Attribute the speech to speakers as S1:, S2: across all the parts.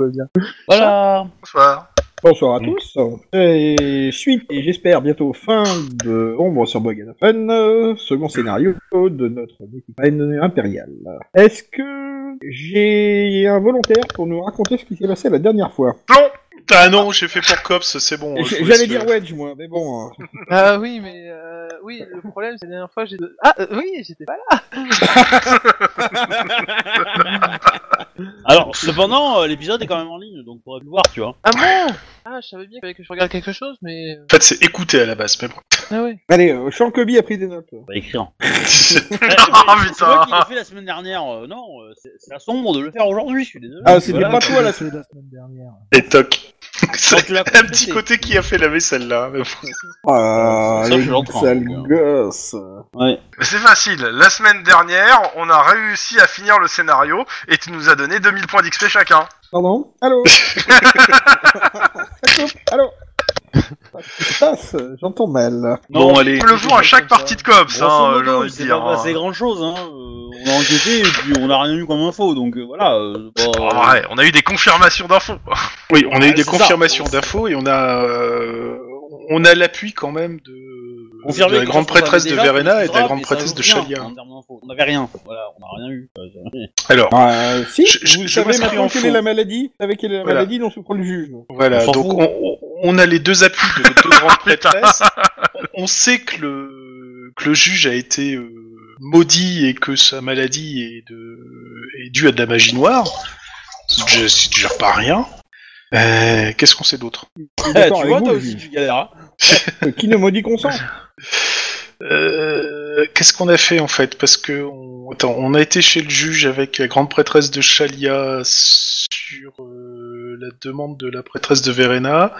S1: va bien.
S2: Voilà
S3: Bonsoir.
S4: Mm.
S1: Bonsoir à tous. Et suite, et j'espère bientôt fin de Ombre sur Boganaphen, euh, second scénario de notre campagne impériale. Est-ce que j'ai un volontaire pour nous raconter ce qui s'est passé la dernière fois
S3: Ah non, j'ai fait pour Cops, c'est bon. je vous laisse
S1: J'allais
S3: le-
S1: dire Wedge, moi, mais bon. hein.
S5: Ah oui, mais euh, oui, le problème, c'est la dernière fois, j'ai. Ah euh, oui, j'étais pas là.
S2: Alors, cependant, euh, l'épisode est quand même en ligne, donc on pourrait le voir, tu vois.
S5: Ah bon Ah, je savais bien qu'il fallait que je regarde quelque chose, mais. euh,
S3: En fait, c'est écouter à la base, mais bon.
S5: Ah ouais.
S1: Allez, euh, Sean Kobe a pris des notes.
S2: On va écrire.
S3: c'est
S2: Ah, mais c'est-
S3: putain.
S2: C'est moi qui l'ai fait la semaine dernière. euh, non, euh, c'est c'est la sombre de le faire aujourd'hui, je suis désolé.
S1: Ah, c'était
S2: Voilà.
S1: pas toi la
S6: C'est la semaine dernière.
S3: toc.
S2: Quand
S3: C'est
S2: tu l'as
S3: un
S2: complété.
S3: petit côté qui a fait la vaisselle là. mais bon.
S1: Ah,
S2: Ça,
S1: les
S2: je l'entends,
S1: sales
S2: hein.
S1: gosses.
S2: Ouais.
S4: C'est facile. La semaine dernière, on a réussi à finir le scénario et tu nous as donné 2000 points d'XP chacun.
S1: Pardon Allô Ça coupe Allô Qu'est-ce qui se passe J'entends mal.
S2: euh, Non,
S3: bon, allez.
S4: On le voit à chaque partie de COPS,
S2: Grosso
S4: hein,
S2: modo,
S4: j'ai envie
S2: il
S4: de
S2: s'est
S4: dire.
S2: pas passé
S4: hein.
S2: grand chose, hein. Euh, on a enquêté et puis on a rien eu comme info, donc euh, voilà. euh, bah,
S3: Ah,
S4: Oh, ouais, on a eu des confirmations d'infos.
S3: Oui, on a eu
S2: Ouais,
S3: des
S2: c'est
S3: confirmations
S2: ça.
S3: d'infos et on a, euh, on a l'appui quand même de,
S2: confirmé
S3: de la
S2: que
S3: grande
S2: ça, on
S3: prêtresse
S2: savait
S3: de
S2: déjà,
S3: Verena
S2: mais
S3: et de la
S2: ça
S3: grande
S2: joue
S3: prêtresse de
S2: rien,
S3: Chalia.
S2: en termes d'infos. On avait rien, voilà, on a rien eu.
S3: Alors,
S1: Euh, si,
S3: Je-
S1: vous
S3: je
S1: savez
S3: m'inscris
S1: maintenant
S3: en
S1: quelle
S3: faux.
S1: est la maladie, vous savez quelle est la
S3: Voilà.
S1: maladie dont souffre le juge.
S3: voilà,
S2: on s'en
S3: donc
S2: fout.
S3: on, on a les deux appuis de nos deux grandes prêtresses. On sait que le, que le juge a été euh, maudit et que sa maladie est, de, est due à de la magie noire. C'est déjà- C'est déjà pas rien. Euh, Qu'est-ce qu'on sait d'autre
S1: Il est
S2: Eh,
S1: d'accord
S2: tu
S1: avec
S2: vois,
S1: vous,
S2: toi
S1: le
S2: aussi,
S1: juge.
S2: tu galères. hein.
S1: Euh, Qui ne maudit consent
S3: Euh, qu'est-ce qu'on a fait en fait Parce que on... attends, on a été chez le juge avec la grande prêtresse de Chalia sur euh, la demande de la prêtresse de Verena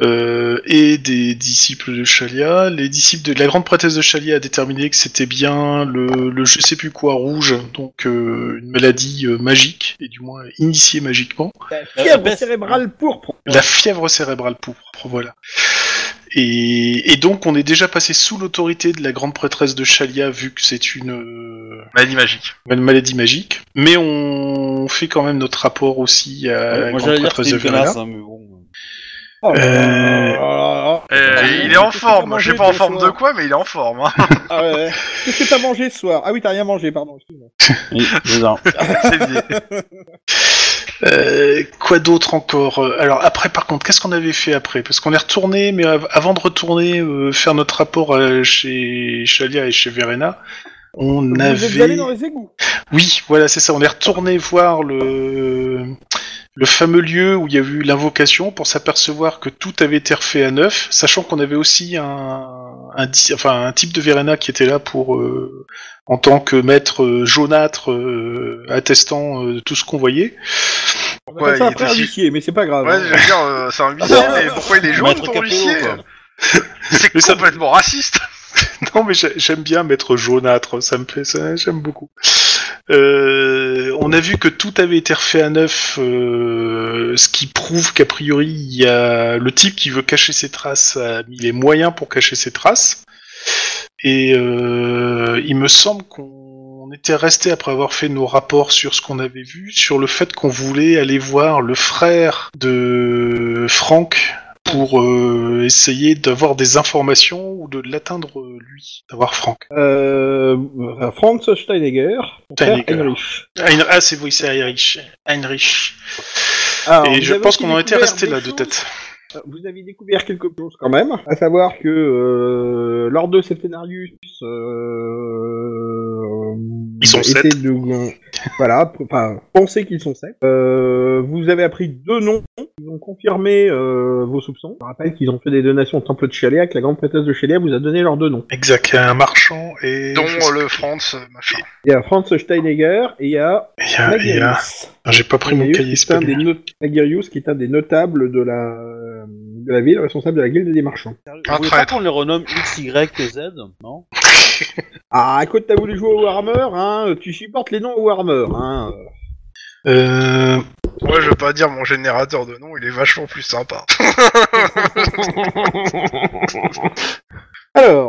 S3: euh, et des disciples de Chalia. Les disciples de la grande prêtresse de Chalia a déterminé que c'était bien le, le je sais plus quoi rouge, donc euh, une maladie euh, magique et du moins initiée magiquement.
S1: Fièvre
S2: baisse.
S1: cérébrale pourpre.
S3: La fièvre cérébrale pourpre, voilà. Et, et donc on est déjà passé sous l'autorité de la grande prêtresse de Chalia vu que c'est une, euh,
S4: Maladie Bah, magique.
S3: une maladie magique, mais on fait quand même notre rapport aussi à la
S2: Moi,
S3: grande
S2: j'allais dire que t'es
S3: prêtresse de
S2: une
S3: Verena.
S2: connasse, hein, mais bon.
S1: Oh là
S3: Euh,
S1: là là là.
S4: Euh,
S1: Ah,
S4: il
S1: oui,
S4: est en
S1: qu'est-ce que t'as
S4: forme.
S1: mangé
S4: Je sais pas en
S1: ce
S4: forme de
S1: soir
S4: quoi, mais il est en forme. hein.
S1: Ah ouais. Qu'est-ce que t'as mangé ce soir Ah oui, t'as rien mangé, pardon. excuse-moi.
S2: Oui, c'est ça.
S4: C'est bien.
S3: Euh, quoi d'autre encore Euh, Alors après, par contre, qu'est-ce qu'on avait fait après Parce qu'on est retourné, mais av- avant de retourner euh, faire notre rapport euh, chez Chalia et chez Verena, on
S1: Vous
S3: avait...
S1: êtes allé dans les égouts
S3: Oui, voilà, c'est ça. On est retourné voir le, le fameux lieu où il y a eu l'invocation pour s'apercevoir que tout avait été refait à neuf, sachant qu'on avait aussi un, un, ti- enfin, un type de Verena qui était là pour, euh, en tant que maître euh, jaunâtre, euh, attestant euh, tout ce qu'on voyait.
S1: On
S4: Ouais,
S1: appelle ça
S4: il
S1: un
S4: est
S1: frère
S4: aussi-
S1: huissier, mais c'est pas grave.
S4: Ouais, je veux dire, euh, c'est un huissier, mais pourquoi il est jaune
S2: Maître
S4: ton
S2: Capello,
S4: huissier
S2: quoi.
S4: C'est
S3: Mais ça-
S4: complètement raciste.
S3: Non, mais j'ai- j'aime bien maître jaunâtre, ça me plaît, ça, j'aime beaucoup. Euh, on a vu que tout avait été refait à neuf, euh, ce qui prouve qu'a priori, il y a le type qui veut cacher ses traces a mis les moyens pour cacher ses traces. Et euh, il me semble qu'on était resté, après avoir fait nos rapports sur ce qu'on avait vu, sur le fait qu'on voulait aller voir le frère de Franck pour euh, essayer d'avoir des informations ou de l'atteindre euh, lui, d'avoir Franck.
S1: Euh, euh, Franz Steinegger, mon frère
S3: Steinegger.
S1: Heinrich.
S3: Heinrich- Ah, c'est oui, c'est Heinrich. Heinrich.
S1: Alors,
S3: Et
S1: vous
S3: je
S1: avez
S3: pense
S1: aussi
S3: qu'on en était
S1: découvert
S3: resté
S1: des
S3: là de
S1: choses
S3: tête.
S1: Euh, Vous avez découvert quelque chose quand même, à savoir que euh, lors de Septenarius, euh,
S3: Ils sont
S1: essaie
S3: sept.
S1: de- euh, voilà, p- enfin, pensez qu'ils sont sept. Euh, vous avez appris deux noms qui ont confirmé euh, vos soupçons. Je rappelle qu'ils ont fait des donations au temple de Chalea, que la grande prêtresse de Chalea vous a donné leurs deux noms.
S3: Exact, il y a un marchand et.
S4: Dont
S3: je sais-
S4: euh, le France, euh, machin.
S1: Il y a Franz Steinegger et il y a
S3: il y a- Ah, il y a-
S1: Magirius.
S3: J'ai pas pris mon
S1: Magirius,
S3: cahier,
S1: qui
S3: c'est
S1: est un
S3: pas
S1: des
S3: bien.
S1: no- Magirius, qui est un des notables de la, euh, de la ville, responsable de la guilde des marchands.
S2: Vous voulez pas
S4: traître.
S2: qu'on les renomme X, Y, Z Non
S1: Ah, écoute, t'as voulu jouer au Warhammer, hein Tu supportes les noms au Warhammer, hein
S3: Euh,
S4: Moi, je veux pas dire, mon générateur de nom, il est vachement plus sympa.
S1: Alors,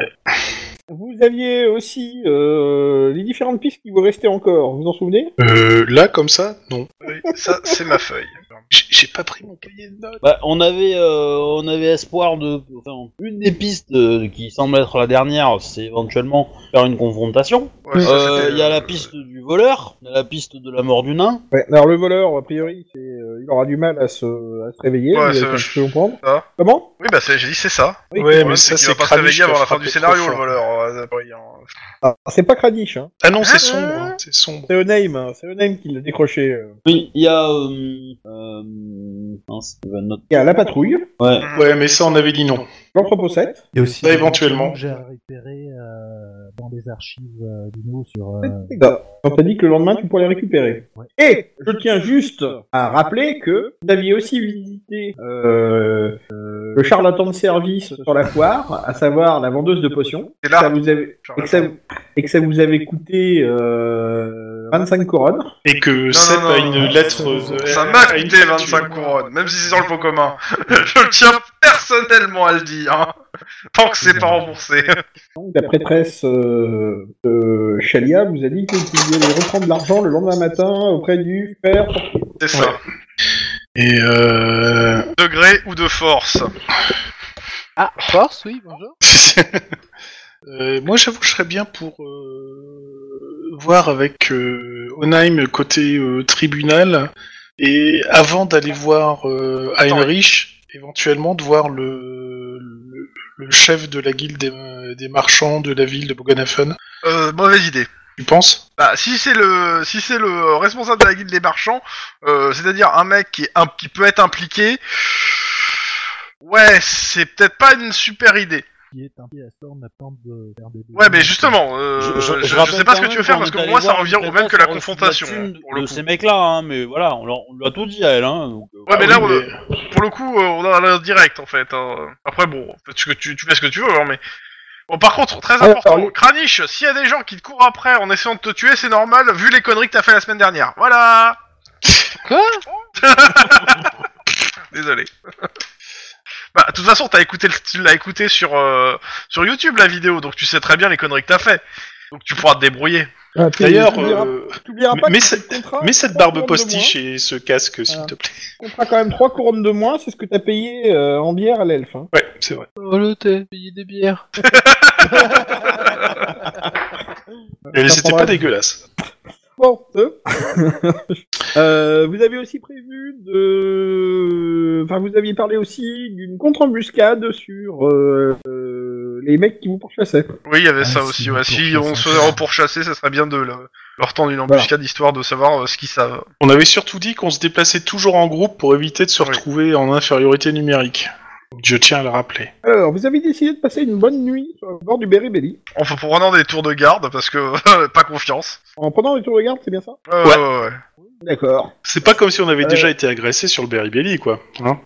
S1: vous aviez aussi euh, les différentes pistes qui vous restaient encore, vous vous en souvenez
S3: euh, là, comme ça, non.
S4: Oui, ça, c'est ma feuille.
S3: J'ai j'ai pas pris mon cahier de notes.
S2: Bah, on avait, euh, on avait espoir de. Enfin, une des pistes euh, qui semble être la dernière, c'est éventuellement faire une confrontation.
S4: Ouais, ça,
S2: Euh,
S4: c'était,
S2: Il y a
S4: euh,
S2: la piste du voleur, il y a la piste de la mort du nain.
S1: Ouais, alors le voleur, a priori, c'est, euh, il aura du mal à se, à se réveiller,
S4: Ouais,
S1: mais,
S4: ça,
S1: euh,
S4: je-
S1: je peux comprendre.
S4: ça.
S1: Comment
S4: Oui, bah c'est- j'ai dit c'est ça.
S1: Oui,
S3: Ouais,
S1: comment-
S3: mais ça,
S4: C'est qu'il va
S3: c'est
S4: pas se réveiller
S3: Kranich qui
S4: avant
S3: a
S4: la fin du
S3: frappé
S4: scénario,
S3: trop
S4: le
S3: fort.
S4: voleur. euh, après, il y a un-
S1: Ah, c'est pas Kradich, hein.
S3: Ah non,
S4: Hein
S3: c'est sombre, hein, c'est sombre.
S1: C'est Oneim, hein, c'est Oneim qui l'a décroché. euh.
S2: Oui, il y a. Euh, euh, mince, il y a notre-
S1: Il y a la patrouille,
S2: Ouais.
S3: Ouais, mais ça, on avait dit non.
S1: l'entrepôt 7.
S6: Il y a aussi
S3: Là, éventuellement.
S6: que j'ai récupéré euh, dans les archives euh, d'Ino sur. euh,
S1: On t'a dit que le lendemain, tu pourrais les récupérer.
S6: Ouais.
S1: Et je tiens juste à rappeler que vous aviez aussi visité euh, euh, le charlatan de service sur la foire, à savoir la vendeuse de potions.
S4: C'est
S1: Ça
S4: là.
S1: vous avait- et, que ça, et que ça vous avait coûté euh, 25 couronnes.
S3: Et que
S4: non,
S3: Seb
S4: non,
S3: a
S4: non,
S3: une
S4: non,
S3: lettre.
S6: ça-
S3: euh,
S4: Ça
S3: à-
S4: m'a
S3: à une
S4: coûté
S3: facture.
S4: 25 couronnes, même si c'est sur le pot commun. Je tiens personnellement à le dire. hein. Tant que c'est pas remboursé.
S1: Donc, La prêtresse euh, de Chalia vous a dit que vous alliez reprendre l'argent le lendemain matin auprès du père.
S4: C'est ça.
S3: Et euh.
S4: Degré ou de force.
S5: Ah, force, oui, bonjour.
S3: Euh, moi, j'avoue, je serais bien pour euh, voir avec euh, Onheim côté euh, tribunal et avant d'aller voir euh, Heinrich, éventuellement de voir le, le, le chef de la guilde des, des marchands de la ville de Boganhafen.
S4: Euh, mauvaise idée.
S3: Tu penses
S4: Bah, si c'est le si c'est le responsable de la guilde des marchands, euh, c'est-à-dire un mec qui est un, qui peut être impliqué, ouais, c'est peut-être pas une super idée.
S6: qui est un pied à Storm attente de faire des.
S4: Ouais, mais justement, euh, je, je
S2: rappelle
S4: sais pas ce que
S2: quand
S4: tu veux
S2: même
S4: faire
S2: qu'on
S4: parce
S2: est
S4: que pour
S2: allé
S4: moi ça
S2: voir
S4: revient au
S2: une
S4: même que la
S2: préface sur
S4: confrontation.
S2: la thune
S4: pour le
S2: de
S4: coup.
S2: ces mecs-là, hein, mais voilà, on, leur- on lui a tout dit à elle. Hein, donc, euh,
S4: Ouais, mais
S3: Ah
S4: là,
S3: oui,
S4: on- pour le coup, euh, on a l'air direct en fait. hein. Après, bon, tu, tu, tu fais ce que tu veux, hein, mais. Bon, par contre, très
S1: Alors,
S4: important,
S1: oui.
S4: Kranich, s'il y a des gens qui te courent après en essayant de te tuer, c'est normal vu les conneries que t'as fait la semaine dernière. Voilà
S5: Quoi
S4: Désolé. bah, de toute façon, t'as écouté, le- tu l'as écouté sur, euh, sur YouTube la vidéo, donc tu sais très bien les conneries que t'as fait. Donc tu pourras te débrouiller.
S3: D'ailleurs,
S1: t'oublieras
S3: euh,
S1: t'oublieras Ah, pas
S3: mais
S1: que
S3: c'est-
S1: tu compteras
S3: mets cette
S1: trois
S3: barbe
S1: couronnes de moins.
S3: postiche et ce casque, s'il
S1: Voilà.
S3: te plaît.
S1: Tu compteras quand même 3 couronnes de moins, c'est ce que t'as payé euh, en bière à l'elfe. hein.
S3: Ouais, c'est vrai.
S5: Oh le thé, payer des bières.
S3: Mais
S1: ça
S3: c'était
S1: prendra-
S3: pas dégueulasse.
S1: Bon, euh. Euh, vous avez aussi prévu de... Enfin, vous aviez parlé aussi d'une contre-embuscade sur euh, euh, les mecs qui vous pourchassaient.
S4: Oui, il y avait
S6: Ah,
S4: ça
S6: si,
S4: aussi. ouais.
S6: pour
S4: Si
S6: chasser,
S4: on se
S6: c'est
S4: rend
S6: ça.
S4: pour chasser, ça serait bien de le- leur tendre une embuscade histoire de savoir euh, ce qu'ils savent.
S3: On avait surtout dit qu'on se déplaçait toujours en groupe pour éviter de se
S4: Oui.
S3: retrouver en infériorité numérique. Je tiens à le rappeler.
S1: Alors, vous avez décidé de passer une bonne nuit sur le bord du Berry-Belly.
S4: On fait pour prendre des tours de garde parce que pas confiance.
S1: En prenant les tours de garde, c'est bien ça
S4: Euh,
S3: Ouais.
S4: ouais, ouais.
S1: D'accord.
S3: C'est pas comme si on avait
S1: Euh.
S3: déjà été agressé sur le Beribelli, quoi. Hein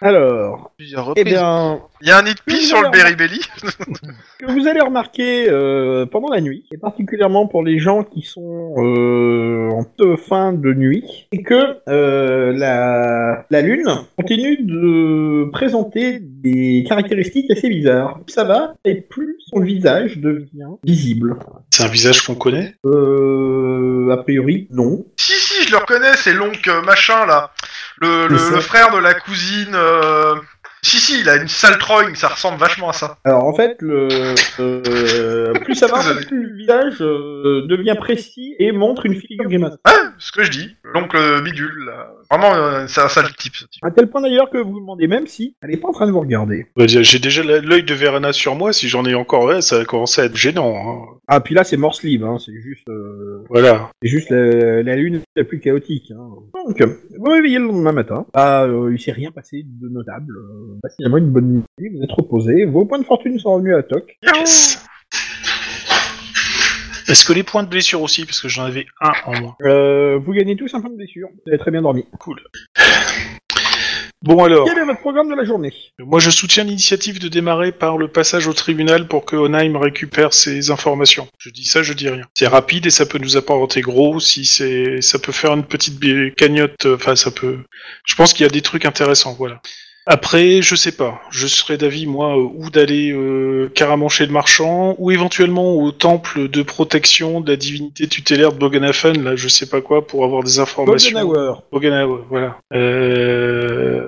S1: Alors,
S5: Plusieurs
S1: eh
S5: reprises.
S1: bien,
S4: Il y a un nid de pie
S1: Oui,
S4: sur le
S1: voilà.
S4: Berry Belly.
S1: ce que vous allez remarquer euh, pendant la nuit, et particulièrement pour les gens qui sont euh, en peu fin de nuit, c'est que euh, la, la lune continue de présenter des caractéristiques assez bizarres. Plus ça va, et plus son visage devient visible.
S3: C'est un visage qu'on connaît.
S1: Euh, a priori, non.
S4: Si, si, je le reconnais, c'est l'oncle euh, machin là. Le, le-
S6: Mais ça-
S4: le frère de la cousine. euh, Si, si, il a une sale trogne, ça ressemble vachement à ça.
S1: Alors en fait, le, euh, plus ça va, plus le visage euh, devient précis et montre une figure grimace.
S4: Hein Ce que je dis, l'oncle bidule là. Vraiment, euh, c'est un sale type ce type.
S1: À tel point d'ailleurs que vous vous demandez même si elle n'est pas en train de vous regarder.
S3: Bah, J'ai déjà la- l'œil de Verana sur moi, si j'en ai encore un, ça a commencé à être gênant. hein.
S1: Ah puis là c'est morse libre, hein, c'est juste, euh,
S3: Voilà.
S1: c'est juste la, la lune la plus chaotique. hein. Donc vous vous réveillez le lendemain matin. Ah, euh, il s'est rien passé de notable. Euh, passez vraiment une bonne nuit, vous êtes reposé. Vos points de fortune sont revenus à toc.
S3: Yes. Est-ce que les points de blessure aussi, parce que j'en avais un en moins.
S1: Euh, vous gagnez tous un point de blessure. Vous avez très bien dormi.
S3: Bon alors,
S1: Quel est votre programme de la journée
S3: moi je soutiens l'initiative de démarrer par le passage au tribunal pour que Onheim récupère ses informations. Je dis ça, je dis rien. C'est rapide et ça peut nous apporter gros si euh, c'est, ça peut faire une petite bi- cagnotte. Enfin, ça peut. Je pense qu'il y a des trucs intéressants. Voilà. Après, je sais pas. Je serais d'avis, moi, euh, ou d'aller euh, carrément chez le marchand, ou éventuellement au temple de protection de la divinité tutélaire de Boganafen, là, je sais pas quoi, pour avoir des informations.
S1: Golden Hour.
S3: Boganawa, voilà. Euh,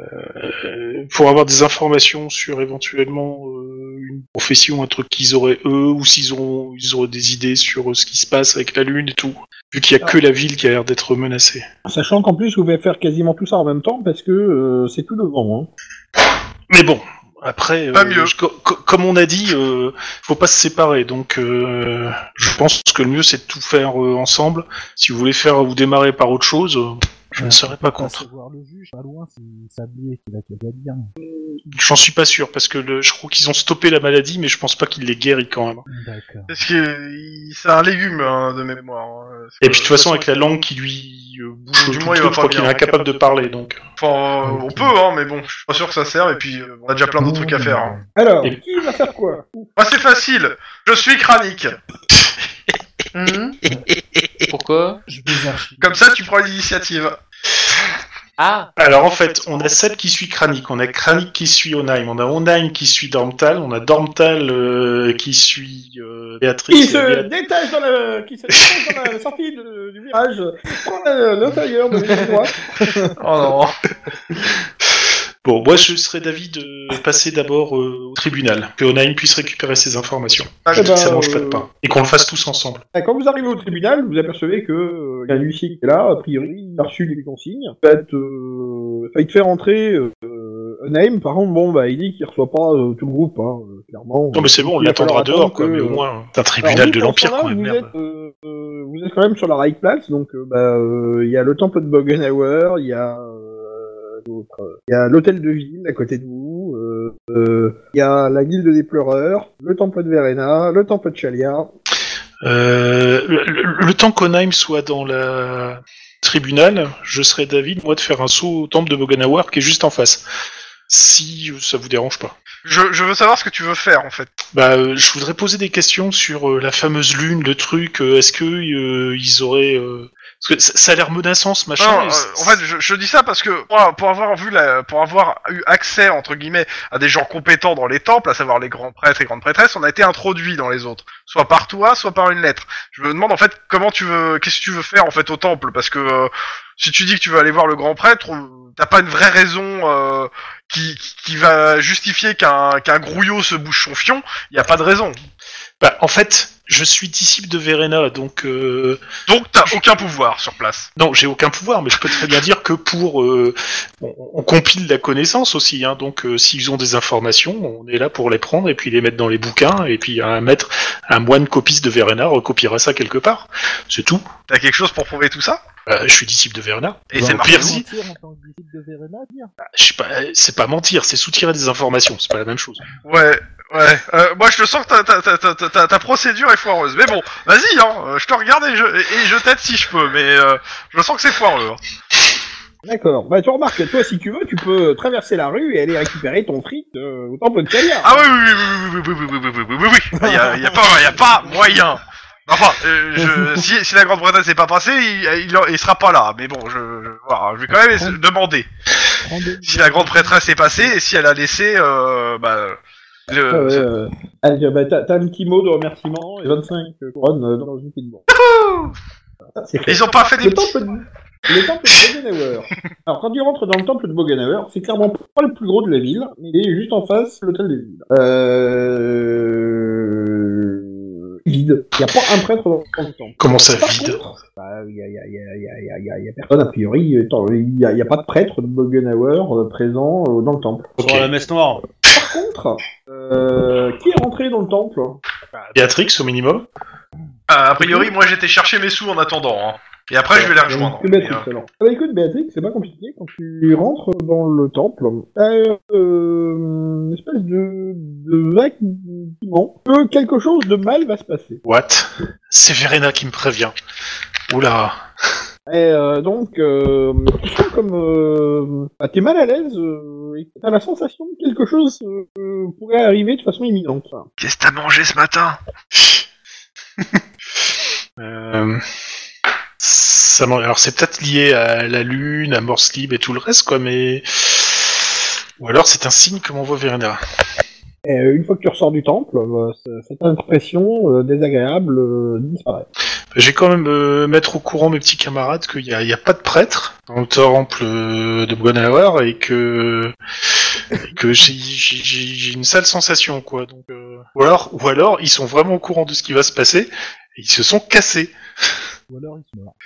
S3: euh, pour avoir des informations sur éventuellement euh, une profession, un truc qu'ils auraient eux, ou s'ils auront, ils auront des idées sur euh, ce qui se passe avec la Lune et tout. Vu qu'il y a que la ville qui a l'air d'être menacée.
S1: Sachant qu'en plus, vous pouvez faire quasiment tout ça en même temps parce que euh, c'est tout devant. Hein.
S3: Mais bon, après,
S4: Pas
S3: euh,
S4: mieux.
S3: je- co- co- comme on a dit, euh, faut pas se séparer. Donc, euh, je pense que le mieux, c'est de tout faire euh, ensemble. Si vous voulez faire ou démarrer par autre chose, euh, je ne serais pas
S6: On va
S3: contre. Euh,
S6: se voir le juge, pas loin, si Sablier qui va te le dire.
S3: J'en suis pas sûr parce que le- je crois qu'ils ont stoppé la maladie, mais je pense pas qu'ils les guérit quand même.
S6: D'accord.
S4: Parce que euh, il- c'est un légume hein, de mémoire. hein.
S3: Et puis de toute façon, avec la langue qui lui euh, bouge
S4: Du
S3: tout
S4: moins,
S3: le
S4: il
S3: truc, je
S4: va pas
S3: crois
S4: bien,
S3: qu'il est incapable de parler. Donc,
S4: Enfin, euh, on peut, hein, mais bon, je suis pas sûr que ça serve. Et puis, euh, on a déjà plein d'autres trucs à faire. hein.
S1: Alors,
S3: Et-
S1: qui va faire quoi
S4: Ah, c'est facile. Je suis cranique.
S5: Hum. Pourquoi
S6: Je vais aux archives.
S4: Comme ça, tu prends l'initiative.
S5: Ah
S3: alors en fait, on a Seb qui suit Kranik, on a Kranik qui suit Onheim, on a Onheim qui suit Dormtal, on a Dormtal euh, qui suit euh,
S1: Qui
S3: Béatrice. et
S1: se
S3: Béa-
S1: détache dans la, qui se détache dans la sortie de- du virage, prend la- l'intérieur de la droite.
S4: Oh
S3: Bon, moi je serais d'avis de passer d'abord euh, au tribunal, que Onheim puisse récupérer ses informations.
S4: Ah,
S3: Je
S1: Eh
S3: dis que ça
S1: ben,
S3: mange pas de
S1: euh,
S3: pain et qu'on le fasse tous ensemble.
S1: Et Bah, Quand vous arrivez au tribunal, vous apercevez que euh, il y a un huissier qui est là, a priori, il a reçu les consignes. En fait, euh, il te fait rentrer euh, Naïm, par contre, bon, bah, il dit qu'il reçoit pas euh, tout le groupe, hein, euh, clairement.
S3: Non mais c'est bon, on
S1: Il va falloir
S3: l'attendra dehors,
S1: attendre
S3: quoi,
S1: que-
S3: mais au moins, c'est un
S1: Alors,
S3: tribunal
S1: oui,
S3: de
S1: pour
S3: l'Empire,
S1: ce temps-là,
S3: quoi,
S1: vous,
S3: merde.
S1: êtes, euh, euh, vous êtes quand même sur la right place, donc euh, bah, euh, il y a le temple de Bogenhauer, il y a euh, l'autre, euh, il y a l'hôtel de ville à côté de vous, euh, euh, il y a la guilde des pleureurs, le temple de Verena, le temple de Chalia.
S3: Euh, le, le- le temps qu'Onheim soit dans la tribunal, je serais David, moi, de faire un saut au temple de Boganawar qui est juste en face. Si euh, ça vous dérange pas.
S4: Je, je veux savoir ce que tu veux faire en fait.
S3: Bah, euh, je voudrais poser des questions sur euh, la fameuse lune, le truc. euh, Est-ce que euh, ils auraient euh, parce que ça, ça a l'air menaçant ce machin.
S4: Non,
S3: et
S4: euh,
S3: c-
S4: en fait, je, je dis ça parce que pour, pour avoir vu, la, pour avoir eu accès entre guillemets à des gens compétents dans les temples, à savoir les grands prêtres et grandes prêtresses, on a été introduit dans les autres, soit par toi, soit par une lettre. Je me demande en fait comment tu veux, qu'est-ce que tu veux faire en fait au temple, parce que euh, si tu dis que tu veux aller voir le grand prêtre, euh, t'as pas une vraie raison euh, qui, qui, qui va justifier qu'un qu'un grouillot se bouge son fion. Il y a pas de raison.
S3: bah, en fait, je suis disciple de Verena, donc euh,
S4: Donc t'as aucun pouvoir sur place.
S3: Non, j'ai aucun pouvoir, mais je peux très bien dire que pour, euh, on, on compile la connaissance aussi. Hein, donc, euh, s'ils ont des informations, on est là pour les prendre et puis les mettre dans les bouquins. Et puis, un maître, un moine copiste de Verena recopiera ça quelque part. C'est tout.
S4: T'as quelque chose pour prouver tout ça
S3: Euh, je suis disciple de Verena.
S4: Et
S3: Bah,
S4: c'est
S3: au
S4: marqué
S3: pire,
S4: où
S3: si.
S6: Mentir en tant que disciple de Verena, dire.
S3: Je sais pas, euh, c'est pas mentir, c'est soutirer des informations. C'est pas la même chose.
S4: Ouais, ouais. Euh, moi, je le sens que ta, ta, ta, ta, ta, ta- ta procédure est foireuse. Mais bon, vas-y, hein. euh, Je te regarde et je, et je t'aide si je peux. Mais euh, je sens que c'est foireux. hein.
S1: D'accord. Bah, tu remarques, toi, si tu veux, tu peux euh, traverser la rue et aller récupérer ton fric euh, au temple de Chalia.
S4: Ah oui, oui, oui, oui, oui, oui, oui, oui, oui, oui, oui, oui, oui. Il y a, il y a pas, il y a pas moyen. Enfin, euh, je, si, si la Grande-Bretagne s'est pas passée, il, il, il sera pas là. Mais bon, je, je, voilà, je vais quand même essa- demander
S6: Rendez-vous.
S4: si la grande prêtresse est passée et si elle a laissé, euh, bah, le,
S1: Ah ouais, euh, allez, bah, t'as t'as un petit mot de remerciement et 25 couronnes euh, dans une petite banque. Ça, c'est fait.
S4: ils ont pas fait des
S1: Le
S4: petits.
S1: temple, de... le temple de Bogenhauer. Alors, quand tu rentres dans le temple de Bogenhauer, c'est clairement pas le plus gros de la ville, mais il est juste en face l'hôtel des villes. Euh... Vide. Il n'y a pas un prêtre dans dans le temple.
S3: Comment ça,
S1: Par
S3: vide
S1: contre, bah, Il n'y a, il y a- il y a- il y a- il y a- il y a- il y a personne, a priori. euh, Attends, Il n'y a, il y a pas de prêtre de Bogenhauer euh, présent euh, dans le temple.
S3: Ok.
S2: Sur la messe noire.
S1: Par contre, euh, qui est rentré dans le temple
S3: Béatrix, au minimum.
S4: Ah, a priori, moi, j'étais chercher mes sous en attendant. Hein. Et après, je vais les rejoindre.
S1: Que
S4: mais,
S1: Béatrix,
S4: euh,
S1: alors. Ah bah écoute, Béatrix, c'est pas compliqué. Quand tu rentres dans le temple, t'as euh, euh, une espèce de, de vague sentiment que quelque chose de mal va se passer.
S3: What C'est Verena qui me prévient. Oula.
S1: Et euh, donc, euh, tu sens comme... Euh, bah, t'es mal à l'aise euh, et t'as la sensation que quelque chose euh, euh, pourrait arriver de façon imminente. Enfin,
S4: Qu'est-ce que t'as mangé ce matin
S3: Euh, ça m'en- alors c'est peut-être lié à la lune, à Morse Libre et tout le reste, quoi, mais Ou alors c'est un signe que m'envoie Verena.
S1: Et euh, une fois que tu ressors du temple, euh, ce- cette impression euh, désagréable euh, disparaît.
S3: J'ai quand même euh, mettre au courant mes petits camarades qu'il n'y a, il y a pas de prêtre dans le temple euh, de Guanawar et que et que j'ai- j'ai j'ai- j'ai une sale sensation quoi. Donc euh, ou alors ou alors ils sont vraiment au courant de ce qui va se passer et ils se sont cassés.
S6: Ou alors il se meurt.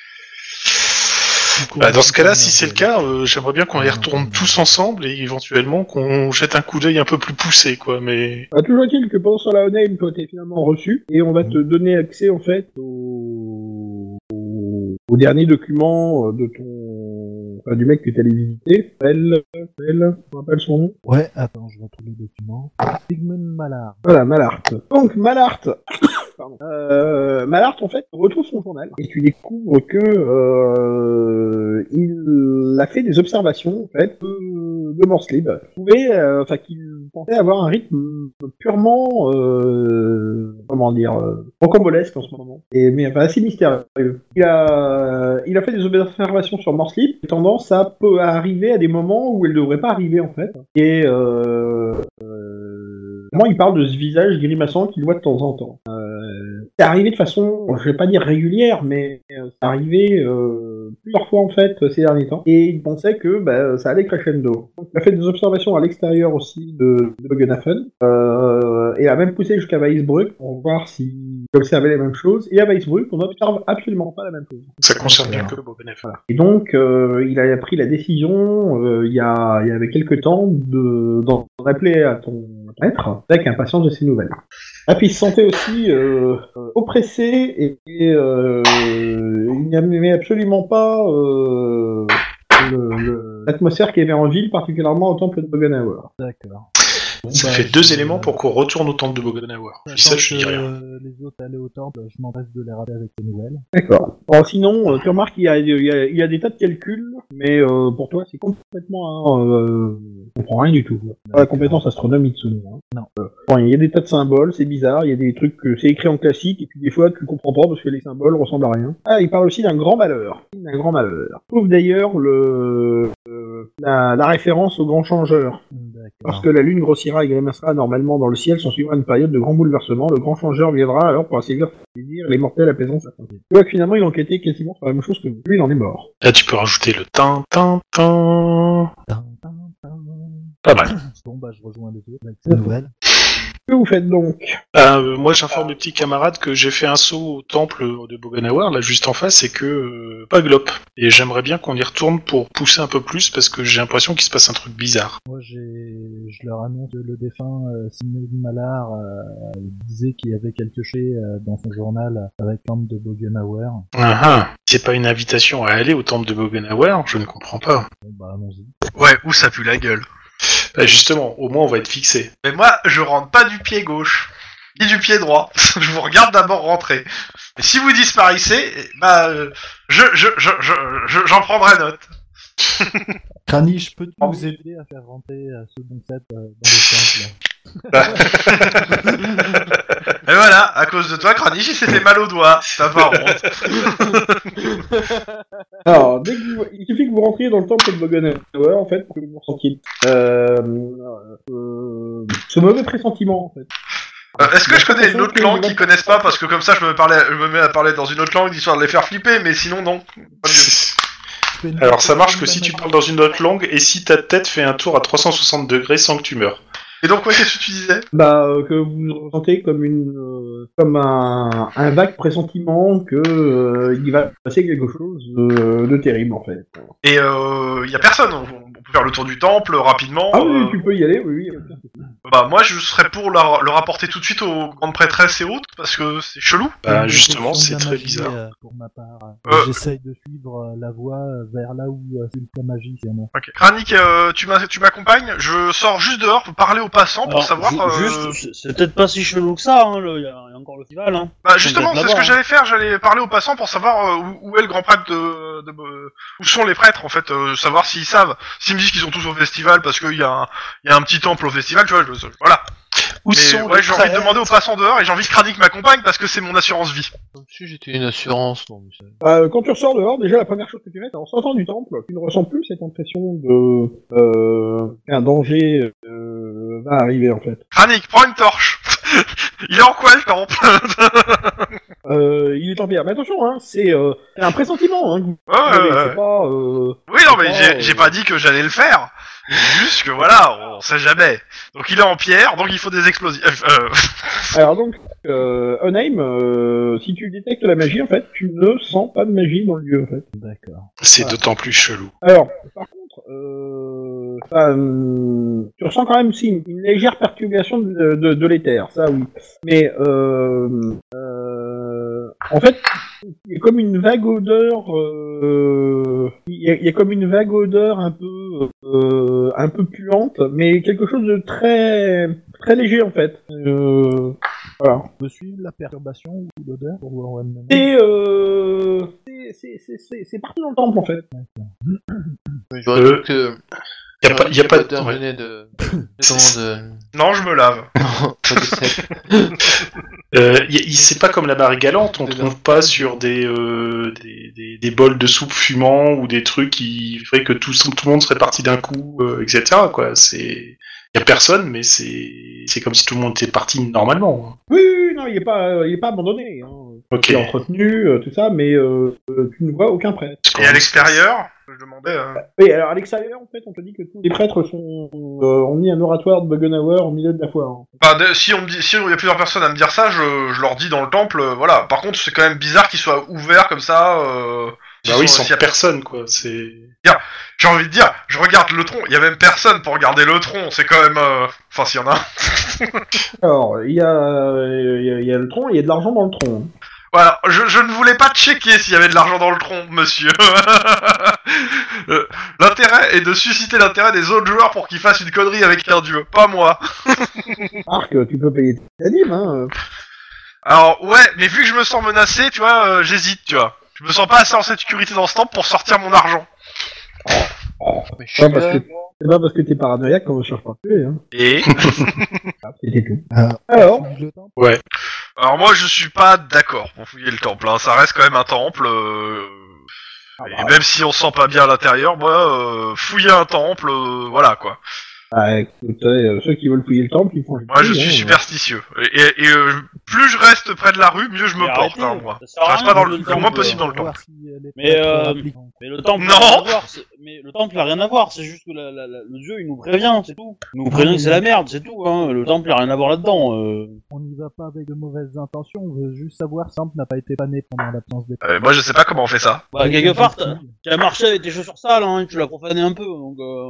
S3: Bah, dans ce cas-là, si c'est le cas, euh, j'aimerais bien qu'on les retourne tous ensemble et éventuellement qu'on jette un coup d'œil un peu plus poussé quoi. Mais
S1: Bah, toujours est-il que pendant ce la name toi, t'es finalement reçu et on
S6: Mm.
S1: va te donner accès en fait au, au... au dernier document euh, de ton enfin, du mec que t'allais visiter. Elle, elle, on rappelle son nom.
S6: Ouais, attends, je retrouve le document. Sigmund Mallard.
S1: Voilà, Malart. Donc, Malart, pardon. Euh, Malart, en fait, retrouve son journal et tu découvres que euh, il a fait des observations, en fait, de, de Morse Libre. Il trouvait, euh, Enfin, qu'il pensait avoir un rythme purement, euh, comment dire, euh, rocambolesque en ce moment. Et, mais enfin, assez mystérieux. Il a, il a fait des observations sur Morse Libre, tendance à, peu- à arriver à des moments où elle ne devrait pas arriver, en fait. Et, euh, euh, Moi, il parle de ce visage grimaçant qu'il voit de temps en temps. Euh, c'est arrivé de façon, je vais pas dire régulière, mais euh, c'est arrivé euh, plusieurs fois en fait ces derniers temps. Et il pensait que bah, ça allait crescendo. Donc, il a fait des observations à l'extérieur aussi de, de Buggenhafen, euh, et a même poussé jusqu'à Weisbruck pour voir s'il observait les mêmes choses. Et à Weisbruck, on n'observe absolument pas la même chose.
S3: ça concerne bien que Bobenef.
S1: Et donc, euh, il a pris la décision, euh, il y, a, il y avait quelques temps, de- d'en appeler à ton maître avec impatience de ses nouvelles. Ah, puis il se sentait aussi euh, euh, oppressé et, et, euh, il n'aimait absolument pas euh, le- le- l'atmosphère qu'il y avait en ville, particulièrement au temple de Boganauer.
S6: D'accord. Bon,
S3: Ça
S6: bah,
S3: fait
S6: je-
S3: deux éléments pour qu'on retourne au temple de Boganawar.
S6: J'attends
S3: Et ça, je
S6: que,
S3: dis rien.
S6: euh, les autres allaient au temple, je m'empresse de les rappeler avec les nouvelles.
S1: D'accord. Bon, sinon, euh, tu remarques qu'il y a, il y a- il y a des tas de calculs, mais euh, pour toi, c'est complètement... Hein, euh, on comprend rien du tout. quoi. Pas La compétence astronomique, selon moi.
S6: Non.
S1: Euh, bon, il y a des tas de symboles, c'est bizarre, il y a des trucs que c'est écrit en classique, et puis des fois, tu comprends pas parce que les symboles ressemblent à rien. Ah, il parle aussi d'un grand malheur. D'un grand malheur. Trouve d'ailleurs le... euh, la, la référence au grand changeur. Parce
S6: D'accord.
S1: que la Lune grossira et grémassera normalement dans le ciel, s'en suivra une période de grand bouleversement. Le grand changeur viendra alors pour assévir ses désirs, les mortels apaiseront sa pensée. Tu vois que finalement, il enquêtait quasiment sur la même chose que vous. Lui, il en est mort.
S3: Là, tu peux rajouter le tin tin tin.
S6: Tin, tin, tin.
S3: Pas mal.
S6: Bon, bah, je rejoins les autres avec ces nouvelles.
S1: Que vous faites donc
S3: Euh, moi, j'informe mes petits camarades que j'ai fait un saut au temple de Boganawar, là juste en face, et que euh, pas glop. Et j'aimerais bien qu'on y retourne pour pousser un peu plus, parce que j'ai l'impression qu'il se passe un truc bizarre.
S6: Moi, j'ai, je leur annonce que le défunt euh, Simon Mallard euh, disait qu'il y avait quelque chose euh, dans son journal avec l'âme de Bogenhauer. Bon,
S3: Ah ah. C'est pas une invitation à aller au temple de Boganawar, je ne comprends pas.
S6: bah, allons-y.
S4: Ouais, ou ça pue la gueule.
S3: Bah, justement, au moins on va être fixé.
S4: Mais moi, je rentre pas du pied gauche, ni du pied droit. je vous regarde d'abord rentrer. Et si vous disparaissez, eh, bah, euh, je, je, je, je, je- j'en prendrai note.
S7: Kranich, peux-tu
S6: On
S7: nous
S6: vous
S7: aider
S6: aider à faire rentrer euh, ce bon set euh, dans le temple.
S4: Et voilà, à cause de toi, Kranich, il s'est fait mal au doigt. Ça va, on rentre.
S1: Alors, Euh, dès que vous- il suffit que vous rentriez dans le temple de Boganauer, en fait, pour que vous vous ressentiez. Euh, euh, ce mauvais pressentiment, en fait.
S4: Euh, Est-ce que je connais une
S1: Attention
S4: autre
S1: que
S4: langue
S1: je vais-
S4: qu'ils connaissent pas Parce que comme ça, je me, parlais, je me mets à parler dans une autre langue histoire de les faire flipper, mais sinon, non. Pas mieux.
S6: Tu fais une-
S3: Alors ça marche que si tu parles dans une autre langue et si ta tête fait un tour à 360 degrés sans que tu meurs.
S4: Et donc, ouais, qu'est-ce que tu disais
S1: Bah, euh, que vous vous ressentez comme une, euh, comme un, un vague pressentiment que euh, il va passer quelque chose euh, de terrible, en fait.
S4: Et euh, y a personne, on, on peut faire le tour du temple rapidement.
S1: Ah oui,
S4: euh,
S1: tu peux y aller, oui, oui.
S4: Bah moi je serais pour leur- le rapporter tout de suite aux grandes prêtresses et autres parce que c'est chelou.
S3: Bah
S6: Une
S3: justement, c'est
S6: détection de la
S3: très
S6: magie,
S3: bizarre.
S6: euh, pour ma part,
S4: Euh.
S6: j'essaye de suivre euh, la voie euh, vers là où euh, c'est la magie. s'il y en a.
S4: Ok. Kranik, euh, tu m'as- tu m'accompagnes Je sors juste dehors pour parler aux passants pour
S2: Alors,
S4: savoir.
S2: ju-
S4: euh,
S2: juste, c'est- c'est peut-être pas si chelou que ça, hein, le- il y, a il y a encore le festival, hein.
S4: bah, justement,
S2: on doit être
S4: c'est ce
S2: là-bas,
S4: que
S2: hein.
S4: j'allais faire. J'allais parler aux passants pour savoir euh, où, où est le grand prêtre de, de- euh, où sont les prêtres en fait, euh, savoir s'ils savent. S'ils me disent qu'ils sont tous au festival parce qu'il y, a un- il y a un petit temple au festival, tu vois. Je, je- voilà.
S3: Où
S4: Mais,
S3: sont
S4: ouais,
S3: les
S4: j'ai envie de
S3: prêtres
S4: demander aux passants dehors et j'ai envie que Kranik m'accompagne parce que c'est mon assurance vie.
S8: Comme si j'étais une assurance, non, mais ça-
S1: Euh, quand tu ressors dehors, déjà la première chose que tu fais, c'est en sortant du temple, tu ne ressens plus cette impression de euh, qu'un- un danger euh, va arriver en fait.
S4: Kranik, prends une torche Il est en quoi le temple
S1: Euh, il est en pierre. Mais attention, hein, c'est euh, c'est un pressentiment. Hein, que vous
S4: Ouais, ouais,
S1: avez,
S4: ouais.
S1: c'est pas, euh,
S4: Oui, non, mais
S1: Oh.
S4: j'ai- j'ai pas dit que j'allais le faire. Juste que voilà, on sait jamais. Donc il est en pierre, donc il faut des explosifs. Euh,
S1: Alors donc, euh, Unheim, euh, si tu détectes la magie, en fait, tu ne sens pas de magie dans le lieu, en fait.
S6: D'accord.
S3: C'est d'autant plus chelou.
S1: Alors, par contre, euh, ça, euh, tu ressens quand même si, une, une légère perturbation de, de, de l'éther, ça oui. Mais euh, euh, en fait, il y a comme une vague odeur, euh, il y, a- il y a comme une vague odeur un peu, euh, un peu puante, mais quelque chose de très, très léger en fait. Euh, voilà.
S6: Je suis la perturbation ou l'odeur pour voir où elle me mène
S1: C'est euh... c'est- c'est- c'est- c'est- c'est parti dans le temple en fait.
S8: J'aurais
S3: Euh,
S8: dit que.
S3: Y a pas, y a pas de... ouais.
S8: donné de.
S3: C'est-
S5: euh,
S8: de.
S4: non, je me lave.
S8: Non, pas de sel.
S3: Euh, y a- y- c'est pas comme la marée galante, on
S8: C'est
S3: trouve pas sur des, euh, des, des, des bols de soupe fumant ou des trucs qui feraient que tout, tout le monde serait parti d'un coup, euh, etc. Quoi. C'est... Y a personne, mais c'est... c'est comme si tout le monde était parti normalement. hein.
S1: Oui, oui, oui, non, il est pas, euh, il est pas abandonné. Hein.
S3: Ok.
S1: Il est entretenu, euh, tout ça, mais euh, euh, tu ne vois aucun prêtre.
S4: Et à l'extérieur, je demandais. euh,
S1: Et alors à l'extérieur, en fait, on te dit que tous les prêtres sont euh, ont mis un oratoire de Buggenhauer au milieu de la foire. hein.
S4: Bah, de- si on me dit, si il y a plusieurs personnes à me dire ça, je, je leur dis dans le temple, euh, voilà. Par contre, c'est quand même bizarre qu'ils soient ouverts comme ça. euh,
S3: Bah
S4: s'ils
S3: oui,
S4: sont-
S3: sans
S4: s'il y a-
S3: personne, quoi. C'est...
S4: J'ai envie de dire, je regarde le tronc. Il y a même personne pour regarder le tronc. C'est quand même. euh, Enfin, s'il y en a. un.
S1: Alors, il y a, euh, il y, a, il y a le tronc, il y a de l'argent dans le tronc. hein.
S4: Voilà, je, je ne voulais pas checker s'il y avait de l'argent dans le tronc, monsieur. Euh, l'intérêt est de susciter l'intérêt des autres joueurs pour qu'ils fassent une connerie avec un dieu, pas moi.
S1: Arc, tu peux payer ta dîme. Hein.
S4: Alors ouais, mais vu que je me sens menacé, tu vois, euh, j'hésite, tu vois. Je me sens pas assez en sécurité dans ce temple pour sortir mon argent.
S8: Mais je suis
S1: Ah, parce
S8: là.
S1: que- C'est pas parce que t'es paranoïaque qu'on ne cherche pas à tuer. Hein.
S4: Et
S1: C'était tout.
S6: Ah.
S1: Alors,
S6: Le temple
S4: alors moi je suis pas d'accord pour fouiller le temple. hein. Ça reste quand même un temple. euh, Et même si on se sent pas bien à l'intérieur, moi euh, fouiller un temple, euh, voilà quoi.
S1: bah, écoutez, euh, ceux qui veulent fouiller le temple, ils font. hein.
S4: Moi je suis superstitieux. Et, et, euh, plus je reste près de la rue, mieux je me
S2: Mais
S4: porte.
S2: arrêtez,
S4: hein, moi.
S2: ça sert à
S4: Je reste
S2: rien
S4: pas dans
S2: de
S4: le-
S2: jouer
S4: le moins
S2: temple,
S4: possible
S2: euh,
S4: dans le temple.
S6: voir si elle est
S2: Mais,
S6: prête
S2: euh,
S6: à appliquer.
S2: Mais le temple
S4: Non.
S2: n'a rien à voir. c'est- Mais le temple n'a rien à voir. C'est juste que la- la- la- le dieu il nous prévient, c'est tout. Il nous prévient que c'est la merde, c'est tout. Hein. Le temple n'a rien à voir là-dedans. euh.
S6: On n'y va pas avec de mauvaises intentions, on veut juste savoir si le temple n'a pas été pané pendant l'absence des
S4: Euh, moi je sais pas comment on fait ça.
S2: Bah, quelque part, t'as t'as marché avec tes chaussures sales, hein, et tu l'as profané un peu. Donc, euh,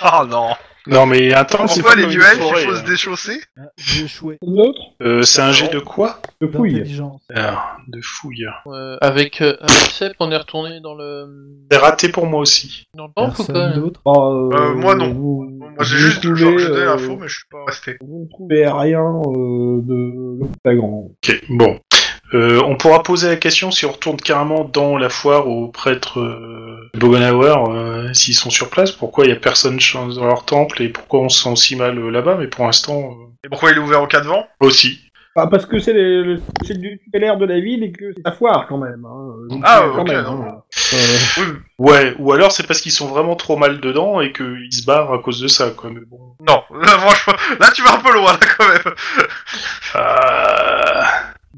S2: Ah,
S4: oh non.
S3: Non, mais attends, c'est
S4: Pourquoi
S3: pas
S4: les
S3: comme une
S4: duels
S3: forêt,
S4: il faut se
S3: hein.
S4: déchausser
S6: Ah, J'ai échoué.
S1: L'autre,
S3: Euh, C'est un jet de quoi
S1: de fouille.
S6: D'intelligence.
S3: Ah, De fouille.
S8: Euh, avec euh, avec Sept, on est retourné dans le.
S3: C'est raté pour moi aussi.
S8: Dans le temple ou
S7: Personne
S8: pas
S7: d'autre.
S1: Bah, euh,
S4: Euh, moi, non.
S1: vous-
S4: Moi j'ai
S1: vous
S4: juste
S1: trouvez,
S4: genre, je donnais
S1: euh,
S4: l'info mais je suis pas resté.
S1: Vous ne trouvez rien euh, de de flagrant.
S3: Ok, bon. Euh, on pourra poser la question si on retourne carrément dans la foire aux prêtres euh, de Bogenhauer, euh, s'ils sont sur place, pourquoi il n'y a personne ch- dans leur temple et pourquoi on se sent aussi mal euh, là-bas, mais pour l'instant, euh,
S4: Et pourquoi il est ouvert au cas devant
S3: aussi.
S1: Ah, parce que c'est le, le- c'est du tutélaire de la ville et que c'est la foire quand même. hein. Donc,
S4: Ah,
S1: euh, quand
S4: ok,
S1: même.
S4: non.
S1: hein. Euh,
S4: Oui.
S3: Ouais, ou alors c'est parce qu'ils sont vraiment trop mal dedans et qu'ils se barrent à cause de ça, quoi. Mais bon.
S4: Non, là franchement, là tu vas un peu loin là quand même.
S3: Euh,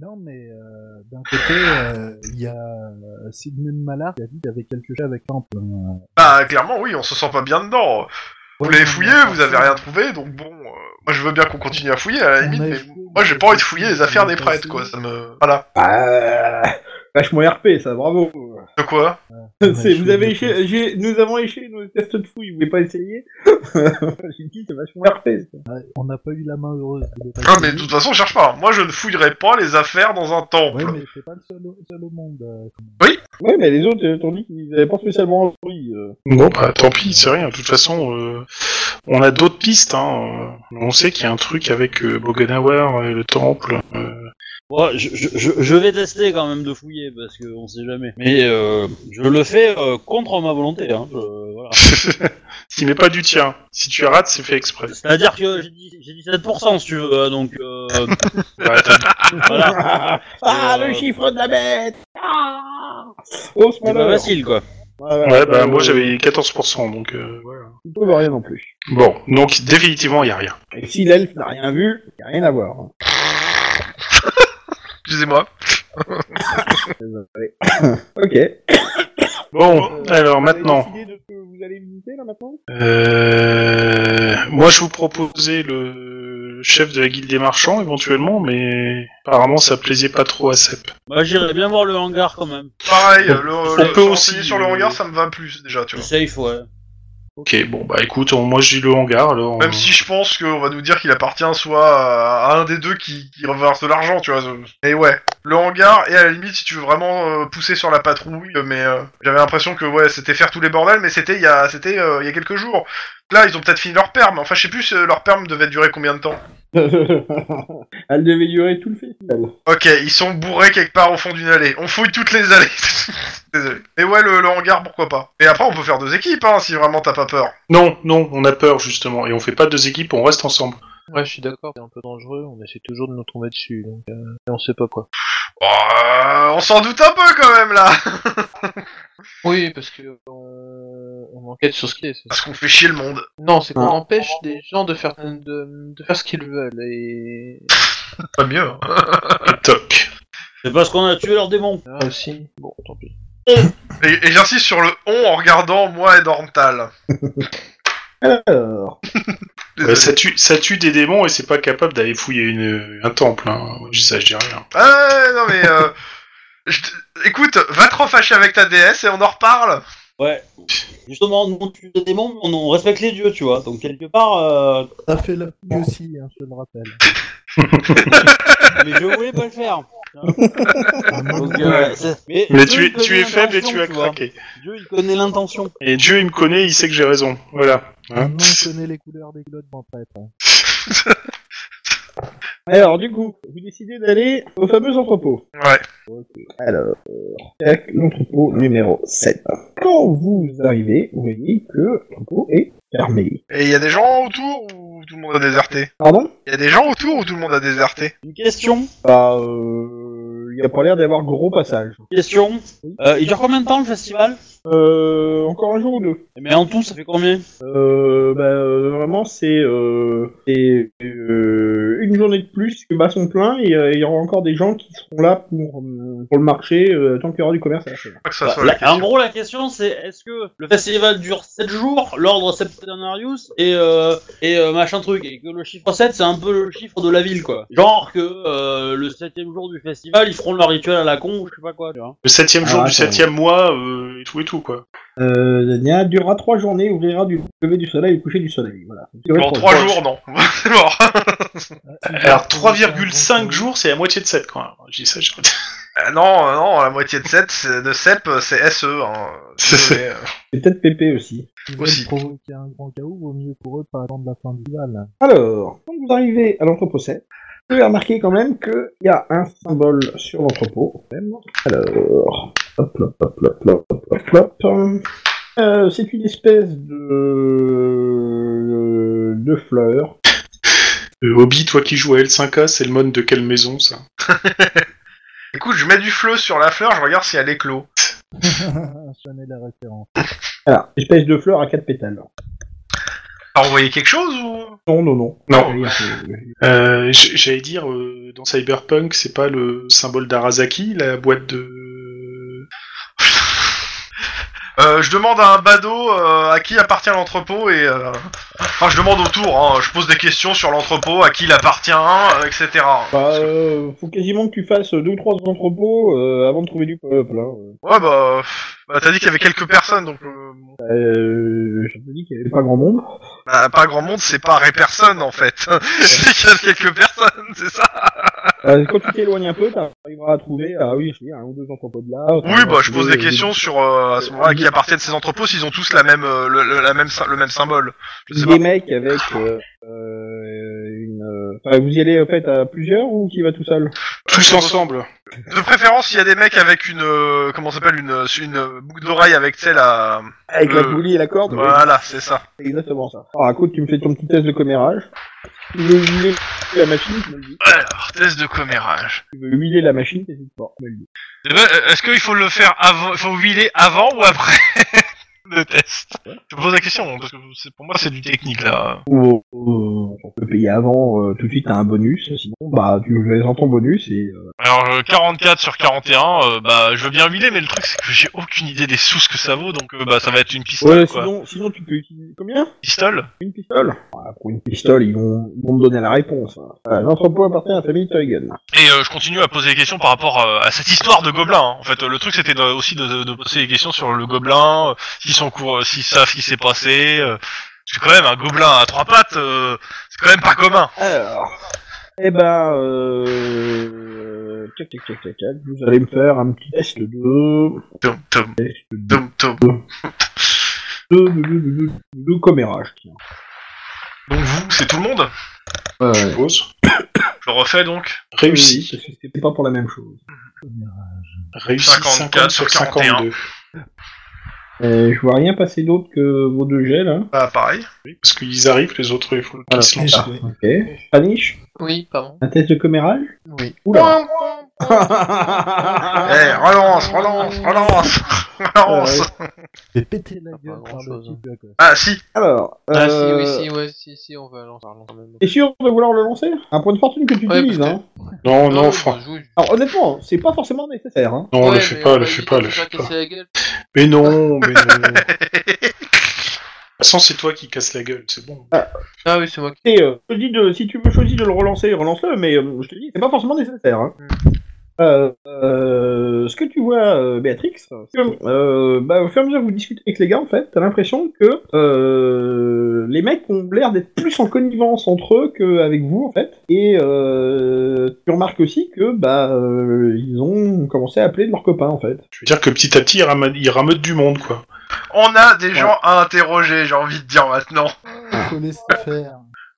S6: Non, mais euh, d'un côté, euh, il y a euh, Sidney Mallard qui a dit qu'il y avait quelque chose avec Temple. hein.
S4: Bah clairement oui, on se sent pas bien dedans. Vous l'avez fouillé, vous avez rien trouvé, donc bon, euh, moi je veux bien qu'on continue à fouiller à la
S6: On
S4: limite,
S6: a
S4: mais
S6: échoué,
S4: moi j'ai pas envie de fouiller les affaires
S6: on a
S4: des prêtres
S6: passé.
S4: quoi, ça me... Voilà.
S1: bah, vachement RP ça, bravo.
S4: De quoi
S6: On a
S1: C'est- vous
S6: échoué
S1: avez
S6: de
S1: éché- j'ai- nous avons échoué nos tests de fouille, vous voulez pas essayer J'ai dit c'est vachement RP. ça.
S6: Ouais, On n'a pas eu la main heureuse. de l'état
S4: Ah mais de
S6: civil.
S4: toute façon je cherche pas, moi je ne fouillerai pas les affaires dans un temple.
S6: Ouais, mais c'est pas le seul, au- seul au monde. euh, comment-
S1: Ouais, mais les autres euh, t'ont dit qu'ils avaient pas spécialement envie. euh.
S3: Bon, bah tant pis, c'est rien. De toute façon, euh, on a d'autres pistes. Hein. Euh, On sait qu'il y a un truc avec euh, Bogenhauer et le temple. euh.
S2: ouais, je, je- je- je vais tester quand même de fouiller parce qu'on sait jamais. Mais euh, je le fais euh, contre ma volonté. Hein, je- voilà.
S3: S'il n'est pas du tien. Si tu rates, c'est fait exprès.
S2: C'est-à-dire que j'ai dit, j'ai dit 7% si tu veux, hein, donc euh,
S3: Ouais, t'as-
S2: voilà.
S1: Ah,
S2: euh,
S1: le chiffre de la bête ah Oh, ce
S2: C'est pas Eh ben,
S1: malheur
S2: facile quoi.
S3: Ouais, bah,
S1: Euh,
S3: moi j'avais 14%, donc. euh, voilà.
S1: Tu peux voir rien non plus.
S3: Bon, donc définitivement, il n'y a rien.
S1: Et si l'elfe n'a rien vu, y a rien à voir. hein.
S4: Excusez-moi.
S1: Désolé. ok.
S3: Bon,
S1: Euh,
S3: alors
S1: Vous avez
S3: maintenant.
S1: décidé de ce que vous allez visiter là maintenant
S3: Euh, moi, je vous proposais le chef de la guilde des marchands, éventuellement, mais apparemment, ça plaisait pas trop à Sep.
S2: Bah, j'irais bien voir le hangar quand même.
S4: Pareil,
S3: On-
S4: le,
S3: on
S4: le-
S3: peut
S4: se
S3: aussi,
S4: renseigner sur le
S3: euh,
S4: regard, ça me va plus déjà, tu
S2: C'est
S4: vois.
S2: safe, ouais.
S3: Ok, bon, bah écoute, on- moi je dis le hangar, alors.
S4: Même
S3: euh,
S4: si je pense qu'on va nous dire qu'il appartient soit à un des deux qui, qui reverse de l'argent, tu vois. Mais ouais, le hangar, et à la limite, si tu veux vraiment euh, pousser sur la patrouille, mais euh, j'avais l'impression que ouais, c'était faire tous les bordels, mais c'était il y a, c'était euh, il y a quelques jours. Là, ils ont peut-être fini leur perme. Enfin, je sais plus, euh, leur perme devait durer combien de temps.
S1: Elle devait durer tout le festival.
S4: Ok, ils sont bourrés quelque part au fond d'une allée. On fouille toutes les allées. Désolé. Mais ouais, le, le hangar, pourquoi pas. Et après, on peut faire deux équipes, hein, si vraiment t'as pas peur.
S3: Non, non, on a peur justement, et on fait pas deux équipes, on reste ensemble.
S8: Ouais, je suis d'accord, c'est un peu dangereux, on essaie toujours de nous tomber dessus, donc euh, et on sait pas quoi.
S4: Oh, euh, on s'en doute un peu quand même là.
S8: Oui, parce que on, on enquête sur ce qu'il est. c'est-
S4: Parce qu'on fait chier le monde.
S8: Non, c'est qu'on
S1: Ah.
S8: empêche des gens de faire de, de faire ce qu'ils veulent et
S4: Pas mieux. hein.
S3: Et toc.
S2: C'est parce qu'on a tué leur démon.
S8: Ah, aussi. Bon, tant pis.
S4: Et, et j'insiste sur le on en regardant moi et Dorntal.
S1: Alors,
S4: Désolé.
S3: Euh, ça, tue, ça tue des démons et c'est pas capable d'aller fouiller une, un temple, hein. Je dis ça, je dis rien.
S4: Ah, non mais euh, je te- écoute, va te refâcher avec ta déesse et on en reparle.
S2: Ouais. Justement, nous on tue des démons, mais on, on respecte les dieux, tu vois. Donc quelque part, euh,
S7: Ça fait la fille aussi, hein, je le rappelle.
S2: mais je voulais pas le faire.
S7: Un moment,
S2: Donc, euh, c'est- mais
S3: Mais
S2: Dieu,
S3: tu es,
S2: il connaît
S3: tu es faible et
S2: l'intention,
S3: tu as
S2: vois.
S3: craqué.
S2: Dieu, il connaît l'intention.
S3: Et Dieu, il me connaît, il sait que j'ai raison. Voilà.
S1: Ah,
S3: Hein.
S7: Maintenant, on connaît les couleurs des culottes d'un prêtre. hein.
S1: alors du coup, vous décidez d'aller au fameux entrepôt.
S4: Ouais.
S1: Alors, tac, l'entrepôt numéro 7. Quand vous arrivez, vous voyez que l'entrepôt est fermé.
S4: Et il y a des gens autour ou tout le monde a déserté
S1: Pardon
S4: Il y a des gens autour ou tout le monde a déserté
S2: Une question,
S1: Bah, euh... Il a pas l'air d'avoir gros passage.
S2: une question. Euh, il dure combien de temps le festival
S1: Euh... Encore un jour ou deux
S3: Eh
S2: Mais en tout, ça fait combien
S1: Euh... Bah, euh, vraiment, c'est... Euh... c'est, euh, Une journée de plus que Basson plein et euh, il y aura encore des gens qui seront là pour, euh, pour le marché euh, tant qu'il y aura du commerce à la chaîne.
S4: Pas que ça
S2: Bah,
S4: soit
S2: la-
S4: la question.
S2: En gros, la question c'est est-ce que le festival dure 7 jours, l'ordre septenarius et, euh, et euh, machin truc, et que le chiffre 7 c'est un peu le chiffre de la ville quoi. Genre que euh, le 7 jour du festival ils feront leur rituel à la con ou je sais pas quoi, tu vois.
S3: Le septième jour
S1: Ah,
S3: du
S1: attends.
S3: septième mois, euh, et tout et tout, quoi.
S1: Euh... Dania durera trois journées, ouvrira du lever du soleil et coucher du soleil. Voilà.
S4: Bon, trois jours non, c'est mort. Euh,
S3: Alors, 3,5 jours, c'est la moitié de 7, quand même. Je dis ça, je
S4: Euh, non, euh, non, la moitié de 7, de CEP, c'est SE. Hein. Désolé, euh.
S1: C'est peut-être Pépé aussi.
S7: Ils
S4: Aussi.
S7: veulent provoquer un grand chaos, vaut mieux pour eux pas attendre la fin du bal.
S1: Alors, quand vous arrivez à l'entrepôt 7, vous avez remarqué quand même qu'il y a un symbole sur l'entrepôt. Même. Alors, hop, hop, hop, hop, hop, hop, hop, hop. Euh, c'est une espèce de de fleur.
S3: Euh, Obi, toi qui joues à L5A, c'est le mode de quelle maison, ça
S4: Écoute, je mets du fleu sur la fleur, je regarde si elle éclot.
S7: Je connais la référence.
S1: Voilà, Ah, une espèce de fleur à quatre pétales.
S4: T'as envoyé quelque chose ou
S1: Non, non, non.
S3: Non.
S1: Euh, c'est-
S3: Euh, j- J'allais dire, euh, dans Cyberpunk, c'est pas le symbole d'Arasaki, la boîte de...
S4: Euh, je demande à un badaud euh, à qui appartient l'entrepôt et. euh, Enfin, je demande autour, hein. je pose des questions sur l'entrepôt, à qui il appartient, euh, etc.
S1: Bah, euh, faut quasiment que tu fasses deux ou trois entrepôts euh, avant de trouver du peuple. Hein.
S4: Ouais, bah. pff, bah, T'as dit qu'il y avait quelques personnes, donc. euh,
S1: Euh, je te dis qu'il n'y avait pas grand monde.
S4: bah, pas grand monde, c'est pas ré personne en fait. c'est qu'il y a quelques personnes, c'est ça
S1: Euh, quand tu t'éloignes un peu, t'arriveras à trouver, ah oui, je dis, un ou deux entrepôts de là.
S4: Oui, bah, je pose des
S1: Euh,
S4: questions sur euh, à ce moment-là, à qui appartiennent ces entrepôts, s'ils ont tous la même, euh, le, le- la même, sy- le même symbole. Je sais pas.
S1: des mecs avec euh, euh, une. euh, enfin, vous y allez en fait à plusieurs ou qui va tout seul
S3: Tous ensemble
S4: De préférence, il y a des mecs avec une euh, comment ça s'appelle une une boucle d'oreille avec tu sais la
S1: Avec la
S4: Euh,
S1: poulie et la corde oui.
S4: voilà c'est ça.
S1: C'est exactement ça. Alors, écoute, tu me fais ton petit test de commérage. Tu veux huiler la machine, tu me le dis.
S4: Alors test de commérage.
S1: Tu veux huiler la machine, t'hésites pas, Bah, tu me le dis.
S4: Eh ben, euh, Est-ce qu'il faut le faire avant, il faut huiler avant ou après le test Je me pose la question parce que c'est- pour moi c'est du technique là.
S1: Ou, ou- on peut payer avant, euh, tout de suite, t'as un bonus. Sinon, bah, tu le laisses dans ton bonus et... euh,
S4: Alors euh, 44 sur 41, euh, bah je veux bien huiler mais le truc c'est que j'ai aucune idée des sous ce que ça vaut donc euh, bah ça va être une pistole
S1: Ouais,
S4: quoi.
S1: sinon, sinon, tu peux utiliser combien
S4: Pistole
S1: Une pistole Ouais, Ah, Pour une pistole, ils vont, ils vont me donner la réponse. hein. Euh, L'entrepôt appartient à la famille Toygun.
S4: Et euh, je continue à poser des questions par rapport euh, à cette histoire de gobelin. hein. En fait, euh, le truc c'était de- aussi de, de- de poser des questions sur le gobelin, euh, s'ils sont cour- euh, s'ils savent ce qui s'est passé. euh. Parce que quand même un gobelin à trois pattes, euh, c'est quand même pas commun.
S1: Alors, eh ben, euh... tac, tac, tac, tac, tac, vous allez me faire un petit test de...
S4: Tom, tom,
S1: Test de...
S4: tom, tom.
S1: de, de, de, de, de commérage. tiens.
S4: Donc vous, c'est tout le monde
S3: Je suppose.
S4: Je le refais donc.
S3: Réussi.
S1: Oui, parce que c'était pas pour la même chose.
S3: Réussi 50
S4: 54 sur
S3: sur
S4: 41.
S3: 52.
S1: Euh, je vois rien passer d'autre que vos deux hein. jets, là.
S4: Bah pareil.
S3: Oui, parce qu'ils arrivent, les autres, il faut qu'ils
S1: Voilà.
S3: se lancent.
S1: Ah, ok. Paniche,
S8: Oui, pardon.
S1: un test de commérage
S8: Oui. Ah.
S1: Oula
S4: Eh, relance, relance, relance,
S1: Euh,
S4: relance.
S6: Fais péter la gueule
S8: pas
S6: par le
S8: grand-chose,
S6: petit peu, quoi.
S4: Ah si.
S1: Alors, euh...
S8: Ah si, oui, si, ouais, si, si, on va lancer. on va lancer.
S1: T'es sûr de vouloir le lancer Un point de fortune que tu
S8: Ouais,
S1: utilises,
S8: peut-être.
S1: hein
S3: Non, Oh, non, Oh,
S8: bah,
S3: Fran-
S8: je- je-
S1: Alors honnêtement, c'est pas forcément nécessaire, hein.
S3: non,
S8: Ouais,
S3: le fais
S8: mais
S3: pas,
S8: on
S3: le
S8: va
S3: fais
S8: éviter
S3: pas,
S8: de
S3: le
S8: se
S3: fais
S8: faire
S3: pas.
S8: casser la gueule.
S3: Mais non, mais non. De toute façon, c'est toi qui casse la gueule, c'est bon.
S8: Ah oui, c'est moi qui.
S1: Et euh, je te dis de, si tu veux choisir de le relancer, relance-le, mais euh, je te dis, c'est pas forcément nécessaire. hein. Euh, euh, ce que tu vois, euh, Béatrix, c'est que, euh, bah, au fur et à mesure que vous discutez avec les gars, en fait, t'as l'impression que euh, les mecs ont l'air d'être plus en connivence entre eux qu'avec vous, en fait. Et euh, tu remarques aussi que bah euh, ils ont commencé à appeler leurs copains, en fait.
S3: Je veux dire que petit à petit, ils rameutent, ils rameutent du monde, quoi.
S4: On a des gens à interroger, j'ai envie de dire maintenant.
S7: Faut laisser faire.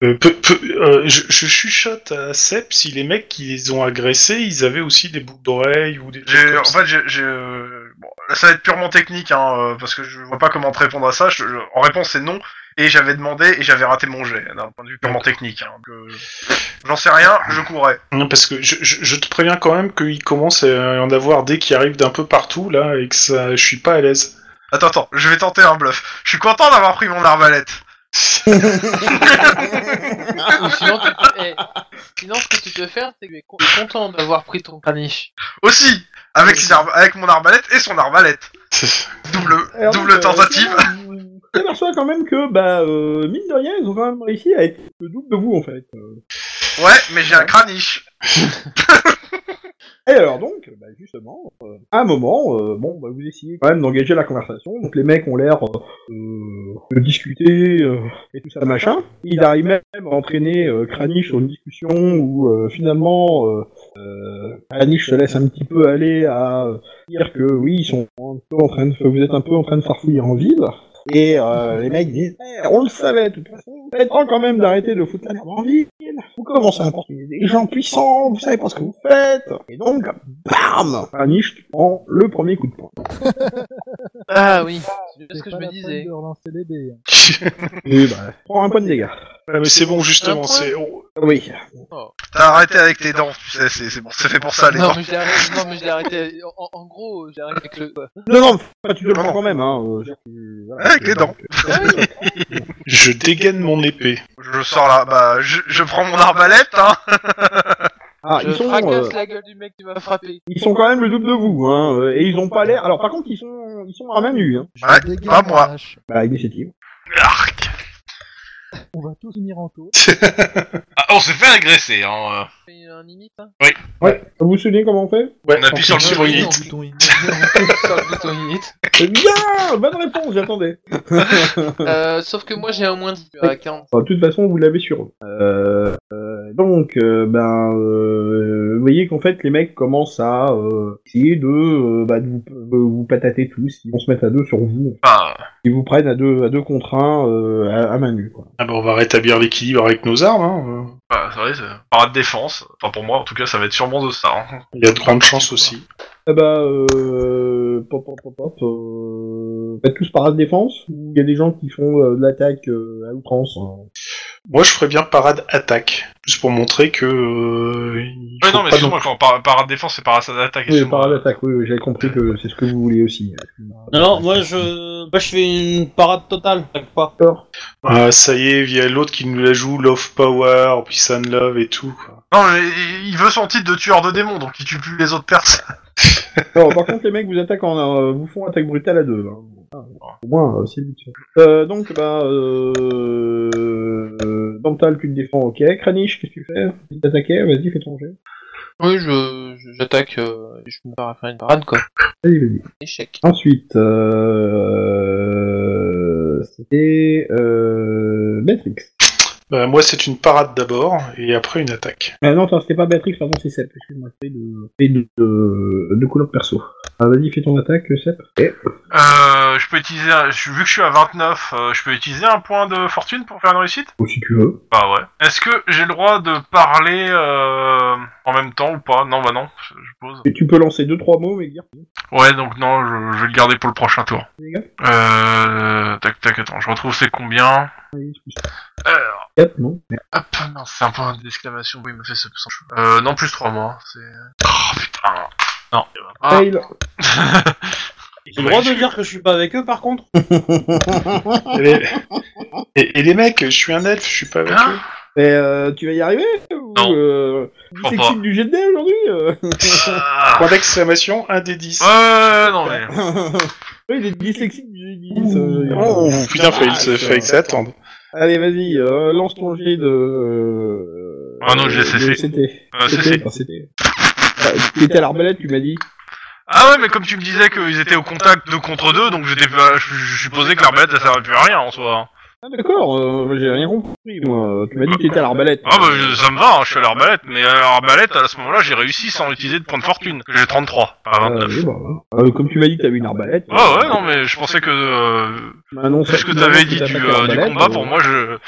S3: Euh, peu- peu- euh, je, je chuchote à Sep si les mecs qui les ont agressés, ils avaient aussi des boucles d'oreilles ou des. trucs
S4: J'ai-
S3: comme
S4: En
S3: ça.
S4: fait, j'ai- j'ai, euh, bon, là, ça va être purement technique, hein, euh, parce que je vois pas comment te répondre à ça. Je- je- en réponse, c'est non. Et j'avais demandé et j'avais raté mon jet, d'un point de vue purement technique. hein, donc, euh, J'en sais rien, je courais.
S3: Non, parce que je, je- je te préviens quand même qu'ils commencent à en avoir dès qu'ils arrivent d'un peu partout, là, et que ça, je suis pas à l'aise.
S4: Attends, attends, je vais tenter un bluff. Je suis content d'avoir pris mon arbalète.
S8: Ou sinon, tu peux- eh, sinon, ce que tu peux faire, c'est que tu es con- content d'avoir pris ton craniche.
S4: Aussi, avec, ses arba- avec mon arbalète et son arbalète. Double,
S1: Alors,
S4: double
S1: donc, euh,
S4: tentative.
S1: finalement, vous- Tu t'aperçois quand même que, bah, euh, mine de rien, ils ont quand même réussi à être le double de vous, en fait. Euh,
S4: Ouais, mais j'ai un craniche.
S1: Et alors donc, bah, justement, euh, à un moment, euh, bon, bah, vous essayez quand même d'engager la conversation, donc les mecs ont l'air euh, euh, de discuter euh, et tout ça, machin. Ils arrivent même à entraîner euh, Kranich sur une discussion où, euh, finalement, euh, euh, Kranich se laisse un petit peu aller à euh, dire que, oui, ils sont un peu en train de, vous êtes un peu en train de farfouiller en ville. Et euh, les mecs disent, Eh, on le savait de toute façon, c'est temps quand même d'arrêter de foutre la merde en ville, vous commencez à importuner des gens puissants, vous savez pas ce que vous faites. Et donc, bam Anish, tu prends le premier coup de poing.
S8: Ah oui, c'est
S7: C'est
S8: ce que je
S7: pas
S8: me
S7: la
S8: disais.
S7: peine de relancer les dés. hein.
S1: Et bah, prends un point de dégâts.
S3: Ouais, mais c'est bon, justement,
S8: Un point.
S3: c'est. on-
S1: Oui.
S4: T'as arrêté avec tes dents, tu sais, c'est c'est bon, c'est fait pour ça les
S8: Non
S4: dents.
S8: mais, je l'ai arrêté, non, mais je l'ai arrêté. En, en gros, je l'ai arrêté avec le.
S1: Non, non, enfin, tu te le
S4: Non,
S1: prends
S4: non.
S1: quand même, hein. euh, tu- voilà,
S4: Avec
S1: tu-
S4: les dents.
S8: Ah
S3: Je dégaine mon épée.
S4: Je sors là, bah, je, je prends mon arbalète, hein.
S1: Ah,
S8: je
S1: ils sont,
S8: fracasse
S1: euh,
S8: la gueule du mec qui m'a frappé.
S1: ils sont quand même le double de vous, hein. euh, Et ils ont pas l'air. Alors, par contre, ils sont, ils sont à main nue, hein.
S7: Je
S4: Ouais,
S7: dégaine
S4: pas
S7: ma
S4: moi.
S7: hache.
S1: Bah, initiative.
S4: Arc.
S7: On va tous finir en taux.
S9: Ah, on s'est fait agresser, hein. euh.
S8: Il y a un limite. Hein.
S1: Ouais. Vous vous souvenez comment on fait
S3: Ouais,
S9: On appuie sur le
S3: on-
S9: sur
S8: oui,
S9: init.
S8: non.
S7: Bouton in-
S8: Sur le bouton limite.
S1: Eh Bien Bonne réponse, j'attendais.
S8: Euh, sauf que moi j'ai un moins 10 à 40.
S1: Enfin, de toute façon, vous l'avez sur eux. Euh, euh, Euh, donc, euh, ben, euh, vous voyez qu'en fait, les mecs commencent à euh, essayer de, euh, bah, de vous, de vous patater tous. Ils vont se mettre à deux sur vous.
S3: Ah.
S1: Ils vous prennent à deux, à deux contre un euh, à, à main nue. Quoi.
S3: Ah bah, on va rétablir l'équilibre avec nos armes. hein.
S4: Bah, c'est vrai, c'est- parade défense. Enfin, pour moi, en tout cas, ça va être sûrement de ça. hein.
S3: Il y a de grandes chances aussi.
S1: Ah bah, euh, pop, pop, pop, pop. Euh, faites tous parade défense ou il y a des gens qui font euh, de l'attaque euh, à outrance hein.
S3: Moi, je ferais bien parade attaque, juste pour montrer que. euh, il
S4: Ouais,
S3: faut
S4: non, mais
S3: pas
S4: excuse-moi, quand par, parade défense, c'est parade d'attaque.
S1: Oui,
S4: excuse-moi.
S1: parade attaque, oui, oui, j'avais compris que c'est ce que vous voulez aussi.
S2: Non, non, moi je, moi, je fais une parade totale, t'inquiète pas.
S1: D'accord.
S3: Ah, ça y est, il y a l'autre qui nous la joue, Love Power, puis Sun Love et tout. quoi.
S4: Non, mais il veut son titre de tueur de démons, donc il tue plus les autres personnes.
S1: Alors, par contre, les mecs vous attaquent en, euh, vous font attaque brutale à deux. hein. Ah, au moins, euh, c'est vite. fait. Euh, donc, bah, euh, euh, Dental, tu te défends, ok. Kranich, qu'est-ce que tu fais Tu t'attaquais Vas-y, fais ton jet.
S8: Oui, je, je- j'attaque, euh, et je me pars à faire une parade, quoi.
S1: Vas-y, vas-y.
S8: Échec.
S1: Ensuite, euh, c'était euh, Matrix.
S3: Bah, moi, c'est une parade d'abord, et après une attaque.
S1: Ah non, attends, c'était pas Béatrix, pardon, c'est Sep. Excuse-moi, je fais de, fais de, euh, de, de colloque perso. Ah, vas-y, fais ton attaque, Sep. Et...
S4: Euh, je peux utiliser, un- je- vu que je suis à 29, euh, je peux utiliser un point de fortune pour faire une réussite
S1: Ou si tu veux.
S4: Bah ouais. Est-ce que j'ai le droit de parler euh, en même temps ou pas Non, bah non, je, je pose.
S1: Et tu peux lancer deux trois mots, mais dire.
S4: Ouais, donc non, je, je vais le garder pour le prochain tour.
S1: Les gars.
S4: Euh, tac, tac, attends, je retrouve c'est combien Alors,
S1: Quatre, non Merde.
S4: hop, non, c'est un point d'exclamation, oui, il me fait ce sang chaud. Euh, non, plus 3 mois, c'est... Oh, putain Ah. Non, il va pas.
S1: Fail.
S4: Ah.
S2: J'ai le droit de dire que je suis pas avec eux par contre
S3: Et les, et- et les mecs, je suis un elfe, je suis pas avec
S4: Hein
S3: eux.
S1: Mais euh, tu vas y arriver ou,
S4: Non.
S1: Euh,
S4: Je
S1: c'est
S4: pense
S1: le
S4: pas.
S1: signe du GD aujourd'hui euh
S4: Ah.
S3: Point d'exclamation, un des 10.
S4: Ouais, ouais, ouais, non, mais...
S1: Oui, il est dyslexique du G10. euh,
S3: Oh, putain, fallait
S1: vache.
S3: se- fallait que ça hein. attende.
S1: Allez, vas-y, euh, lance ton jet de. euh,
S4: Ah non, j'ai
S1: de
S4: CC.
S1: CT.
S4: Euh,
S1: CT,
S4: CC.
S1: enfin, CT. Ah, tu étais à l'arbalète, tu m'as dit.
S4: Ah ouais, mais comme tu me disais qu'ils étaient au contact 2 contre 2, donc j'étais, je, je, je supposais que l'arbalète, ça servait plus à rien, en soi.
S1: Ah, d'accord, euh, j'ai rien compris, moi. Tu m'as dit que t'étais à l'arbalète.
S4: Ah bah, je- ça me va, hein, je suis à l'arbalète, mais à l'arbalète, à ce moment-là, j'ai réussi sans utiliser de points de fortune. J'ai 33, pas
S1: Euh,
S4: 29.
S1: oui, bah, voilà. Euh, comme tu m'as dit que t'avais une arbalète.
S4: Ouais, Ah, ouais, non, mais je pensais que... euh,
S1: Annonce
S4: Tout ce que t'avais dit du, euh, du combat, pour moi, je...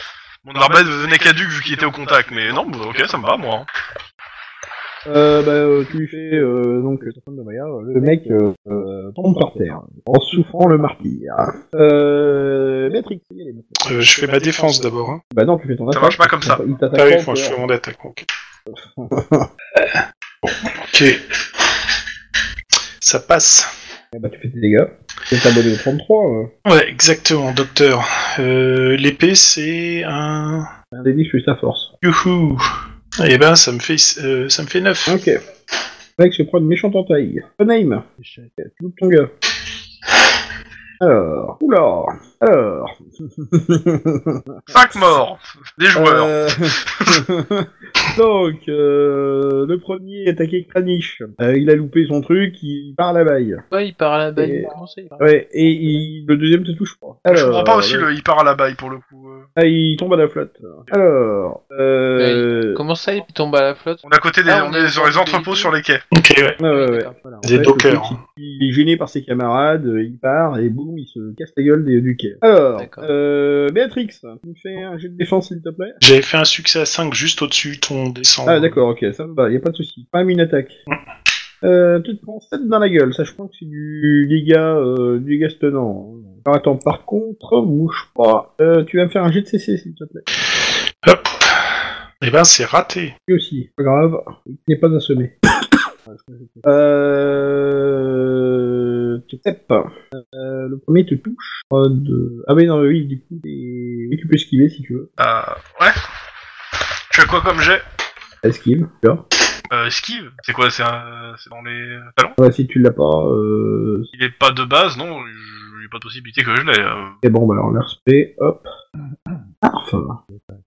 S4: Mon arbalète venait caduque vu qu'il était au contact, mais non, bah, ok, ça me va, moi.
S1: Euh, bah, euh, tu lui fais euh, donc ta femme de Maya, euh, le mec euh, euh, tombe par terre en souffrant le martyr. Euh, Matrix, il y a les mecs.
S3: Euh, je fais ma défense d'abord. hein.
S1: bah non, tu fais ton attaque.
S4: marche pas comme ça.
S1: Il t'attaque
S3: Ah oui,
S1: pas
S3: enfin, je
S1: encore.
S3: fais mon attaque. Ok. Ok. Ça passe.
S1: Eh Bah tu fais tes dégâts. C'est un bonnet de 33. euh.
S3: Ouais, exactement, docteur. Euh, L'épée, c'est un.
S1: Un des 10 plus sa force.
S3: Youhou Eh ben, ça me fait, euh, ça me fait 9.
S1: Ok. Le mec se prend une méchante entaille. Name.
S6: Échec.
S1: Tu loupes ton gars. Alors, oula, alors.
S4: 5 morts Des joueurs
S1: Euh, Donc, euh, le premier est attaqué Kranich. Euh, il a loupé son truc, il part à la baille.
S8: Ouais, il part à la
S1: Et-
S8: baille. Comment ça, il part
S1: Ouais, et il- le deuxième te touche pas. Alors,
S4: Je comprends pas aussi
S1: euh,
S4: le il part à la baille, pour le coup. euh.
S1: ah, il tombe à la flotte. Alors, euh...
S8: Comment ça, il tombe à la flotte
S4: On est à côté des,
S8: Ah,
S4: on est sur les entrepôts sur les quais.
S3: Ok, ouais.
S1: ouais, ouais, ouais.
S8: D'accord.
S1: Voilà, en
S3: Des
S1: fait, le
S3: dockers.
S1: truc, il, il est gêné par ses camarades, euh, il part et boum, il se casse la gueule des, du quai. Alors,
S8: D'accord.
S1: euh, Béatrix, tu me fais un jet de défense s'il te plaît
S3: J'avais fait un succès à 5 juste au-dessus, ton descend.
S1: Ah d'accord, ok, ça me va, y a pas de souci. Pas une attaque. Euh, tu te prends 7 dans la gueule, sachant que c'est du dégât, euh, du dégât stonnant. Alors, attends, par contre, bouge pas. Euh, tu vas me faire un jet de CC, s'il te plaît.
S3: Hop Eh ben, c'est raté.
S1: Lui aussi, pas grave, il n'est pas assommé. euh... Tu tapes. Euh, le premier te touche. Euh, de... Ah mais non, oui, du coup, t'es- oui, tu peux esquiver si tu veux.
S4: Euh, ouais. Je fais quoi comme jet
S1: Esquive, tu vois.
S4: euh, Esquive C'est quoi C'est un- c'est dans les talons
S1: Ouais, si tu l'as pas, euh...
S4: Il est pas de base, non je- Il n'y a pas de possibilité que je l'ai. euh.
S1: Et bon, bah alors, l'aspect, hop. Arf.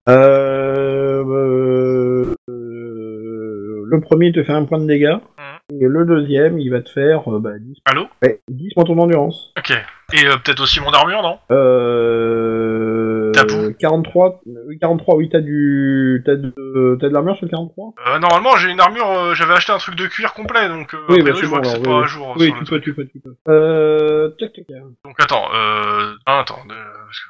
S1: Euh, euh, euh, le premier te fait un point de dégâts. Et le deuxième, il va te faire euh, bah, 10,
S4: Allô
S1: ouais, 10 points ton endurance.
S4: Ok. Et euh, peut-être aussi mon armure, non
S1: Euh...
S3: Tabou.
S1: 43, euh, 43, oui, t'as du, t'as de, t'as de l'armure sur le 43
S4: Euh, normalement, j'ai une armure, euh, j'avais acheté un truc de cuir complet, donc euh,
S1: Oui,
S4: a
S1: bah,
S4: priori,
S1: c'est
S4: je vois
S1: bon,
S4: que
S1: alors,
S4: c'est
S1: oui,
S4: pas
S1: oui.
S4: à jour.
S1: Oui,
S4: sur
S1: tu
S4: le
S1: peux,
S4: truc.
S1: tu peux, tu peux. Euh, tac, tac, tac.
S4: Donc attends, euh... ah, attends, deux, parce que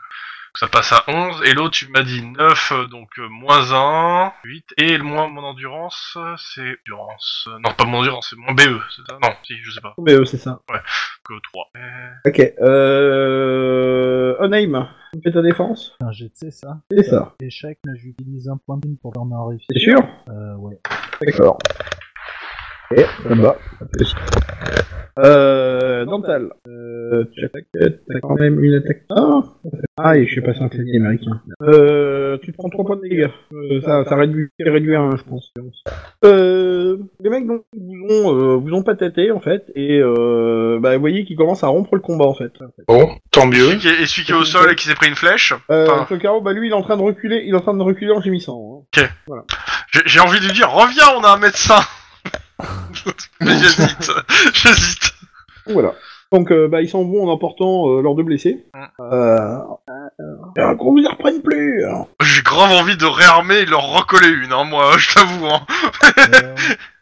S4: ça passe à 11, et l'autre, tu m'as dit 9, euh, donc euh, moins 1, 8, et le moins mon endurance, euh, c'est... Endurance... euh, Non, pas mon endurance, c'est mon BE, c'est ça Non, si, je sais pas,
S1: Mais euh, c'est ça.
S4: que 3.
S1: Ok, euh, Onaim, tu fais ta défense?
S6: Un jet de C, ça.
S1: C'est ça.
S6: Échec, mais j'utilise un point de mine pour faire un
S1: C'est
S6: réussite.
S1: sûr?
S6: Euh, ouais.
S1: D'accord. Et là-bas. Euh, Dental. Euh, tu attaques, t'as quand même une attaque. Ah, ah et je suis passé un clavier américain. Euh, tu te prends 3 points de dégâts. Euh, ça, ça réduit, c'est réduit à 1, je pense. Euh, les mecs donc, vous ont, euh, vous ont pataté, en fait, et euh, bah, vous voyez qu'ils commencent à rompre le combat, en fait.
S3: Bon, tant
S1: E
S3: mieux.
S4: Celui qui est, et celui qui est au sol et qui s'est pris une flèche,
S1: Euh,
S4: Enfin.
S1: Chokaro, bah, lui, il est en train de reculer, il est en train de reculer en gémissant. hein.
S4: j'ai j'ai envie de lui dire, reviens, on a un médecin Mais j'hésite, j'hésite.
S1: Voilà. Donc, euh, bah, ils s'en vont en emportant euh, leurs deux blessés.
S8: Ah.
S1: Euh, euh, qu'on vous y reprenne plus hein.
S4: J'ai grave envie de réarmer et de leur recoller une, hein, moi, je t'avoue, hein.
S6: Euh,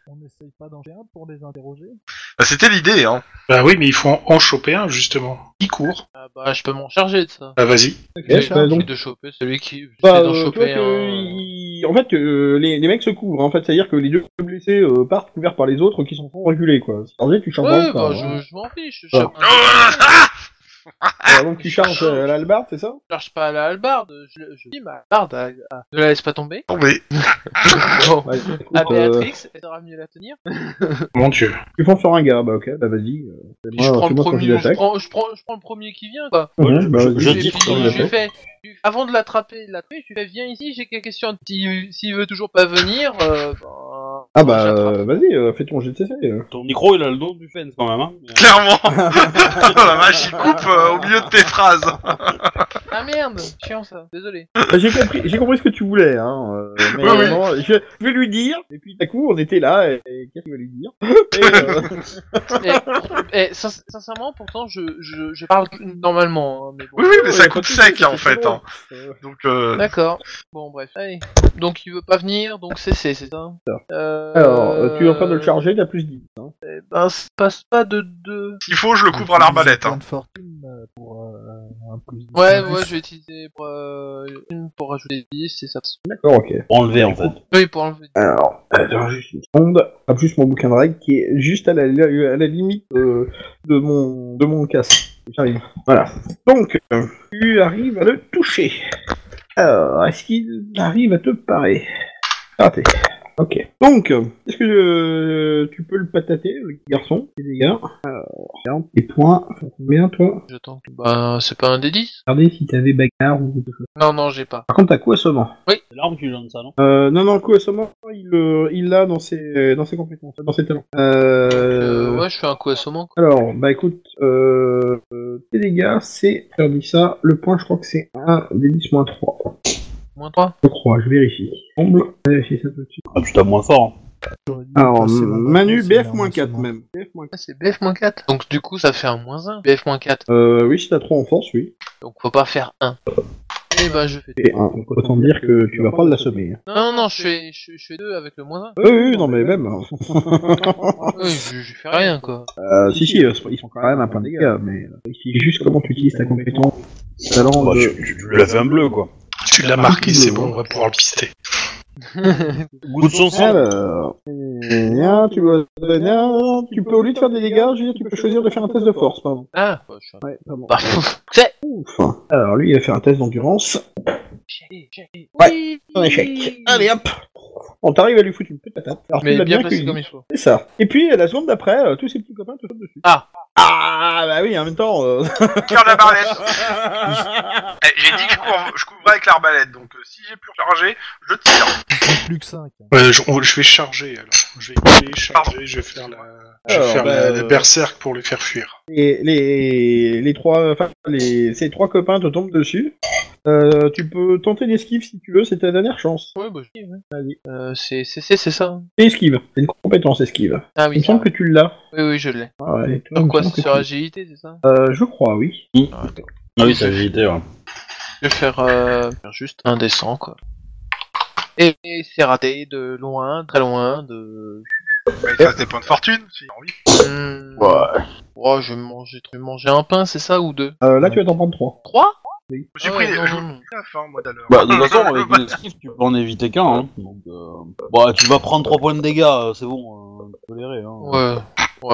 S6: on n'essaye pas d'en faire un pour les interroger
S4: Bah, C'était l'idée, hein.
S3: Bah oui, mais il faut en, en choper un, justement. Il court.
S8: Ah bah, je peux m'en charger de ça.
S3: Bah vas-y.
S8: Je
S1: Ok, bah, donc,
S8: de choper celui qui.
S1: bah,
S8: j'essaie d'en
S1: euh, tu vois
S8: choper
S1: que,
S8: un.
S1: il- en fait, euh, les, les mecs se couvrent. En fait, c'est-à-dire que les deux blessés euh, partent couverts par les autres qui sont régulés, quoi. C'est-à-dire que tu charges dans
S8: Ouais,
S1: le corps,
S8: bah,
S1: hein.
S8: je, je m'en fiche. Je
S1: Ah.
S8: chope
S4: Oh,
S8: un-
S4: ah,
S1: Alors, donc tu charges euh, l'albarde, c'est ça
S8: Ah, je cherche pas à la hallebarde. Je, je dis ma hallebarde, à- à- ne la laisse pas tomber.
S4: Non, mais
S8: Bon.
S1: Ouais, écoute,
S8: À
S1: euh,
S8: Béatrix, elle saura mieux la tenir.
S1: Ah,
S3: Mon dieu.
S1: Tu penses sur un gars, bah ok, bah vas-y. euh,
S8: je,
S1: fais-moi-
S8: prends
S1: fais-moi
S8: le
S1: ton jet
S8: premier, je,
S1: d'attaque.
S8: prends, je, prends, je prends le premier qui vient, quoi.
S1: Mhm,
S3: je-
S1: bah, vas-y.
S3: je
S8: Et
S3: dis
S8: puis,
S3: prends le
S8: je lui
S3: premier.
S8: fais, avant de l'attraper et de l'attraper, je lui fais viens ici, j'ai quelques questions. S'il s'il veut toujours pas venir, euh, ben,
S1: Ah bah
S8: j'attrape.
S1: euh, vas-y, euh, fais ton jet de CC, euh.
S2: Ton micro, il a le dos du fence quand même. Hein. Mais, euh,
S4: clairement, Oh la vache, il coupe euh, au milieu de tes phrases.
S8: Ah merde, chiant ça, désolé.
S1: Bah, J'ai compris, j'ai compris ce que tu voulais, hein. euh, mais
S4: Oui, oui.
S1: vraiment, Je, je vais lui dire. Et puis, d'un coup, on était là. Et, et qu'est-ce qu'il va lui dire Et, euh,
S8: Eh, eh, sin- sincèrement, pourtant, je, je, je parle normalement. hein, mais bon.
S4: Oui, oui, mais
S1: ouais,
S4: ça
S1: y a pas
S4: coûte
S1: de souci,
S4: sec,
S1: c'est
S4: hein, en fait.
S1: bon.
S4: Hein. Donc, euh,
S8: D'accord. Bon, bref. Allez. Donc, il veut pas venir, donc c'est c'est c'est ça. Euh,
S1: Alors, euh, tu es en train de le charger, t'as plus 10. Hein.
S8: eh Ben, ça passe pas de 2.
S4: s'il faut, je le couvre à l'arbalète. Hein.
S6: Point de fortune euh, pour euh, un plus.
S8: Ouais,
S6: un
S8: ouais,
S6: plus.
S8: je vais utiliser pour, euh, une pour rajouter 10 et ça passe.
S1: D'accord, ok.
S2: Enlever en fait.
S8: Oui, pour enlever.
S1: Alors, attends juste Bah, une seconde. Ah, juste mon bouquin de règles qui est juste à la, à la limite euh, de mon de mon casque. J'arrive. Voilà. Donc, euh, tu arrives à le toucher. Alors, est-ce qu'il arrive à te parer Raté. Ok. Donc, euh, est-ce que euh, tu peux le patater, le garçon C'est des gars. Alors, les points, font combien toi
S8: J'attends que. Ben, c'est pas un des 10
S1: Regardez si t'avais bagarre ou quelque chose.
S8: Non, non, j'ai pas.
S1: Par contre, t'as coup assommant.
S2: C'est l'arme qui lui donne ça, non
S1: Euh, non, non, coup assommant, il euh, il l'a dans ses dans ses compétences, dans ses talents. Euh...
S8: Euh, ouais, je fais un coup assommant. quoi.
S1: Alors, bah écoute, euh, euh, tes dégâts, c'est, je leur dis ça, le point, je crois que c'est 1 des 10 moins 3.
S8: Moins 3.
S1: Je crois, je vérifie. Il me semble. Je vérifie ça tout de suite.
S2: Ah, tu tapes moins fort. hein.
S6: J'aurais dû
S1: Alors,
S6: passer ma
S1: Manu,
S6: réponse,
S7: hein.
S1: BF
S6: mais
S1: moins 4
S6: non,
S1: même. BF moins 4.
S8: C'est BF moins 4. Donc, du coup, ça fait un moins 1. BF moins 4.
S1: Euh, oui, si t'as 3 en force, oui.
S8: Donc, faut pas faire 1. Et ben, je fais 2.
S1: Et un. Donc, autant dire que tu vas pas l'assommer. hein.
S8: Non, non, non, je fais, je, je fais 2 avec le moins 1.
S1: Oui, oui, non, mais même. hein. Ah.
S8: Oui, je, je fais rien, quoi.
S1: euh, si, si, euh, ils sont quand même à plein de dégâts, mais euh, ici, juste comment tu utilises ta compétence, talent.
S2: Bah,
S1: de-
S2: tu, tu- tu lui as fait un bleu, quoi.
S3: Tu
S1: Ah,
S3: l'as marqué, c'est bon, on va pouvoir le pister.
S2: Goûte son sang.
S1: Alors, euh, tu, dois- euh, tu peux au lieu de faire des dégâts, je veux dire, tu peux choisir de faire un test de force, pardon.
S8: Ah, bah, je suis un...
S1: Ouais, pardon.
S8: Bah, c'est...
S1: Ouf. Alors lui, il va faire un test d'endurance.
S8: Ouais,
S1: Un échec.
S8: Ah.
S1: Allez hop On t'arrive à lui foutre une petite patate. Alors, tu
S8: Mais
S1: l'as
S8: bien
S1: cueilli.
S8: placé comme il faut.
S1: C'est ça. Et puis, la seconde d'après, euh, tous ses petits copains te sautent dessus.
S8: Ah.
S1: Ah bah oui, en même temps... euh,
S4: Cœur d'arbalète. Eh, j'ai dit que je, couvre- je couvrais avec l'arbalète, donc euh, si j'ai pu charger, je tire.
S6: c'est Plus que 5.
S7: hein.
S3: Ouais, je, on- je vais charger alors. Je vais, je vais charger, je vais faire la, je vais
S1: Alors,
S3: faire
S1: bah,
S3: la,
S1: euh,
S3: la berserk pour le faire fuir.
S1: les, les, les trois... Enfin, les, ces trois copains te tombent dessus. Euh, tu peux tenter l'esquive si tu veux, c'est ta dernière chance.
S8: Ouais, bah, je dis, ouais.
S1: Vas-y.
S8: Euh, c'est, c'est, c'est, c'est ça. hein.
S1: Et esquive. C'est une compétence esquive.
S8: Ah
S1: Il
S8: oui,
S1: me semble que tu l'as.
S8: oui, oui, je l'ai.
S1: Ah ouais, toi, il
S8: Sur
S1: me
S8: quoi
S1: semble
S8: C'est
S1: que
S8: sur
S1: tu-
S8: agilité, c'est ça
S1: Euh, je crois, oui.
S2: Ah oui, ça a évité, ouais.
S8: Je vais faire, euh, faire juste indécent, quoi. Et, et c'est raté de loin, très loin, de...
S4: Mais ça, c'est point de fortune, si Ah t'as envie.
S8: Hmm. Oh, je vais manger, je vais manger un pain, c'est ça, ou deux
S1: Euh, là, tu vas t'en prendre 3.
S8: Trois
S4: J'ai
S8: Ah
S4: pris
S8: ouais,
S4: les
S8: non,
S4: je
S8: non,
S4: vous
S8: non.
S4: le dis à la fin, moi, d'ailleurs.
S2: Bah, de toute façon, avec une esquive, tu peux en éviter qu'un. Hein. Donc, euh, bah, tu vas prendre 3 points de dégâts, euh, c'est bon, euh, toléré. Hein.
S8: Ouais,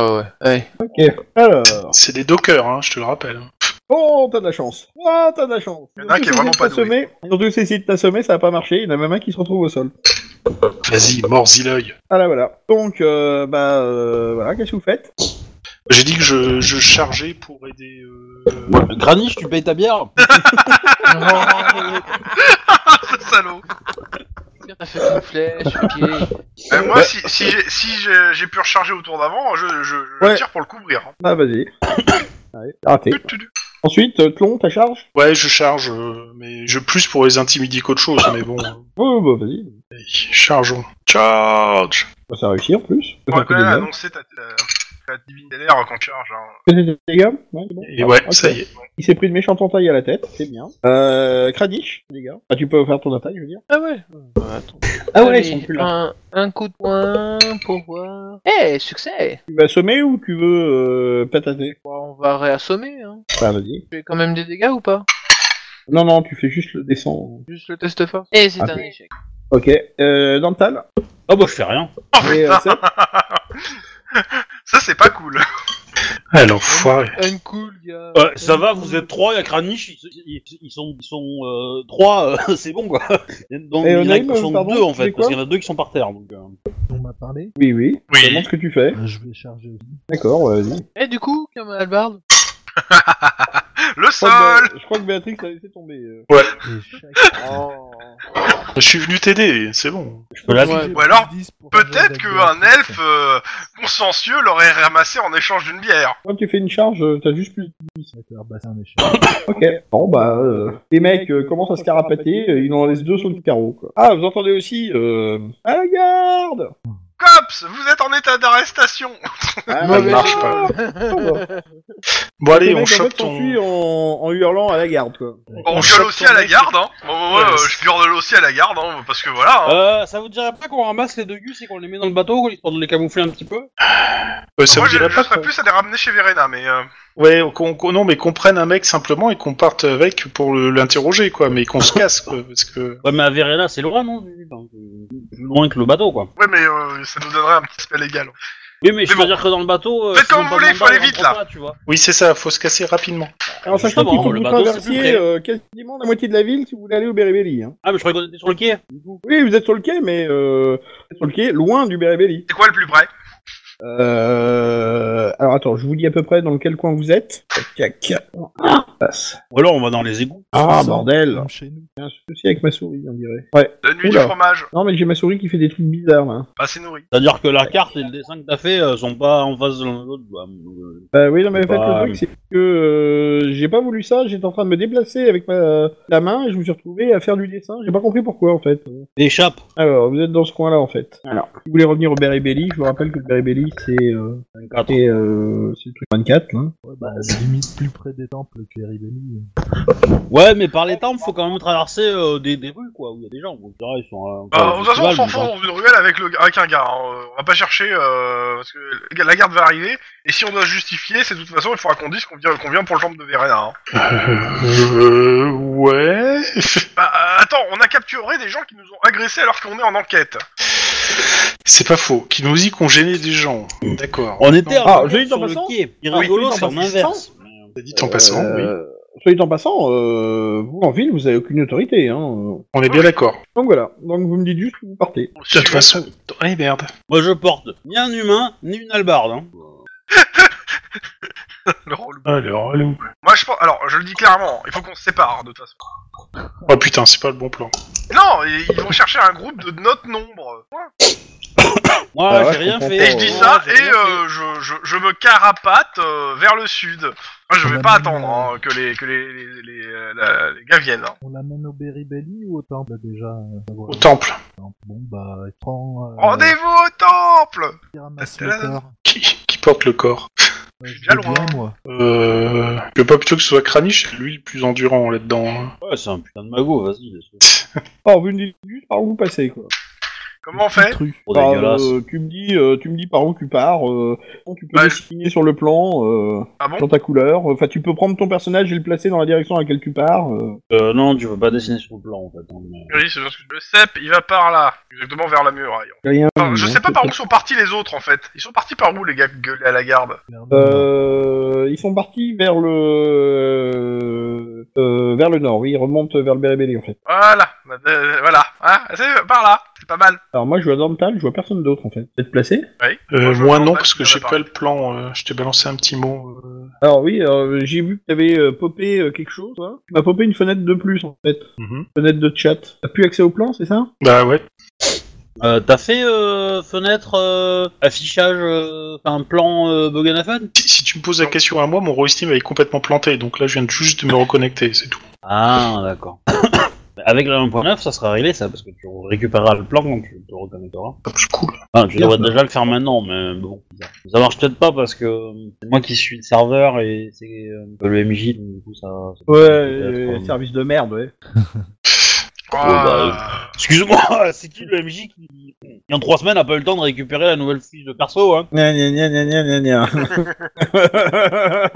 S8: ouais, ouais. Allez.
S1: Ok. Alors.
S3: C'est des dockers, hein, je te le rappelle.
S1: Oh, t'as de la chance. Oh, t'as de la chance.
S4: Il y en a un qui est vraiment pas
S1: assommé. Ils ont tous essayé de t'assommer, ça a pas marché. Il y en a même un qui se retrouve au sol.
S3: Vas-y, mords-y l'œil.
S1: Ah là, voilà. Donc, euh, bah, euh, voilà, qu'est-ce que vous faites
S3: J'ai dit que je, je chargeais pour aider. Euh...
S2: Ouais, Granich, tu payes ta bière
S4: Ce salaud.
S2: bah,
S8: T'as fait une flèche, ok.
S4: Euh,
S2: bah,
S4: moi, si, si j'ai si j'ai- j'ai pu recharger au tour d'avant, je, je, je
S1: Ouais.
S4: tire pour le couvrir. hein.
S1: Bah, vas-y. Allez, raté.
S4: Tu- tu- tu-
S1: Ensuite, euh, Tlon, ta charge
S3: Ouais, je charge, euh, mais je plus pour les intimider qu'autre chose, mais bon. euh,
S1: Oh, bah, vas-y.
S3: allez, Chargeons. Charge
S1: Bah, ça réussit en plus.
S4: On va quand
S3: bah,
S4: même annoncer ta, ta, ta divine galère qu'on charge. Hein.
S1: Faisais des dégâts Ouais, c'est bon.
S3: Et ouais,
S1: Ok.
S3: ça y est.
S1: Il s'est pris une méchante entaille à la tête, c'est bien. Euh, Kranich, les gars. Ah, tu peux faire ton attaque, je veux dire.
S8: Ah ouais
S1: Ah ouais,
S8: Allez,
S1: ils sont plus là.
S8: un, un coup de poing pour voir... Eh, succès
S1: Tu veux assommer ou tu veux euh, patater
S8: Bon, On va réassommer, hein.
S1: Enfin, vas-y.
S8: Je fais quand même des dégâts ou pas
S1: Non, non, tu fais juste le descend.
S8: Juste le test fort. Eh, c'est
S1: Ah,
S8: un
S1: oui.
S8: échec.
S1: Ok. Euh, Dental.
S2: Ah bah, je fais rien.
S3: Oh,
S1: Et, euh, c'est-
S4: Ça, c'est pas cool.
S3: Ah, l'enfoiré.
S8: Un cool, gars.
S2: Ouais, Euh, ça va, vous êtes 3, il y a Kranich, ils, ils- ils sont 3, ils sont, euh, trois, euh, c'est bon quoi. Donc,
S1: Et
S2: il y en a
S1: Onaim,
S2: qui sont
S1: pardon,
S2: 2 en
S1: tu dis
S2: fait,
S1: quoi
S2: parce qu'il y en a 2 qui sont par terre. Donc, euh.
S7: On m'a parlé.
S1: oui, oui.
S3: Oui.
S1: Demande ce que tu fais.
S7: Euh, je vais charger aussi.
S1: D'accord, ouais, vas-y.
S8: Eh, du coup, comme Albarde
S3: Oh, bah,
S4: Le
S1: Je crois,
S4: sol
S1: que, je crois que Béatrix l'a laissé tomber. euh.
S7: Et chaque...
S8: Oh.
S3: Je suis venu t'aider, c'est bon.
S2: Je peux la
S8: Ouais.
S7: J'ai
S4: Ou alors,
S7: plus 10
S3: oh, bah,
S7: pour avoir Zach
S4: Peut-être qu'un
S7: Braff,
S4: elfe euh, consciencieux l'aurait ramassé en échange d'une bière.
S1: Quand tu fais une charge, euh, t'as juste plus.
S7: ça peut leur basser bah, un échec.
S1: Ok. Bon, bah, euh, les mecs euh, commencent à se carapater, euh, ils en laissent deux sur le carreau, quoi. Ah, vous entendez aussi, euh... À la garde
S4: Cops, vous êtes en état d'arrestation.
S1: ah,
S3: Ça ne marche pas. Bon,
S1: Les
S3: allez,
S1: mecs,
S3: on
S1: en fait, hein.
S3: chope
S1: s'enfuient
S3: ton.
S1: en, en hurlant à la garde, quoi.
S4: On
S3: chope
S4: gueule aussi à
S3: ton
S4: la
S3: mec.
S4: garde, hein. Bon, ouais,
S3: Ouais, Ah,
S4: euh,
S3: c'est-
S4: je gueule aussi à la garde, hein, parce que voilà. hein.
S2: Euh, ça vous dirait pas qu'on ramasse les deux gus et qu'on les met dans le bateau, histoire de les camoufler un petit peu
S3: Euh, ça vous
S4: Moi, je,
S3: dirait
S4: je
S3: pas
S4: serais
S3: qu'on-
S4: plus à les ramener chez Verena, mais euh,
S3: Ouais, qu'on, qu'on- non, mais qu'on prenne un mec simplement et qu'on parte avec pour le- l'interroger, quoi, mais qu'on se casse, quoi, parce que.
S2: Ouais, mais à Verena, c'est loin, non du- enfin, euh, Plus loin que le bateau quoi.
S4: ouais, mais euh, ça nous donnerait un petit spell légal.
S2: Oui, mais je
S4: Mais
S2: veux
S4: bon.
S2: dire que dans le bateau. euh,
S4: Faites
S2: s'ils
S4: comme
S2: ont
S4: vous
S2: pas
S4: voulez,
S2: de
S4: faut aller
S2: mandat, ils
S4: vite,
S2: rentrent
S4: là.
S2: pas, tu vois.
S3: Oui, c'est ça, faut se casser rapidement.
S1: Alors, sachant qu'il
S2: Justement,
S1: faut que
S2: le
S1: vous
S2: bateau, c'est plus
S1: traversiez
S2: près.
S1: euh, quasiment la moitié de la ville si vous voulez aller au Bérébéli. Hein.
S2: Ah, mais je croyais qu'on était sur le quai.
S1: Oui, vous êtes sur le quai, mais euh, vous êtes sur le quai, loin du Bérébéli.
S4: C'est quoi le plus près
S1: Euh... Alors, attends, je vous dis à peu près dans quel coin vous êtes. Tac, tac. Ah, passe.
S2: Ou alors on va dans les égouts.
S1: Ah,
S7: Sans-
S1: bordel
S7: Comme chez nous.
S1: J'ai un souci avec ma souris, on dirait. Ouais.
S4: La nuit
S1: Oula.
S4: du fromage.
S1: Non, mais j'ai ma souris qui fait des trucs bizarres, là.
S4: Bah, c'est nourri.
S2: C'est-à-dire que la carte et le dessin que t'as fait euh, sont pas en face de l'un de l'autre. quoi. Euh,
S1: Bah oui, non, mais en fait,
S2: Bah,
S1: le truc, c'est que euh, j'ai pas voulu ça, j'étais en train de me déplacer avec ma... la main, et je me suis retrouvé à faire du dessin, j'ai pas compris pourquoi, en fait.
S2: Échappe.
S1: Alors, vous êtes dans ce coin-là, en fait. Alors. Si vous voulez revenir au Beribelli, je vous rappelle que le Beribelli, c'est... Euh, c'est, euh, c'est le truc 24, hein.
S7: Ouais, bah, limite plus près des temples que Ribelli.
S2: Ouais, mais par les temps, faut quand même traverser euh, des, des rues, quoi, où il y a des gens. Bon, tu vois, ils sont, euh,
S4: Bah,
S2: enfin,
S4: de toute façon, on
S2: festival,
S4: s'en
S2: mais
S4: fout
S2: bon.
S4: dans une ruelle avec, le, avec un gars. hein. On va pas chercher, euh, parce que la garde va arriver. Et si on doit se justifier, c'est de toute façon, il faudra qu'on dise qu'on vient, qu'on vient pour le temple de Verena. hein.
S3: Euh, ouais.
S4: Bah, euh, attends, on a capturé des gens qui nous ont agressés alors qu'on est en enquête.
S3: c'est pas faux. Qui nous dit qu'on gênait des gens. D'accord.
S2: On était
S1: Ah,
S2: en
S1: je l'ai dit en
S2: sur le
S1: passant
S2: quai. Il
S1: Ah,
S2: rigolo,
S1: je l'ai dit
S2: c'est
S1: en
S2: en
S1: passant.
S2: inverse.
S3: On l'a dit en passant, oui.
S1: Euh, Soit en passant, euh, vous, en ville, vous avez aucune autorité, hein.
S3: On est bien d'accord.
S1: Donc voilà, donc vous me dites juste que vous partez.
S3: De toute façon. Eh merde.
S2: Moi, je porte ni un humain, ni une albarde. Hein.
S4: Le relou.
S3: Alors, allez où
S4: Moi, je pense. Alors, je le dis clairement, il faut qu'on se sépare, de toute façon.
S3: Oh putain, c'est pas le bon plan.
S4: Non, ils ils vont chercher un groupe de notre nombre.
S2: Moi,
S1: Ah ouais,
S2: j'ai
S1: je
S2: rien
S1: comprends
S2: fait.
S1: pas.
S4: Et je dis
S2: Moi,
S4: ça,
S2: j'ai
S4: et
S2: rien fait.
S4: euh, je, je, je me carapate euh, vers le sud. Moi, je vais
S7: On
S4: pas
S7: a
S4: attendre
S7: même,
S4: hein, que les que les, les, les, euh, la- les gars viennent. hein.
S7: On l'amène au Beribelli ou au temple déjà euh, savoir
S3: Au
S7: le
S3: temple.
S7: temple. Bon, bah, il prend. Euh,
S4: Rendez-vous au temple
S7: il ramasse
S4: Oh, Ah,
S7: le corps.
S3: Qui, qui porte le corps
S4: Je suis déjà loin.
S7: moi.
S3: Euh... Je veux pas plutôt que ce soit Kranich, c'est lui le plus endurant là-dedans. hein.
S2: Ouais, c'est un putain de magot, vas-y. laisse-le.
S1: Alors, vous me dites juste par où vous passez, quoi.
S4: Comment on fait
S7: Tru.
S2: Trop
S1: Bah,
S2: dégueulasse.
S1: euh, tu me dis, euh, tu me dis par où tu pars, euh, tu peux
S4: Bah,
S1: le
S4: je-
S1: signer sur le plan, euh,
S4: Ah bon
S1: dans ta couleur. euh, Enfin, tu peux prendre ton personnage et le placer dans la direction à laquelle tu pars. euh.
S2: Euh, non, tu peux pas dessiner sur le plan, en fait. hein, mais-
S4: Oui, c'est parce que le CEP, il va par là. Exactement vers la muraille.
S1: Rien.
S4: Enfin, je
S1: hein,
S4: sais pas par où
S1: peut-être.
S4: sont partis les autres en fait. Ils sont partis par où les gars gueulés à la garde
S1: Euh, ils sont partis vers le euh, vers le nord. Oui, ils remontent vers le Bérébélé en fait.
S4: Voilà, Euh, voilà. Hein c'est par là, c'est pas mal.
S1: Alors moi, je vois Dormtal, je vois personne d'autre en fait. Vous êtes placé
S4: Oui.
S3: Euh,
S4: Moi, je
S3: moi
S4: me
S3: non,
S4: demande
S3: parce
S4: si
S3: que
S4: il y en a
S3: j'ai
S4: pas.
S3: pas le plan. euh, je t'ai balancé un petit mot. euh.
S1: Alors oui, euh, j'ai vu que t'avais euh, popé euh, quelque chose. Hein. Tu m'as popé une fenêtre de plus en fait,
S3: Mhm.
S1: fenêtre de chat. T'as plus accès au plan, c'est ça
S3: Bah ouais.
S2: Euh, T'as fait euh, fenêtre, euh, affichage, euh, un plan euh, Boganaphone
S3: Si, si tu me poses la question à moi, mon Steam est complètement planté, donc là je viens de- juste de me reconnecter, c'est tout.
S2: Ah, d'accord. Avec la 1.9, ça sera réglé ça, parce que tu récupéreras le plan quand tu te reconnecteras.
S3: Ah, C'est cool.
S2: Enfin, tu devrais déjà le faire maintenant, mais bon. Ça marche peut-être pas parce que euh, c'est moi qui suis le serveur et c'est euh, le MJ, donc du coup ça. ça peut
S1: Ouais,
S2: peut-être, euh,
S1: service de merde, ouais. Oh, bah,
S4: Ah,
S2: Excuse-moi, c'est qui le MJ qui, en trois semaines, a pas eu le temps de récupérer la nouvelle fiche de perso, hein
S1: Gna, gna, gna, gna, gna, gna, gna.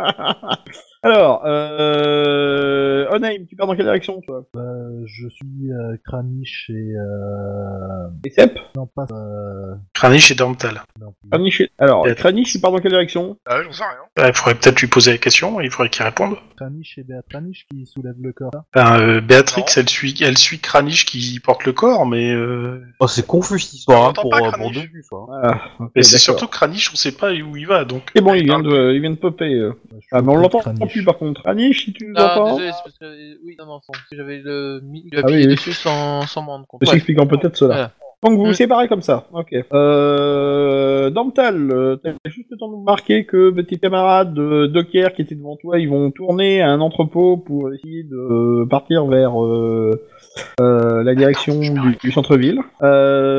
S1: Alors, euh... Onaim, tu pars dans quelle direction, toi
S7: Euh, je suis euh, Kranich et euh...
S1: Et
S3: Mmh.
S1: Sep
S7: non pas euh...
S3: Kranich et Dormtal.
S7: non, plus.
S1: Kranich. Alors,
S3: Peut-être.
S1: Kranich, tu pars dans quelle direction
S4: Ah ouais, j'en sais rien.
S3: Bah, il faudrait peut-être lui poser la question, il faudrait qu'il réponde.
S7: Kranich et Béat Kranich qui soulève le corps. là.
S3: Ben, euh, Béatrix,
S4: Non.
S3: elle suit, elle suit Kranich qui porte le corps, mais, euh,
S2: Oh, c'est confus cette histoire,
S4: On
S2: hein,
S4: entend
S2: pour,
S4: pas,
S2: euh, pour
S4: Kranich.
S2: deux buts, hein.
S1: ah, ok,
S3: mais c'est
S1: d'accord.
S3: surtout Ah, Kranich, on sait pas où il va, donc.
S1: Et bon, il vient de, il vient de popper. euh.
S7: Bah, je suis
S1: Ah, mais on
S3: Mmh,
S7: au
S1: l'entend
S7: Kranich.
S1: plus, par contre. Kranich, si tu nous
S8: Ah,
S1: entends
S8: désolé, c'est parce que euh, oui, non, non, sans- parce que j'avais le mis
S1: Ah oui,
S8: appuyé
S1: oui.
S8: dessus sans sans m'en rendre compte.
S1: Je
S8: Ouais.
S1: t'expliquant peut-être cela.
S8: Voilà.
S1: Donc vous vous
S8: Mm.
S1: séparez comme ça, ok. Euh, Dantal, euh, t'as juste le temps de remarquer que tes camarades de docker qui étaient devant toi, ils vont tourner à un entrepôt pour essayer de euh, partir vers euh, euh, la direction du, du centre-ville.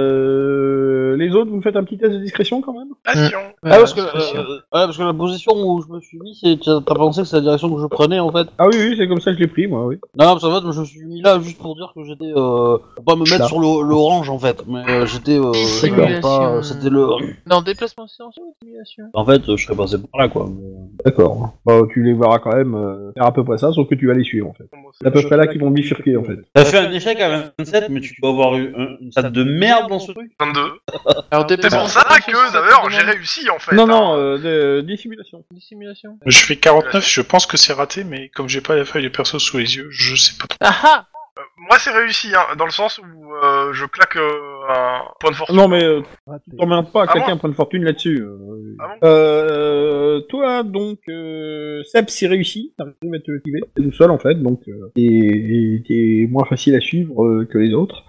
S1: Euh, les autres, vous me faites un petit test de discrétion quand même
S4: Passion.
S1: Mmh.
S8: Ouais,
S2: Ah, parce que,
S8: ouais, c'est sûr.
S2: euh, ouais, parce que la position où je me suis mis, c'est t'as t'as pensé que c'est la direction que je prenais en fait
S1: Ah oui, oui c'est comme ça que je l'ai pris, moi, oui.
S2: Non, non, parce qu'en fait, je me suis mis là juste pour dire que j'étais. Euh, pour pas me mettre
S1: Là.
S2: sur le- l'orange en fait, mais euh, j'étais. Euh,
S8: D'accord.
S2: j'étais pas- euh, C'était le.
S8: Non, déplacement silencieux ou simulation
S2: En fait, euh, je serais passé par là quoi. mais-
S1: D'accord. Bah, tu les verras quand même euh, faire à peu près ça, sauf que tu vas les suivre, en fait. C'est à peu près là qu'ils vont bifurquer, en fait.
S2: T'as fait un échec à 27, mais tu dois avoir eu un- une salle de merde dans ce truc.
S4: 22.
S8: Alors,
S4: C'est
S8: déplacement
S4: pour ça que d'ailleurs j'ai
S8: géré
S4: réussi en fait.
S1: non,
S4: hein.
S1: non, euh, de- dissimulation.
S8: une simulation.
S3: Je fais 49, je pense que c'est raté, mais comme j'ai pas la feuille de perso sous les yeux, je sais pas trop.
S8: Ah ah
S4: Euh, Moi c'est réussi, hein, dans le sens où euh, je claque euh, un point de fortune.
S1: Non, mais euh,
S7: Raté.
S1: T'en mets pas à
S4: Ah
S1: claquer
S4: bon
S1: un point de fortune là-dessus. euh,
S4: Ah bon
S1: euh, toi, donc, euh, Seb, c'est réussi, t'arrives à te motiver, t'es tout seul en fait, donc euh, t'es- et t'es moins facile à suivre euh, que les autres.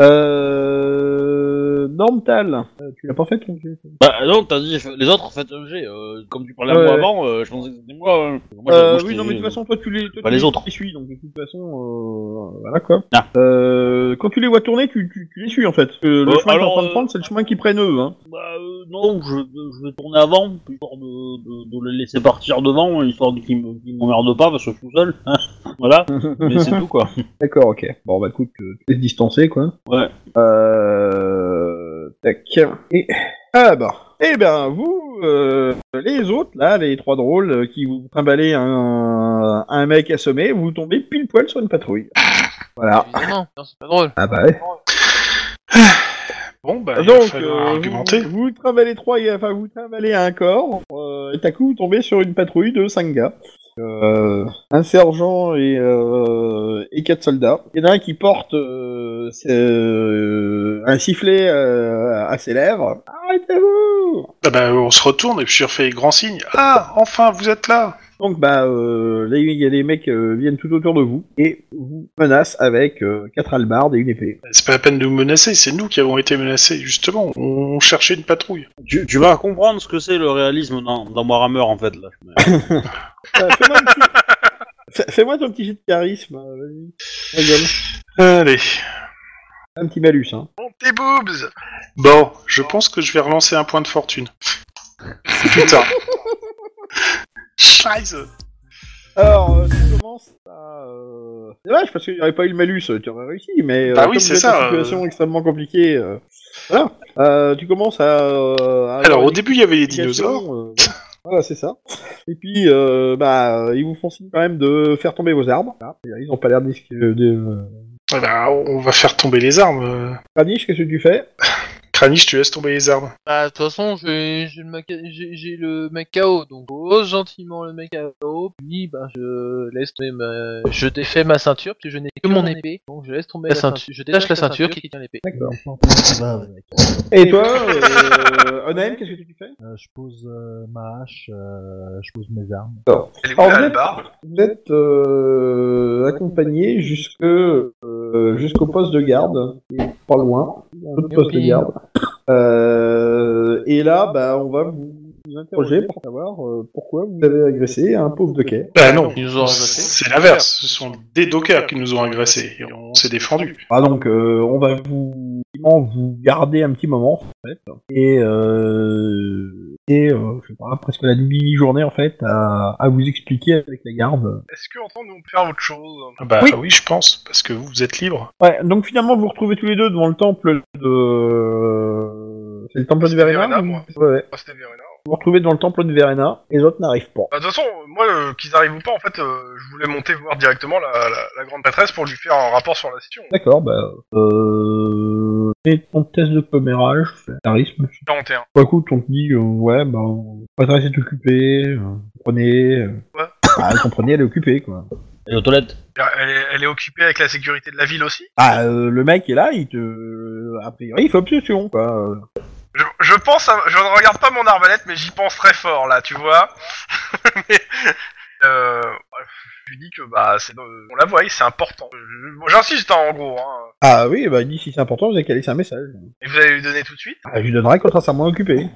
S1: Euh, Normal, tu l'as pas fait ton jeu, toi
S2: Bah non, t'as dit les autres faites un G. euh, comme tu parlais à
S1: Ouais.
S2: moi avant, euh, je pensais que c'était moi. hein. Moi,
S1: Euh,
S2: je- moi,
S1: Oui,
S2: j'étais-
S1: non, mais de toute façon, toi, tu les, toi,
S2: Pas
S1: tu
S2: les autres.
S1: les suis, donc de toute façon, euh, voilà quoi.
S2: Ah.
S1: Euh, quand tu les vois tourner, tu, tu, tu les suis en fait. parce que le
S2: Euh,
S1: chemin qu'ils sont en
S2: alors,
S1: train de
S2: euh,
S1: prendre, c'est le chemin qu'ils prennent eux. Hein.
S2: Bah euh, non, je, je vais tourner avant, histoire de, de, de les laisser partir devant, histoire de- qu'ils me- qu'ils m'emmerdent pas parce que je suis tout seul. hein. voilà, mais c'est tout quoi.
S1: D'accord, ok. Bon, bah écoute, euh, tu es distancé, quoi.
S2: Ouais.
S1: Euh... Tac. Et... Ah bah. Eh ben, vous, euh, les autres, là, les trois drôles euh, qui vous trimballez un, un mec assommé, vous tombez pile poil sur une patrouille. Voilà.
S8: Évidemment, non, c'est pas drôle.
S1: Ah bah ouais.
S3: Bon, bah, il va
S1: Donc,
S3: falloir
S1: euh,
S3: argumenter.
S1: vous, vous trimballez trois, enfin, vous trimballez un corps, euh, et d'un coup, vous tombez sur une patrouille de cinq gars. Euh, un sergent et, euh, et quatre soldats. Il y en a un qui porte euh, c'est, euh, un sifflet euh, à ses lèvres. Arrêtez-vous
S3: Ah bah, on se retourne et puis je leur fais les grands signes. Ah, enfin, vous êtes là
S1: Donc bah euh, les- il y a des mecs euh, viennent tout autour de vous et vous menacent avec euh, quatre halbardes et une épée.
S3: C'est pas la peine de nous menacer, c'est nous qui avons été menacés, justement. On cherchait une patrouille.
S2: Tu, tu vas comprendre ce que c'est le réalisme dans, dans Warhammer en fait là.
S1: Euh, Fais-moi un petit- fais- fais-moi ton petit jet de charisme. euh, vas-y. Rigole.
S3: Allez.
S1: Un petit malus hein.
S4: Monte tes boobs
S3: Bon, je pense que je vais relancer un point de fortune. Putain. Scheiße
S1: Alors, euh, tu commences à... euh, C'est dommage, parce qu'il n'y aurait pas eu le malus, euh, tu aurais réussi, mais... euh,
S3: Bah oui,
S1: comme
S3: c'est
S1: vous êtes en
S3: ça, euh.
S1: situation extrêmement compliquée... euh, Voilà. Euh, tu commences à... euh, à avoir
S3: Alors, au
S1: une
S3: début, Ah, il y avait les
S1: explication,
S3: dinosaures.
S1: euh, voilà. Voilà, c'est ça. Et puis, euh, bah, ils vous font signe quand même de faire tomber vos arbres. Voilà. Ils n'ont pas l'air d'es- de... euh, de-
S3: Eh ben, on va faire tomber les armes. euh.
S1: Kranich, qu'est-ce que tu fais
S3: Kranich, je te laisse tomber les armes.
S8: Bah, de toute façon, j'ai j'ai le, maca- j'ai- j'ai le mec KO, donc pose gentiment le mec KO, puis bah, je laisse tomber ma... Je défais ma ceinture, parce que je n'ai que mon épée, donc je laisse tomber la, ceinture. Je détache la ceinture qui tient l'épée.
S1: D'accord.
S6: Je va avec.
S1: Et toi, euh, Onaim, qu'est-ce que tu fais
S6: Euh, je pose euh, ma hache, euh, je pose mes armes.
S4: Elle est où
S1: Alors,
S4: la
S1: vous êtes-
S4: hallebarde
S1: Vous êtes euh, accompagné jusque euh, jusqu'au poste de garde, qui est pas loin, un autre poste de garde. Euh, et là, bah, on va vous vous interroger pour savoir euh, pourquoi vous avez agressé un pauvre de quai.
S3: Bah non,
S8: Ils nous ont rajoté.
S3: c'est l'inverse. Ce sont des dockers qui nous ont agressés. Et on s'est défendu.
S1: Ah donc, euh, on va vous on vous garder un petit moment en fait, et euh, et euh, je sais pas, presque la demi-journée en fait à, à vous expliquer avec la garde.
S4: Est-ce que entend nous faire autre chose
S3: Ah Bah
S1: Oui.
S3: oui. je pense, parce que vous êtes libres.
S1: Ouais, donc finalement vous vous retrouvez tous les deux devant le temple de. C'est le temple de
S4: C'est
S1: Verena
S4: Verena,
S1: ou-
S4: moi.
S1: Ouais, ouais.
S4: Ah, c'était Verena.
S1: Vous vous retrouvez devant le temple de Verena, les autres n'arrivent pas.
S4: Bah, de toute façon, moi, euh, qu'ils arrivent ou pas, en fait, euh, je voulais monter voir directement la, la, la grande maîtresse pour lui faire un rapport sur la situation.
S1: D'accord, bah. Euh. Et ton test de commérage, charisme.
S4: 41.
S1: Bah écoute, on te dit, euh, ouais, bah. Patrice est occupée, euh, comprenez. euh.
S4: Ouais.
S1: Bah, comprenez, elle est occupée, quoi.
S2: Et aux toilettes.
S4: Elle est, elle est occupée avec la sécurité de la ville aussi
S1: Ah, euh, le mec est là, il te. euh, A priori, il fait obsession, quoi.
S4: je, je pense à- Je ne regarde pas mon arbalète, mais j'y pense très fort, là, tu vois. mais... Euh, je lui dis que, bah, c'est... euh, on la voit, c'est important. Je- bon, J'insiste, hein, en gros. Hein.
S1: Ah oui, bah il dit, si c'est important, vous avez qu'à laisser un message.
S4: Et vous allez lui donner tout de suite
S1: Ah, je lui donnerai quand elle sera moins occupée.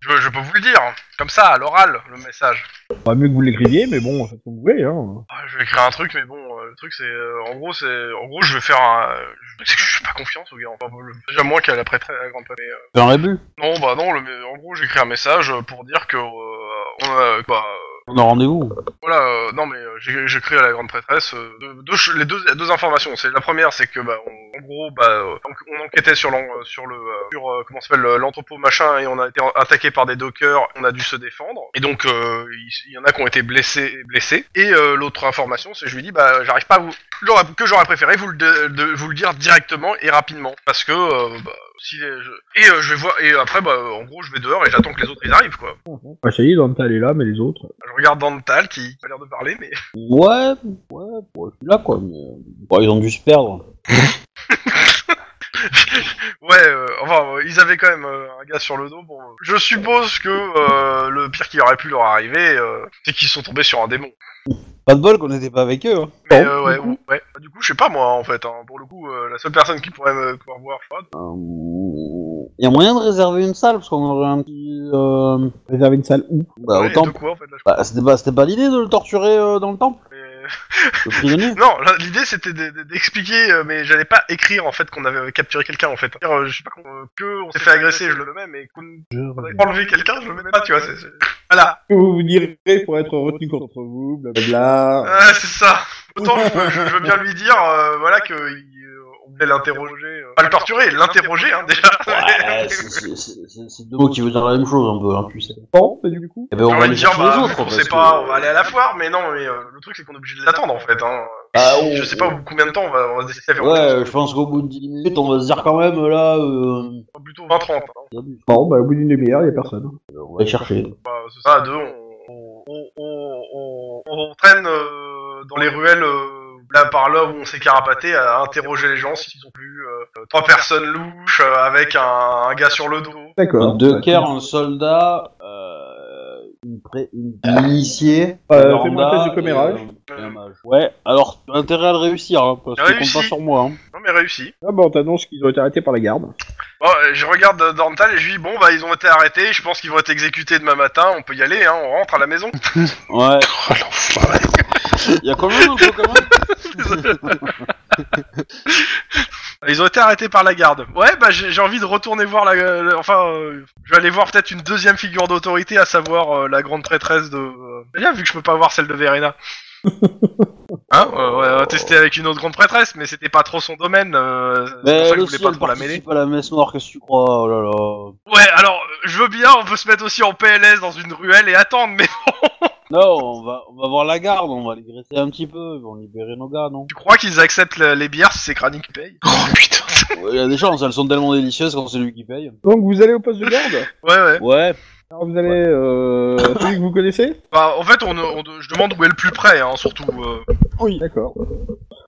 S4: je, je peux vous le dire, hein. comme ça, à l'oral, le message.
S1: Bah, mieux que vous l'écriviez, mais bon, faites comme vous voulez, hein.
S4: Ah, Je vais écrire un truc, mais bon, euh, le truc c'est, euh, en gros, c'est, en gros, je vais faire un. euh, le truc, c'est que je suis pas confiance au gars. Enfin, bon, le- déjà moins qu'à la prêtre, la grande prêtre. mais, euh,
S2: C'est un rébut.
S4: Non, bah non. Le, en gros, j'écris un message pour dire que, euh, on a, bah, euh,
S2: On a rendez-vous.
S4: voilà. euh, non, mais euh, j'ai- j'écris à la grande prêtresse euh, deux, deux ch- les deux, deux informations. C'est la première, c'est que, bah, on- en gros, bah, euh, on, on enquêtait sur l'en- sur le, euh, sur euh, comment ça s'appelle euh, l'entrepôt machin, et on a été en- attaqué par des dockers. On a dû se défendre. Et donc, euh, il, il y en a qui ont été blessés, blessés. Et euh, l'autre information, c'est que je lui dis, bah, j'arrive pas à vous J'aurais- que j'aurais préféré vous le, de- de- vous le dire directement et rapidement parce que euh, bah, si les- je- et euh, je vais voir et après bah, en gros je vais dehors et j'attends que les autres ils arrivent quoi.
S1: Bah, ça y est, Danta, elle est là, mais les autres.
S4: Je regarde Dantal qui a pas l'air de parler mais
S2: Ouais, ouais, ouais, je suis là quoi, mais euh, bon, ils ont dû se perdre.
S4: ouais euh, enfin euh, ils avaient quand même euh, un gars sur le dos bon euh, je suppose que euh, le pire qui aurait pu leur arriver euh, c'est qu'ils sont tombés sur un démon.
S2: Pas de bol qu'on n'était pas avec eux. hein.
S4: Mais
S1: Bon,
S4: euh, ouais,
S1: Oh, du coup.
S4: ouais. Bah, du coup je sais pas moi en fait hein. pour le coup euh, la seule personne qui pourrait me pouvoir voir je crois.
S2: Euh, Il y a moyen de réserver une salle parce qu'on aurait un petit. euh,
S1: Réserver une salle où
S2: Bah,
S4: Ouais,
S2: au
S4: et de
S2: temple.
S4: quoi en fait là je
S2: Bah, c'était pas, c'était pas l'idée de le torturer euh, dans le temple,
S4: mais-
S2: le prisonnier.
S4: Non, là, l'idée c'était de- de- d'expliquer, euh, mais j'allais pas écrire en fait qu'on avait euh, capturé quelqu'un en fait. C'est-à-dire, euh, Je sais pas qu'on- euh, que on s'est fait agresser, je le mets, mais qu'on
S6: Je
S4: qu'on
S6: reviens.
S4: a enlevé quelqu'un, je le mets pas, tu vois. c'est- c'est- Voilà,
S1: Que vous vous direz pour être retenu contre vous, blablabla.
S4: Ouais, c'est ça. Autant je, je veux bien lui dire, euh, voilà, que il, euh, on voulait l'interroger, euh, pas le torturer, l'interroger hein, déjà.
S2: Ouais, c'est- c'est c'est- c'est deux mots qui veulent dire la même chose un peu, hein, tu sais.
S1: Bon, bah, du coup.
S2: Eh ben, on
S4: On
S2: va
S4: va
S2: aller
S4: lui dire,
S2: chercher
S4: bah,
S2: les
S4: vu
S2: autres.
S4: qu'on
S2: parce
S4: sait
S2: que-
S4: pas, on va aller à la foire, mais non, mais euh, le truc c'est qu'on est obligé de l'attendre en fait. Hein.
S2: Ah,
S4: Si-
S2: on-
S4: je sais pas combien de temps on va, on va se décider à faire autre
S2: Ouais,
S4: chose.
S2: je pense qu'au bout de 10 minutes, on va se dire quand même là. Euh...
S4: plutôt 20-30. hein.
S2: c'est abusé.
S1: Bon, bah, au bout d'une demi-heure, il a personne.
S2: On va les chercher.
S4: Bah, ce sera à deux, on, on, on, on, on- on traîne euh, dans les ruelles, euh, là par là où on s'est carapaté, à interroger les gens s'ils ont vu euh, trois personnes louches euh, avec un, un gars sur le dos.
S1: D'accord. Bah,
S2: Deux cœurs, un soldat, euh, une, pré... une une initiée.
S1: Euh,
S2: un
S1: Ah. Fais-moi un
S2: lambda
S1: test de commérage.
S2: et, euh, et un mage. Ouais, alors intérêt à le réussir, hein, parce que compte
S4: Réussi.
S2: pas sur moi. Hein.
S4: Non mais réussi.
S1: Ah, bah, on t'annonce qu'ils ont été arrêtés par la garde.
S4: Bon, euh, je regarde euh, Dorntal et je lui dis bon bah ils ont été arrêtés, je pense qu'ils vont être exécutés demain matin, on peut y aller, hein, on rentre à la maison.
S2: Ouais,
S3: Oh l'enfoiré.
S2: il y a combien dans le pot commun
S4: Ils ont été arrêtés par la garde. Ouais bah j'ai j'ai envie de retourner voir la... la- enfin euh, je vais aller voir peut-être une deuxième figure d'autorité, à savoir euh, la grande prêtresse de... euh,
S5: quoi.
S4: C'est bien vu que je peux pas voir celle de Verena. hein, euh, ouais, on a testé avec une autre grande prêtresse, mais c'était pas trop son domaine. euh, c'est pour ça que je voulais pas trop la mêler.
S2: pas la messe noire, qu'est-ce que tu crois Oh là là.
S4: Ouais, alors euh, je veux bien, on peut se mettre aussi en PLS dans une ruelle et attendre, mais
S2: Non, on va, on va voir la garde, on va les graisser un petit peu, ils vont libérer nos gars, non
S4: tu crois qu'ils acceptent le- les bières si c'est Crani qui paye
S9: Oh putain
S2: Ouais, Il y a des chances, elles sont tellement délicieuses quand c'est lui qui paye.
S1: Donc vous allez au poste de garde
S4: Ouais, ouais.
S2: Ouais.
S1: Alors vous allez... Euh, celui que vous connaissez
S4: Bah, en fait, on, on- je demande où est le plus près, hein, surtout. euh.
S1: Oui. D'accord.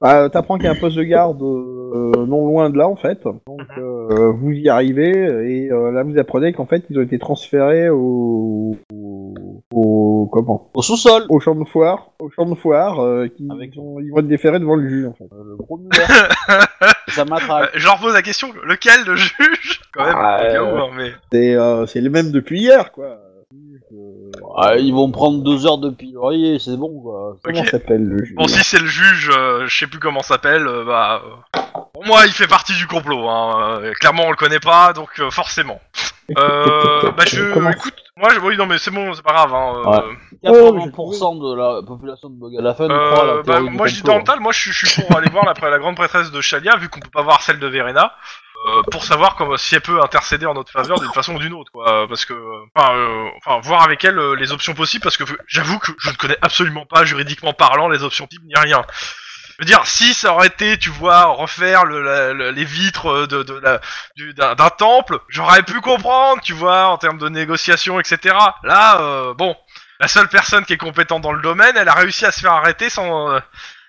S1: Bah, T'apprends qu'il y a un poste de garde euh, non loin de là, en fait. Donc, euh, vous y arrivez, et euh, là, vous apprenez qu'en fait, ils ont été transférés au... au... au- comment
S2: Au sous-sol
S1: Au champ de foire. Au champ de foire, euh, qui
S2: Avec-
S1: ont- ils vont être déférés devant le juge, en fait.
S2: Euh, Le gros Muller. Ça m'attrape.
S4: Euh, je leur pose la question, lequel le juge Quand même,
S2: Ah,
S4: au cas
S2: euh,
S4: où, hein, mais.
S1: C'est euh, c'est les mêmes depuis hier, quoi. Euh,
S2: Ouais, ils vont prendre deux heures de pilori et c'est bon quoi.
S1: Comment
S4: Ok.
S1: s'appelle le juge
S4: Bon, si c'est le juge, euh, je sais plus comment s'appelle, euh, bah. euh, Pour moi, il fait partie du complot, hein. euh, clairement, on le connaît pas, donc euh, forcément. Euh, bah, je.
S1: Comment-
S4: Écoute, moi, je... oui, non, mais c'est bon, c'est pas grave, hein. euh,
S2: Ouais.
S1: Oh, mais j'ai
S2: 80% de la population de Bogalafen
S4: Euh,
S2: croit à la
S4: bah,
S2: théorie du
S4: moi je dis
S2: complot.
S4: dans le tal, moi je, suis- je suis pour aller voir la, la grande prêtresse de Chalia, vu qu'on peut pas voir celle de Verena, euh, pour savoir comment, si elle peut intercéder en notre faveur d'une façon ou d'une autre, quoi. Parce que, euh, enfin, euh, enfin, voir avec elle euh, les options possibles, parce que j'avoue que je ne connais absolument pas juridiquement parlant les options types ni rien. Je veux dire, si ça aurait été, tu vois, refaire le- la- le- les vitres euh, de, de la, du- d'un, d'un temple, j'aurais pu comprendre, tu vois, en termes de négociation, etc. Là, euh, bon, la seule personne qui est compétente dans le domaine, elle a réussi à se faire arrêter sans. euh,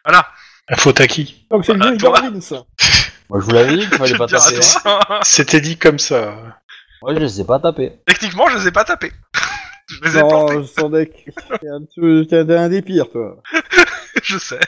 S4: voilà.
S9: La faute à qui
S1: Donc c'est le
S4: Ah,
S1: juge
S4: toi.
S1: Darwin,
S2: hein. Moi je vous l'avais dit qu'il fallait
S4: Je
S2: pas
S4: te dirai
S2: taper. hein.
S4: à toi.
S9: C'était dit comme ça.
S2: Moi je les ai pas tapés.
S4: Techniquement, je les ai pas tapés. je les ai plantés,
S1: Non, sans deck. T'es un, petit- t'es un des pires, toi.
S4: je sais.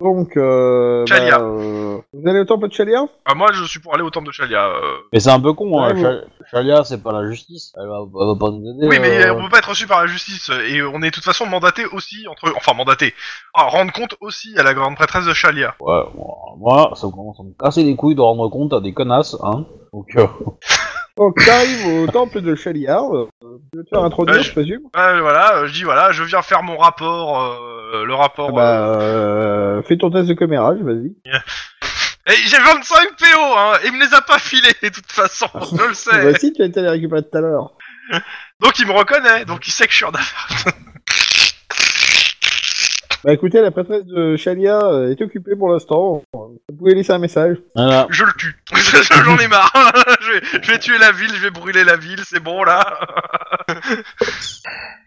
S1: Donc, euh, bah,
S4: Chalia.
S1: euh, vous allez au temple de Chalia
S4: Ah, moi, je suis pour aller au temple de Chalia. euh.
S2: Mais c'est un peu con, hein.
S1: Ouais,
S2: Chal- Chalia c'est pas la justice, elle va, elle va pas nous aider.
S4: Oui, mais
S2: euh.
S4: on peut pas être reçu par la justice. euh, Et on est de toute façon mandaté aussi, entre. Enfin, mandaté. À rendre compte aussi à la grande prêtresse de Chalia.
S2: Ouais, moi- moi ça commence à me casser les couilles de rendre compte à des connasses, hein. Donc euh,
S1: Donc, t'arrives au temple de Chalia. euh, tu veux te faire introduire,
S4: Ouais, je-
S1: je présume
S4: Ouais, voilà, euh, je dis, voilà, je viens faire mon rapport. euh, le rapport.
S1: Ah Bah, euh, fais ton test de commérage, vas-y.
S4: euh. Et j'ai 25 PO, hein. Il me les a pas filés, de toute façon. je le sais.
S1: Bah, si, tu as été les récupérer tout à l'heure.
S4: Donc, il me reconnaît. Donc, il sait que je suis en affaire.
S1: Bah, écoutez, la prêtresse de Chalia euh, est occupée pour l'instant. Vous pouvez laisser un message.
S2: voilà.
S4: Je le tue. J'en ai marre. je, vais, je vais tuer la ville, je vais brûler la ville, c'est bon là.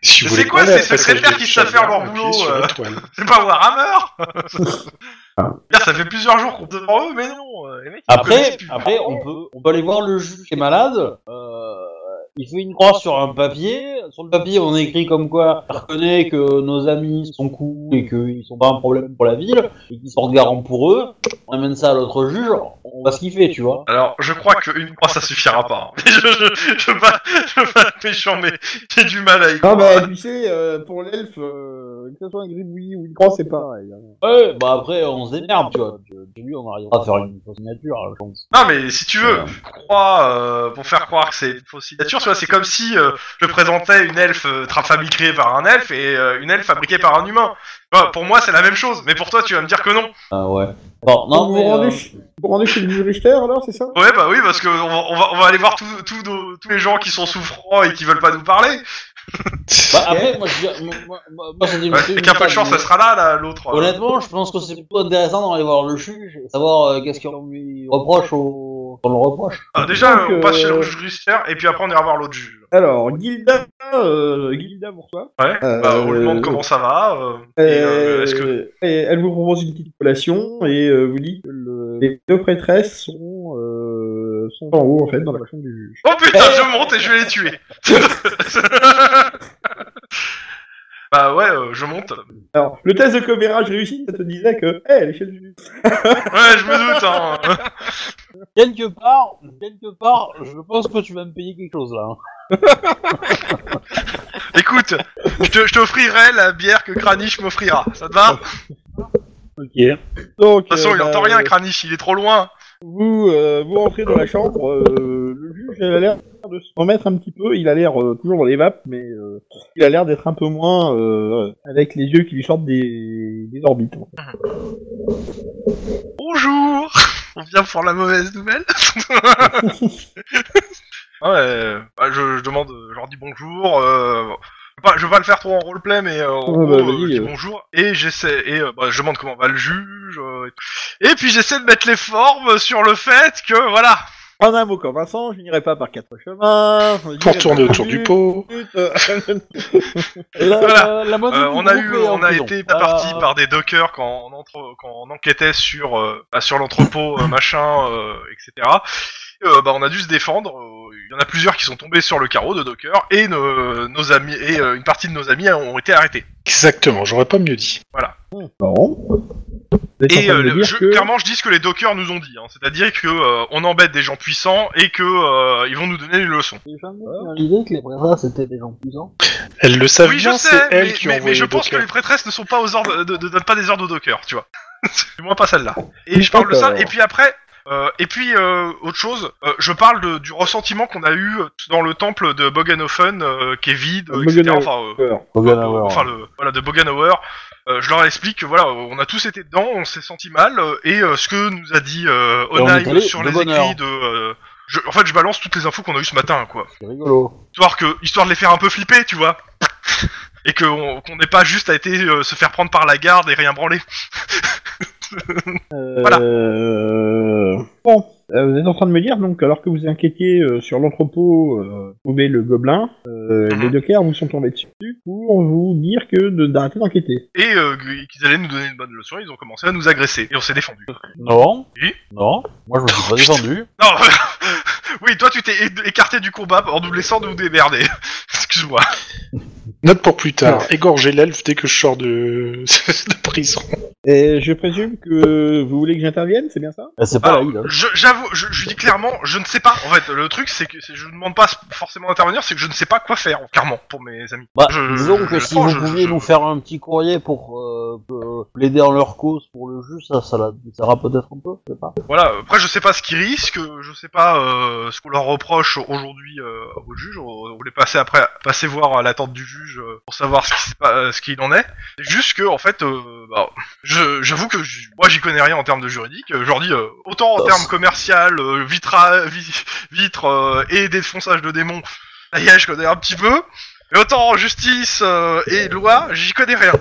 S9: Si
S4: Mais
S9: vous voulez
S4: c'est quoi
S9: connaître,
S4: ces secrétaires
S9: parce que
S4: qui
S9: je-
S4: savent faire leur
S9: appuyez
S4: boulot,
S9: sur
S4: euh.
S9: l'étoile.
S4: C'est pas Warhammer Merde, Ça fait plusieurs jours qu'on est devant eux, mais non. euh, Les mecs, ils connaissent
S2: Après,
S4: plus.
S2: après on, peut, on peut aller voir le juge qui est malade. Euh, il fait une croix sur un papier. Sur le papier, on écrit comme quoi il reconnaît que nos amis sont cool et qu'ils sont pas un problème pour la ville et qu'ils sont garants pour eux. On amène ça à l'autre juge, on voit ce qu'il fait, tu vois.
S4: Alors, je crois qu'une croix, ça suffira pas. hein. je, je, je veux pas, je veux pas être méchant, mais j'ai du mal à y
S1: Ah,
S4: croire.
S1: bah, tu sais, euh, pour l'elfe, euh, que ce soit un gribouillis ou une croix, c'est pareil. hein.
S2: Ouais, bah après, on se démerde, tu vois. Euh, Lui, on arrivera à faire une fausse signature, je pense.
S4: Non, mais si tu veux, crois, euh, pour faire croire que c'est une fausse signature, tu vois, c'est comme si euh, je présentais une elfe euh, tra- fabriquée par un elfe et euh, une elfe fabriquée par un humain. Enfin, pour moi, c'est la même chose, mais pour toi, tu vas me dire que non.
S2: Ah ouais. Bon, non,
S1: vous, vous
S2: mais.
S1: rendez,
S2: euh,
S1: ch- vous vous rendez chez le juge Richter, alors, c'est ça
S4: Ouais, bah oui, parce que on va, on va, on va aller voir tous tous nos- tous les gens qui sont souffrants et qui veulent pas nous parler.
S2: bah après, moi, je dis- moi, moi, moi, moi, ça dit-
S4: Ouais, et qu'un peu de chance, ça sera là, là l'autre. euh.
S2: Honnêtement, je pense que c'est plutôt intéressant d'aller voir le juge et savoir euh, qu'est-ce qu'on lui reproche au... qu'on le reproche.
S4: Ah, déjà,
S1: Donc,
S4: on passe chez le
S1: euh,
S4: juge Richter, et puis après, on ira voir l'autre juge.
S1: Alors, Gilda, euh, Gilda pour toi.
S4: Ouais,
S1: Euh,
S4: bah, on lui demande
S1: euh,
S4: comment ça va. euh, et, euh, est-ce que...
S1: et elle vous propose une petite collation et euh, vous dit que le- les deux prêtresses sont, euh, sont en haut, en fait, dans la chambre du juge.
S4: Oh putain, je monte et je vais les tuer. bah ouais, euh, je monte.
S1: Alors, le test de commérage réussi, ça te disait que, Eh, elle est chez le juge.
S4: Ouais, je me doute. Hein.
S2: Quelque part, quelque part, je pense que tu vas me payer quelque chose là. hein.
S4: Écoute, je te- je t'offrirai la bière que Kranich m'offrira. Ça te va De toute
S1: Donc,
S4: façon,
S1: euh,
S4: il
S1: bah,
S4: entend rien, Kranich, il est trop loin.
S1: Vous, euh, vous rentrez dans la chambre, euh, le juge elle a l'air de se remettre un petit peu. Il a l'air euh, toujours dans les vapes, mais euh, il a l'air d'être un peu moins euh, avec les yeux qui lui sortent des, des orbites. en fait.
S4: Bonjour On vient pour la mauvaise nouvelle Ouais, bah, je, je demande, je leur dis bonjour. Euh, je vais pas- je vais pas le faire trop en roleplay, mais euh, en
S1: Ouais,
S4: gros,
S1: bah,
S4: euh,
S1: vas-y,
S4: je dis
S1: euh.
S4: bonjour et j'essaie et euh, bah, je demande comment va le juge. euh, et, tout. Et puis j'essaie de mettre les formes sur le fait que voilà.
S1: En un mot comme Vincent, je n'irai pas par quatre chemins. je n'irai
S9: Pour
S1: pas euh,
S9: tourner
S1: par
S9: autour
S1: une
S9: du pot.
S1: minute. Là,
S2: La,
S4: Voilà.
S2: la- la moitié du
S4: Euh, on a
S2: groupe
S4: eu,
S1: hein,
S2: est en
S4: on a
S2: prison.
S4: été
S2: Ah.
S1: Ah.
S4: parti par des dockers quand on, entre, quand on enquêtait sur, euh, bah, sur l'entrepôt, euh, machin, euh, etc. Euh, bah, on a dû se défendre. euh, Il y en a plusieurs qui sont tombés sur le carreau de dockers et nos, nos amis et euh, une partie de nos amis ont été arrêtés.
S9: Exactement, j'aurais pas mieux dit.
S1: Bon. Vous êtes en
S4: Et
S1: train de me
S4: euh, le-
S1: dire
S4: je-
S1: que-
S4: clairement, je dis ce que les dockers nous ont dit, hein, c'est-à-dire que euh, on embête des gens puissants et que euh, ils vont nous donner une leçon.
S2: J'ai jamais eu l'idée que les Brésas c'était des gens puissants.
S9: Elle le savent
S4: oui, je
S9: bien,
S4: sais,
S9: hein, c'est elle
S4: mais,
S9: qui
S4: mais-
S9: a
S4: mais
S9: envoyé
S4: je
S9: les
S4: pense que les
S9: dockers.
S4: prêtresses ne sont pas aux ordres, ne, ne donnent pas des ordres aux dockers, tu vois. du moins pas celle-là. Et je parle de ça,
S1: D'accord.
S4: et puis après, euh, et puis euh, autre chose, euh, je parle de- du ressentiment qu'on a eu dans le temple de Boganhofen, euh, qui est vide, euh, etc.
S1: Boganhofen.
S4: Enfin, euh,
S1: Peur.
S2: Ah
S4: euh, enfin, le, voilà, de Boganhower. Euh, je leur explique que voilà, on a tous été dedans, on s'est senti mal, euh, et euh, ce que nous a dit euh,
S2: Et on est
S4: Onheim
S2: allé
S4: sur
S2: de
S4: les
S2: bonne heure.
S4: écrits de. euh, je- en fait, je balance toutes les infos qu'on a eues ce matin, quoi
S2: C'est rigolo.
S4: histoire que histoire de les faire un peu flipper, tu vois. Et que on- qu'on n'ait pas juste à été euh, se faire prendre par la garde et rien branler. Voilà.
S1: Euh, Bon, Euh, vous êtes en train de me dire donc alors que vous inquiétiez euh, sur l'entrepôt euh, où met le gobelin, euh,
S4: Mhm.
S1: les dockers vous sont tombés dessus pour vous dire que de- d'arrêter d'enquêter.
S4: Et euh, qu'ils allaient nous donner une bonne leçon, ils ont commencé à nous agresser. Et on s'est défendu.
S2: Non.
S4: Oui.
S2: Non. Moi je me suis pas
S4: putain.
S2: défendu.
S4: Non Oui, toi tu t'es é- écarté du combat en nous laissant nous démerder. Excuse-moi.
S9: Note pour plus tard, égorger l'elfe dès que je sors de, de prison.
S1: Et je présume que vous voulez que j'intervienne, c'est bien ça
S2: Eh, C'est pas
S4: Alors,
S2: la ville. hein.
S4: je- J'avoue, je, je dis clairement, je ne sais pas. En fait, le truc c'est que c'est- je ne demande pas forcément d'intervenir, c'est que je ne sais pas quoi faire, clairement, pour mes amis.
S2: Bah,
S4: je-
S2: disons que
S4: euh, je-
S2: si
S4: je-
S2: vous
S4: je-
S2: pouviez
S4: je-
S2: nous faire un petit courrier pour euh, euh, plaider en leur cause pour le juge, ça, ça, la- ça ira peut-être un peu, je sais pas.
S4: Voilà, après je sais pas ce qu'ils risquent, je sais pas euh, ce qu'on leur reproche aujourd'hui euh, au juge, on, on les passait après passer voir à l'attente du juge euh, pour savoir ce qui se pa- euh, ce qu'il en est. C'est juste que en fait euh, bah, je j'avoue que j- moi j'y connais rien en termes de juridique, Euh, je leur dis euh, autant
S9: Bah,
S4: en
S2: Oh,
S4: termes
S2: c'est-
S4: commercial, euh, vitra vi- vitre euh, et défonçage de démons. Ça y est, je connais un petit peu. Et autant en justice euh, et loi, j'y connais rien.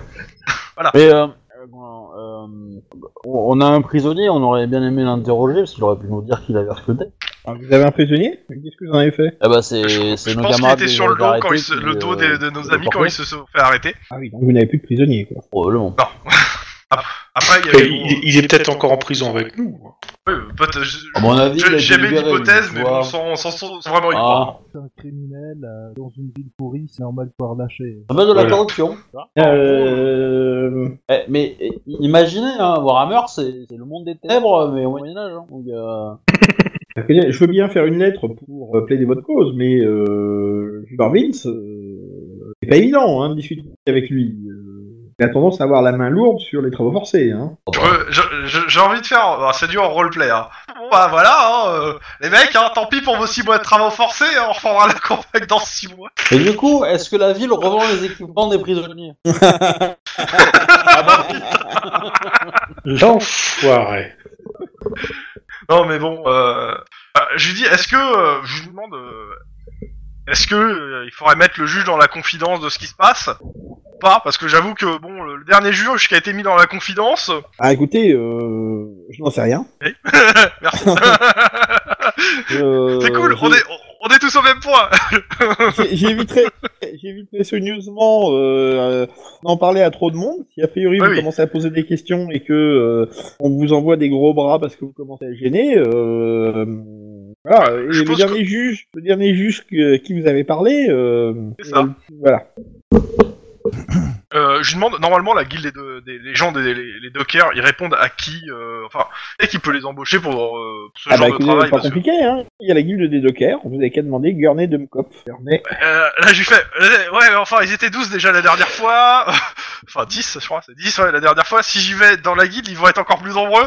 S2: Mais euh, euh, bon, euh, on on a un prisonnier, on aurait bien aimé l'interroger parce qu'il aurait pu nous dire qu'il avait recruté.
S1: Alors, Vous avez un prisonnier Qu'est-ce que vous en avez fait
S2: Eh ben c'est
S4: Je,
S2: c'est
S4: je
S2: nos
S4: pense qu'il
S2: camarades
S4: était
S2: des-
S4: sur le
S2: des
S4: dos, quand
S2: arrêtés
S4: il se-
S2: qui,
S4: le dos
S2: euh,
S4: des- de
S2: qui
S4: nos
S2: l'ont
S4: amis quand
S2: porté,
S4: ils se sont fait arrêter.
S1: Ah oui, donc vous n'avez plus de prisonnier quoi.
S2: Probablement.
S4: Après, il y
S9: Et
S4: avait
S9: il, il est peut-être encore en prison avec nous.
S4: Oui, peut-être, je-
S2: À mon avis,
S4: je-
S2: Ah, il a été
S4: j'aimais
S2: libéré,
S4: l'hypothèse,
S2: tu
S4: mais
S2: vois.
S4: bon, sans, sans, sans- sans vraiment y
S2: Ah.
S4: croire.
S6: C'est un criminel euh, dans une ville pourrie, c'est normal de pouvoir lâcher.
S2: Ça fait de la
S9: Voilà.
S2: corruption. tu vois.
S1: Euh...
S2: Eh, mais eh, imaginez, hein, Warhammer, c'est c'est le monde des ténèbres, mais au Moyen-Âge. Hein, donc, euh,
S1: Je veux bien faire une lettre pour euh, plaider votre cause, mais euh, Gilbert Vince, euh, c'est pas évident hein, de discuter avec lui. Euh, il a tendance à avoir la main lourde sur les travaux forcés. Hein.
S4: Je veux- je- je- J'ai envie de faire, bah, c'est dur en roleplay. Hein. Bon, bah voilà, hein, euh, les mecs, hein, tant pis pour vos 6 mois de travaux forcés, hein, on reprendra la campagne dans 6 mois.
S2: Et du coup, est-ce que la ville revend les équipements des prisonniers
S9: L'enfoiré.
S4: Non, mais bon, euh, euh, je lui dis, est-ce que, euh, je vous demande, euh, est-ce que euh, il faudrait mettre le juge dans la confidence de ce qui se passe Ou Pas, parce que j'avoue que, bon, le, le dernier juge qui a été mis dans la confidence,
S1: Ah, écoutez, euh, je n'en sais rien.
S4: merci.
S1: Euh,
S4: c'est cool,
S1: j'ai-
S4: on est, on est tous au même point.
S1: j'ai- J'éviterai j'éviterai soigneusement euh, euh, d'en parler à trop de monde. Si a priori
S4: Oui,
S1: vous
S4: oui.
S1: commencez à poser des questions et que euh, on vous envoie des gros bras parce que vous commencez à gêner, euh, voilà. Et
S4: je
S1: le
S4: pense
S1: dernier juge, le dernier juge que- qui vous avait parlé, euh,
S4: C'est ça.
S1: euh, voilà.
S4: Euh, je lui demande, normalement, la guilde des, do- des- les gens, des, les, les dockers, ils répondent à qui euh, Enfin, et qui peut les embaucher pour, euh, pour ce
S1: Ah
S4: genre
S1: bah
S4: de
S1: écoutez,
S4: travail
S1: c'est pas
S4: parce que-
S1: compliqué, hein. Il y a la guilde des dockers, vous avez qu'à demander Gurney de Mkop. Gurney.
S4: Euh, Là, j'ai fait, euh, ouais, mais enfin, ils étaient 12 déjà la dernière fois. enfin, 10, je crois, c'est 10, ouais, la dernière fois. Si j'y vais dans la guilde, ils vont être encore plus nombreux.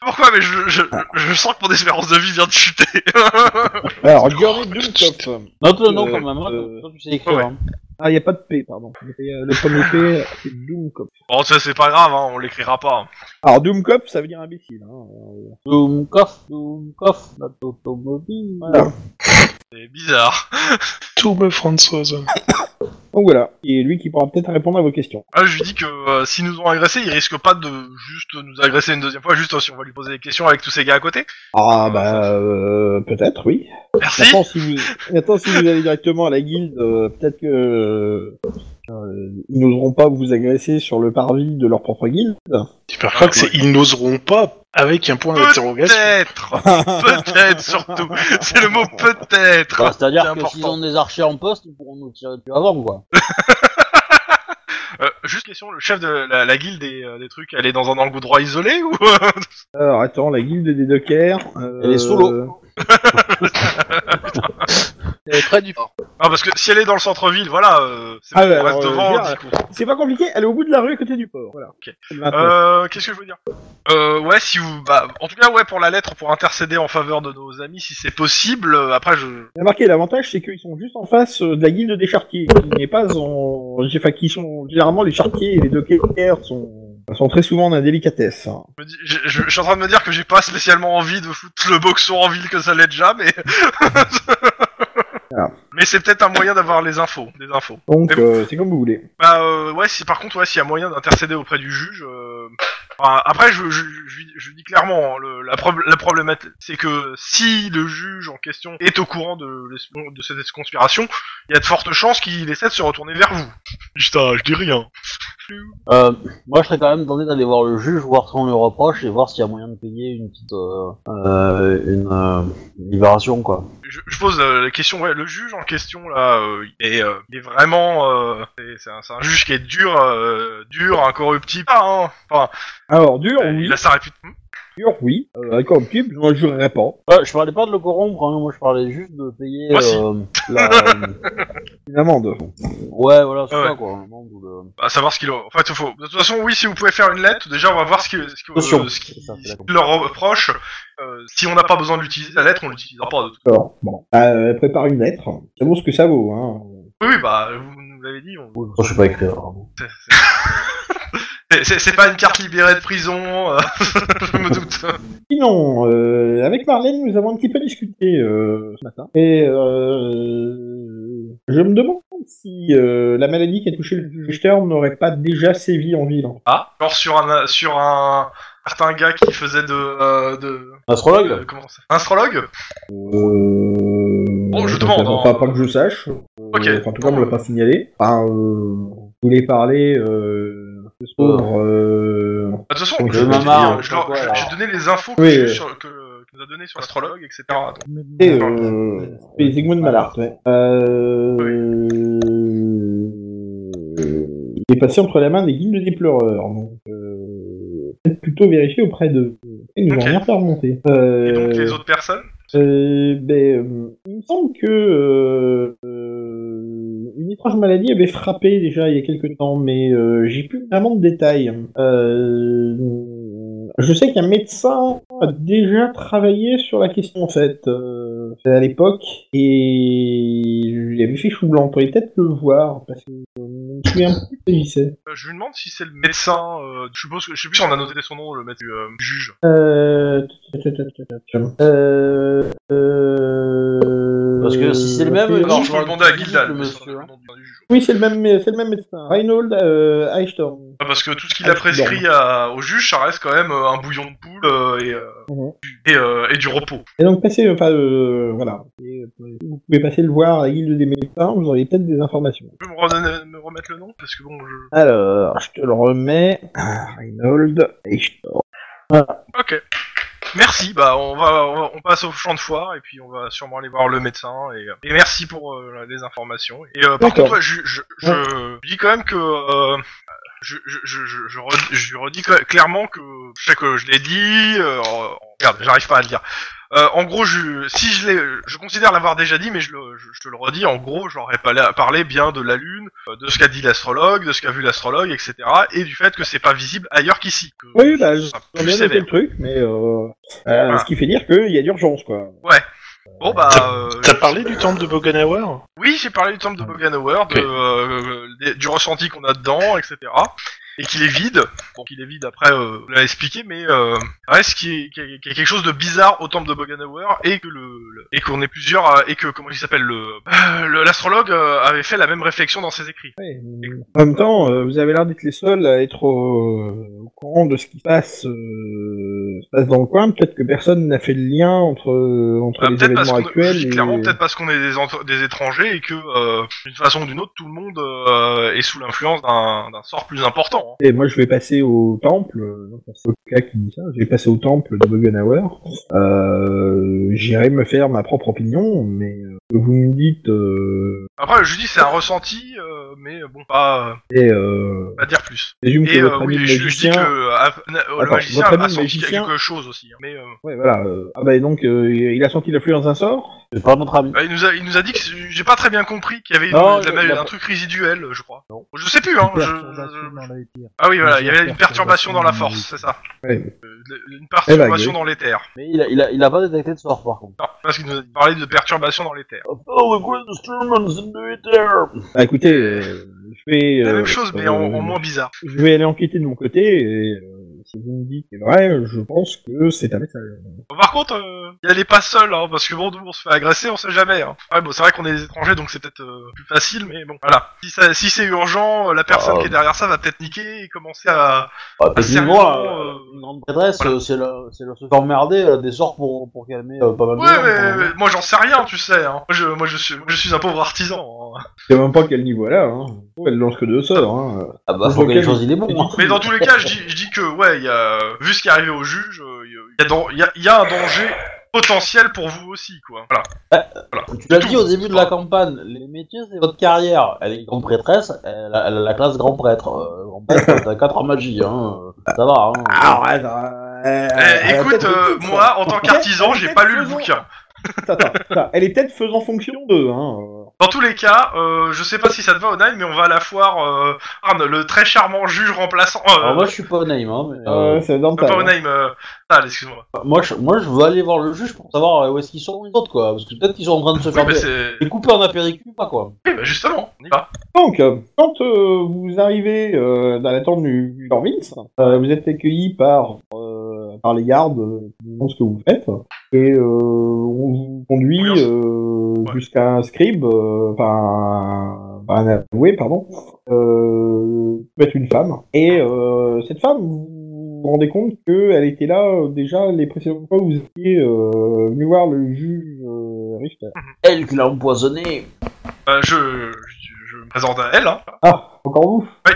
S4: Pourquoi Mais je, je, je sens que mon espérance de vie vient de chuter.
S1: Alors, regardez Dunkov.
S2: Note le nom
S1: Euh,
S2: quand même, hein,
S1: euh,
S2: comme ça, tu sais écrire.
S4: ouais.
S2: hein.
S1: Ah, il a pas de P, pardon. Et, euh, le premier P, c'est Doomkop.
S4: bon, ça c'est pas grave, hein, on l'écrira pas.
S1: Alors, Doomkop, ça veut dire imbécile. Hein. euh,
S2: Doumkov, Doumkov, notre automobile.
S1: Voilà.
S4: C'est bizarre.
S9: Tourbe Françoise.
S1: Donc voilà. Et lui qui pourra peut-être répondre à vos questions.
S4: Ah, je lui dis que euh, s'ils nous ont agressés, ils risquent pas de juste nous agresser une deuxième fois, juste euh, si on va lui poser des questions avec tous ces gars à côté.
S1: Ah, bah, euh, peut-être, oui.
S4: Merci.
S1: Maintenant, si vous, maintenant, si vous allez directement à la guilde, euh, peut-être que euh, euh, ils n'oseront pas vous agresser sur le parvis de leur propre guilde.
S9: Super crack, c'est ils n'oseront pas avec un point d'interrogation.
S4: Peut-être. peut-être surtout. C'est le mot peut-être.
S2: Bah,
S4: c'est
S2: C'est-à-dire que
S4: important.
S2: s'ils ont des archers en poste, ils pourront nous tirer depuis avant, quoi.
S4: Euh, juste question, le chef de la, la guilde des, euh, des trucs, elle est dans un angle droit isolé ou euh,
S1: Alors, attends, la guilde des dockers. euh,
S2: Elle est sous l'eau.
S8: Euh, près du port.
S4: Non, parce que si elle est dans le centre-ville, voilà, euh, c'est
S1: Ah
S4: bon,
S1: ouais,
S4: on reste
S1: alors,
S4: devant.
S1: euh, dire,
S4: on discute.
S1: C'est pas compliqué, elle est au bout de la rue à côté du port. Voilà.
S4: Ok.
S1: C'est le 29.
S4: Euh, qu'est-ce que je veux dire euh, Ouais, si vous, bah, en tout cas, ouais, pour la lettre, pour intercéder en faveur de nos amis, si c'est possible. euh, après, je,
S1: Il y a marqué, l'avantage, c'est qu'ils sont juste en face euh, de la guilde des chartiers, qui n'est pas en... Enfin, qui sont... Généralement, les chartiers et les dockers sont... sont très souvent en indélicatesse. hein.
S4: me dis- je, je- je suis en train de me dire que j'ai pas spécialement envie de foutre le boxon en ville que ça l'est déjà, mais.
S1: Ah.
S4: Mais c'est peut-être un moyen d'avoir les infos, des infos.
S1: Donc,
S4: Mais
S1: euh, c'est comme vous voulez.
S4: Bah euh, ouais, si par contre ouais, s'il y a moyen d'intercéder auprès du juge. euh, enfin, après, je, je, je, je dis clairement, hein, le- la, prob- la problématique, c'est que si le juge en question est au courant de, l'es- de cette conspiration, il y a de fortes chances qu'il essaie de se retourner vers vous. Putain, je dis rien.
S2: Euh, moi, je serais quand même tenté d'aller voir le juge, voir ce qu'on lui reproche et voir s'il y a moyen de payer une petite. euh, euh, une euh, libération, quoi.
S4: Je, je pose euh, la question, ouais, le juge en question là, euh, il, est, euh, il est vraiment, euh, c'est- c'est un, c'est un juge qui est dur, euh, dur, incorruptible. Ah, hein. Enfin,
S1: Alors, dur,
S4: euh,
S1: oui.
S4: il a sa réputation.
S1: Dur, oui. Euh, incorruptible, je ne jurerai pas.
S2: Euh, je parlais pas de le corrompre, hein, moi je parlais juste de payer.
S4: Moi, Ah, si.
S2: euh, la...
S1: Une amende.
S2: Ouais, voilà, c'est
S4: Ah ouais.
S2: ça, quoi. un monde où le-
S4: À savoir ce qu'il a. En fait, il faut. De toute façon, oui, si vous pouvez faire une lettre, déjà, on va voir ce qu'il ce qu'il-
S2: Caution.
S4: euh, ce qu'il-
S2: C'est ça, c'est la
S4: ce qu'il leur reproche. Euh, si on n'a pas besoin d'utiliser la lettre, on l'utilisera pas. de toute façon.
S1: Alors, bon. Euh, elle prépare une lettre. Ça vaut ce que ça vaut, hein.
S4: Oui, oui, bah, vous nous l'avez dit. on-
S2: Moi, je sais pas écrire. hein.
S4: c'est- C'est c'est pas une carte libérée de prison. euh, je me doute.
S1: Sinon, euh, avec Marlène, nous avons un petit peu discuté euh, ce matin. Et euh, je me demande si euh, la maladie qui a touché le juge Stern n'aurait pas déjà sévi en ville.
S4: Ah, genre sur un sur un certain gars qui faisait de euh, de
S2: Astrologue
S4: euh, comment ça un astrologue.
S1: Euh...
S4: Bon, je demande,
S1: Enfin,
S4: hein.
S1: pas que je sache. Euh,
S4: Ok.
S1: enfin, en tout cas, on me l'a pas signalé. Enfin, euh, je voulais parler euh, de ce pauvre... euh,
S4: Bah, De toute façon,
S1: Donc,
S4: je,
S1: je
S4: je,
S2: m'amarre,
S4: je leur-
S2: je sais pas,
S4: je- j'ai
S2: alors.
S4: donné les infos que,
S1: Oui,
S4: j'ai
S1: euh.
S4: sur- que- que nous a donné sur l'astrologue, etc. Donc,
S1: Et, euh, et Zygmunt Malart, ouais. Euh, Il est passé entre la main des guildes des pleureurs, donc euh, peut-être plutôt vérifier auprès de. Ils nous
S4: Ok.
S1: ont rien fait remonter.
S4: Et donc
S1: Euh,
S4: les autres personnes.
S1: euh, ben, euh, il me semble que euh, euh, une étrange maladie avait frappé déjà il y a quelques temps, mais euh, j'ai plus vraiment de détails. Euh, je sais qu'un médecin a déjà travaillé sur la question en fait euh, à l'époque et il avait fait chou blanc. On pourrait peut-être le voir parce que euh, je me souviens plus de qui c'est.
S4: Euh, je lui demande si c'est le médecin. euh, je suppose que je sais plus si on a noté son nom, le maître du euh, juge.
S1: Euh, euh, euh,
S2: Parce que si c'est le même,
S1: euh,
S2: il va
S4: Non, je peux
S2: Ouais,
S4: demander à
S2: le
S4: Gildal.
S2: juge,
S4: mais
S2: le
S4: c'est
S2: monsieur,
S4: pas le nom du juge.
S1: Oui, c'est le même, c'est le même médecin. Reinhold euh, Eichhorn.
S4: Ah, Parce que tout ce qu'il a prescrit à- au juge, ça reste quand même euh, un bouillon de poule euh, et, euh,
S1: Mhm.
S4: du- et, euh, et du repos.
S1: Et donc, passez, enfin, euh, voilà. Et, euh, vous pouvez passer le voir à la guilde des médecins, vous aurez peut-être des informations.
S4: Tu peux me, redonner- me remettre le nom Parce que bon, je.
S1: Alors, je te le remets. Ah, Reinhold Eichhorn.
S4: Ok. Merci, bah on va, on va- on passe au champ de foire et puis on va sûrement aller voir le médecin et, euh, et merci pour euh, les informations. Et euh, par
S1: D'accord.
S4: contre, ouais, je, je, je- je dis quand même que euh, je, je, je, je, je re- je lui redis cla- clairement que je sais que je l'ai dit. euh, regarde, j'arrive pas à le dire. Euh, en gros, je, si je l'ai, je considère l'avoir déjà dit, mais je, le- je- je te le redis. En gros, j'aurais pas parlé bien de la lune, euh, de ce qu'a dit l'astrologue, de ce qu'a vu l'astrologue, etc., et du fait que c'est pas visible ailleurs qu'ici. que
S1: Oui, bah,
S4: ça sera
S1: On
S4: plus
S1: bien noté
S4: sévère. Ah.
S1: le truc, mais euh, euh,
S4: Voilà.
S1: ce qui fait dire qu'il y a d'urgence, quoi.
S4: Bon bah. euh,
S9: T'as parlé du temple de Boganauer
S4: Oui, j'ai parlé du temple de Boganauer, de, euh, euh, des- du ressenti qu'on a dedans, etc. Et qu'il est vide. Bon, qu'il est vide après, euh, on l'a expliqué, mais euh, reste qu'il y, a- qu'il y a qu'il y a quelque chose de bizarre au temple de Boganauer et que le, le- et qu'on est plusieurs à- et que comment il s'appelle le euh, le- l'astrologue euh, avait fait la même réflexion dans ses écrits.
S1: En même temps, euh, vous avez l'air d'être les seuls à être euh, au, au courant de ce qui se passe, euh, se passe dans le coin. Peut-être que personne n'a fait le lien entre, entre
S4: Euh,
S1: les
S4: peut-être parce
S1: événements
S4: qu'on je
S1: actuels
S4: dis
S1: et...
S4: clairement peut-être parce qu'on est des, entre- des étrangers et que euh, d'une façon ou d'une autre tout le monde euh, est sous l'influence d'un d'un sort plus important. hein.
S1: Et moi, je vais passer au temple. euh, donc, C'est le cas qui dit ça. Je vais passer au temple de Bogenhauer. Euh, J'irai me faire ma propre opinion, mais euh, vous me dites euh,
S4: Après, je dis c'est un ressenti, euh, mais euh, bon, pas
S1: et euh,
S4: pas dire plus.
S1: je présume que
S4: Et euh,
S1: votre ami
S4: oui,
S1: le
S4: je, je dis
S1: magicien.
S4: que euh, ah, na- euh, le
S1: Attends,
S4: magicien
S1: votre ami
S4: a
S1: le
S4: senti
S1: magicien-
S4: quelque chose aussi. hein, Mais euh,
S1: Ouais, voilà. euh, Ah bah donc, euh, il a senti l'influence d'un sort.
S2: C'est pas notre ami.
S4: bah, il, nous a, il nous a dit que c'est- j'ai pas très bien compris qu'il y avait une-
S2: Non,
S4: de la-
S2: il a-
S4: un truc résiduel, je crois. Je sais plus, hein. je-
S7: Perturbation
S4: je-
S7: dans l'œil pire.
S4: Ah oui, voilà, il y avait une
S7: Une
S4: perturbation dans la
S7: perturbation
S4: force, c'est ça.
S1: Ouais. Eh ben,
S4: Euh, de- Une perturbation
S1: oui.
S4: dans l'éther.
S2: Mais il a, il, a, il a pas détecté de sort par contre.
S4: Non, parce qu'il nous a parlé de perturbation dans l'éther.
S2: Oh, the great instruments in the ether.
S1: Bah écoutez, euh, je vais.
S4: La
S1: euh,
S4: même chose, mais en,
S1: euh,
S4: en moins bizarre.
S1: Je vais aller enquêter de mon côté et euh, si vous me dites que c'est vrai, je pense que c'est un message.
S4: Bon, Par contre, euh, y aller pas seul, hein, parce que bon, nous, on se fait agresser, on sait jamais. Hein. Ouais, bon, c'est vrai qu'on est des étrangers, donc c'est peut-être euh, plus facile, mais bon, voilà. Si, ça- si c'est urgent, euh, la personne
S2: Ah,
S4: qui est derrière ça va peut-être niquer et commencer à...
S2: Bah, techniquement,
S4: sérieusement,
S2: euh,
S4: euh,
S2: une grande prêtresse,
S4: voilà.
S2: euh, c'est le, c'est le se faire emmerder euh, des sorts pour, pour calmer euh, pas mal
S4: Ouais,
S2: de gens.
S4: mais mais moi j'en sais rien, tu sais. Hein. Moi, je, moi, je suis, moi, je suis un pauvre artisan. hein.
S1: Je sais même pas quel niveau elle a. Hein. Elle lance que deux sorts. Hein.
S2: Ah bah,
S1: Dans
S2: faut
S1: lequel-
S2: quelque chose, il est bon. hein.
S4: Mais dans tous les cas, je dis, je dis que, ouais, il y a, vu ce qui est arrivé au juge, euh, il y a, dan- il y a- il y a un danger potentiel pour vous aussi, quoi. Voilà. voilà.
S2: Tu l'as
S4: Tout.
S2: dit au début de la campagne, les métiers c'est votre carrière. Elle est grande prêtresse, elle a, elle a la classe grand prêtre. Euh, grand prêtre, t'as 4 en magie, hein. euh, ça va.
S1: Ah,
S2: Hein.
S4: Ah.
S1: arrête. euh,
S4: Eh,
S1: elle a
S4: écoute,
S1: peut-être le
S4: euh,
S1: titre.
S4: moi, en tant qu'artisan,
S1: Peut-être-
S4: j'ai pas lu le
S1: faisons-
S4: bouquin.
S1: Attends, attends, attends, Elle est peut-être faisant fonction d'eux. Hein.
S4: Dans tous les cas, euh, je sais pas si ça te va, Onaï, mais on va à la foire euh, Arne, le très charmant juge remplaçant. euh,
S2: Alors moi je suis pas au name, hein, mais, euh,
S1: Euh, c'est dans
S4: pas
S1: ta.
S4: Onaïm, euh, Tal, excuse-moi.
S2: moi, je, moi je veux aller voir le juge pour savoir euh, où est-ce qu'ils sont les autres quoi. Parce que peut-être qu'ils sont en train de se
S4: Oui,
S2: faire
S4: mais
S2: dé-
S4: c'est.
S2: découper en apéritif ou pas quoi.
S4: Oui, bah, justement, on y va.
S1: Donc, euh, quand euh, vous arrivez euh, dans la tente du, du Lord Vince, euh, vous êtes accueillis par, euh, par les gardes euh, qui vous demandent ce que vous faites, et euh, on vous conduit
S4: Oui, on s-
S1: euh,
S4: Ouais.
S1: jusqu'à un scribe, euh, enfin un- un avoué, pardon, euh, qui va être une femme. Et euh, cette femme, vous vous rendez compte qu'elle était là euh, déjà les précédentes fois où vous étiez euh, venu voir le juge euh, Richter.
S2: Elle qui l'a empoisonné.
S4: Bah, je, je, je me présente à elle, hein.
S1: Ah, encore vous
S4: Oui.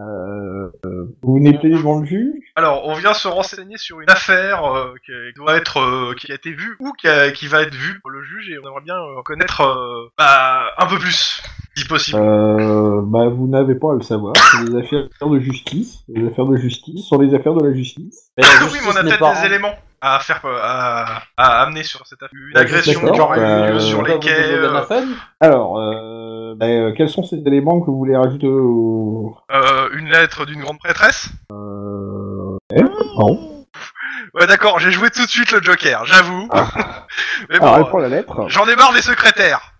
S1: Euh, euh, vous venez plaider devant le juge
S4: Alors, on vient se renseigner sur une affaire euh, qui doit être, euh, qui a été vue ou qui, a- qui va être vue par le juge et on aimerait bien euh, en connaître euh, bah, un peu plus, si possible.
S1: Euh, bah, vous n'avez pas à le savoir. C'est des affaires de justice. Les affaires de justice sont les affaires de la justice.
S2: Mais la
S4: Ah oui,
S2: justice
S4: mais on a
S2: n'est
S4: peut-être
S2: pas
S4: des
S2: en-
S4: éléments à faire, euh, à, à amener sur cette affaire. Une
S2: Bah,
S4: agression
S1: d'accord,
S4: qui aurait eu lieu
S1: bah,
S4: sur les
S2: Pas vous
S4: quais.
S2: de
S4: euh,
S2: Boganhafen
S1: Alors, euh, bah, euh, quels sont ces éléments que vous voulez rajouter au...
S4: euh, une lettre d'une grande prêtresse.
S1: Euh... eh, pardon.
S4: Ouais, d'accord, j'ai joué tout de suite le Joker, j'avoue. mais
S1: Alors, Ah, elle
S4: bon,
S1: prend la lettre.
S4: j'en ai marre des secrétaires.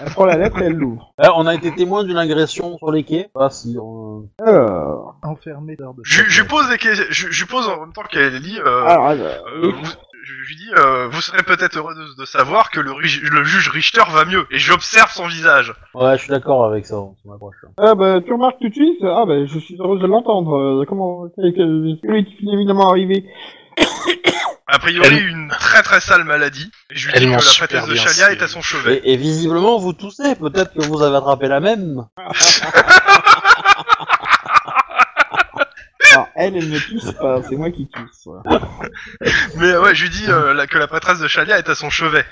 S1: Elle prend la lettre et elle l'ouvre.
S2: Eh, on a été témoin d'une agression sur les quais. Ah, si, on-
S1: Alors,
S7: Enfermé d'heures de
S4: Je je lui pose des questions, je je lui pose en même temps qu'elle lit. euh,
S1: alors, euh,
S4: Euh, vous- je je lui dis, euh, vous serez peut-être heureux de, de savoir que le, ri- le juge Richter va mieux. Et j'observe son visage.
S2: Ouais, je suis d'accord avec ça. On m'approche.
S1: ah, bah, tu remarques tout de suite. Ah, bah, je suis heureuse de l'entendre. Euh, Comment quel- quel- quel est-il évidemment arrivé
S4: A priori,
S9: Elle-
S4: une très très sale maladie. Et je lui
S9: Elle
S4: dis que
S9: ment
S4: la
S9: super
S4: prêtresse de
S9: bien,
S4: Chalia
S9: c'est-
S4: est à son chevet.
S2: Et, et visiblement, vous toussez. Peut-être que vous avez attrapé la même.
S1: Alors, elle, elle ne tousse pas. C'est moi qui tousse.
S4: Mais euh, ouais, je lui dis euh, la- que la prêtresse de Chalia est à son chevet.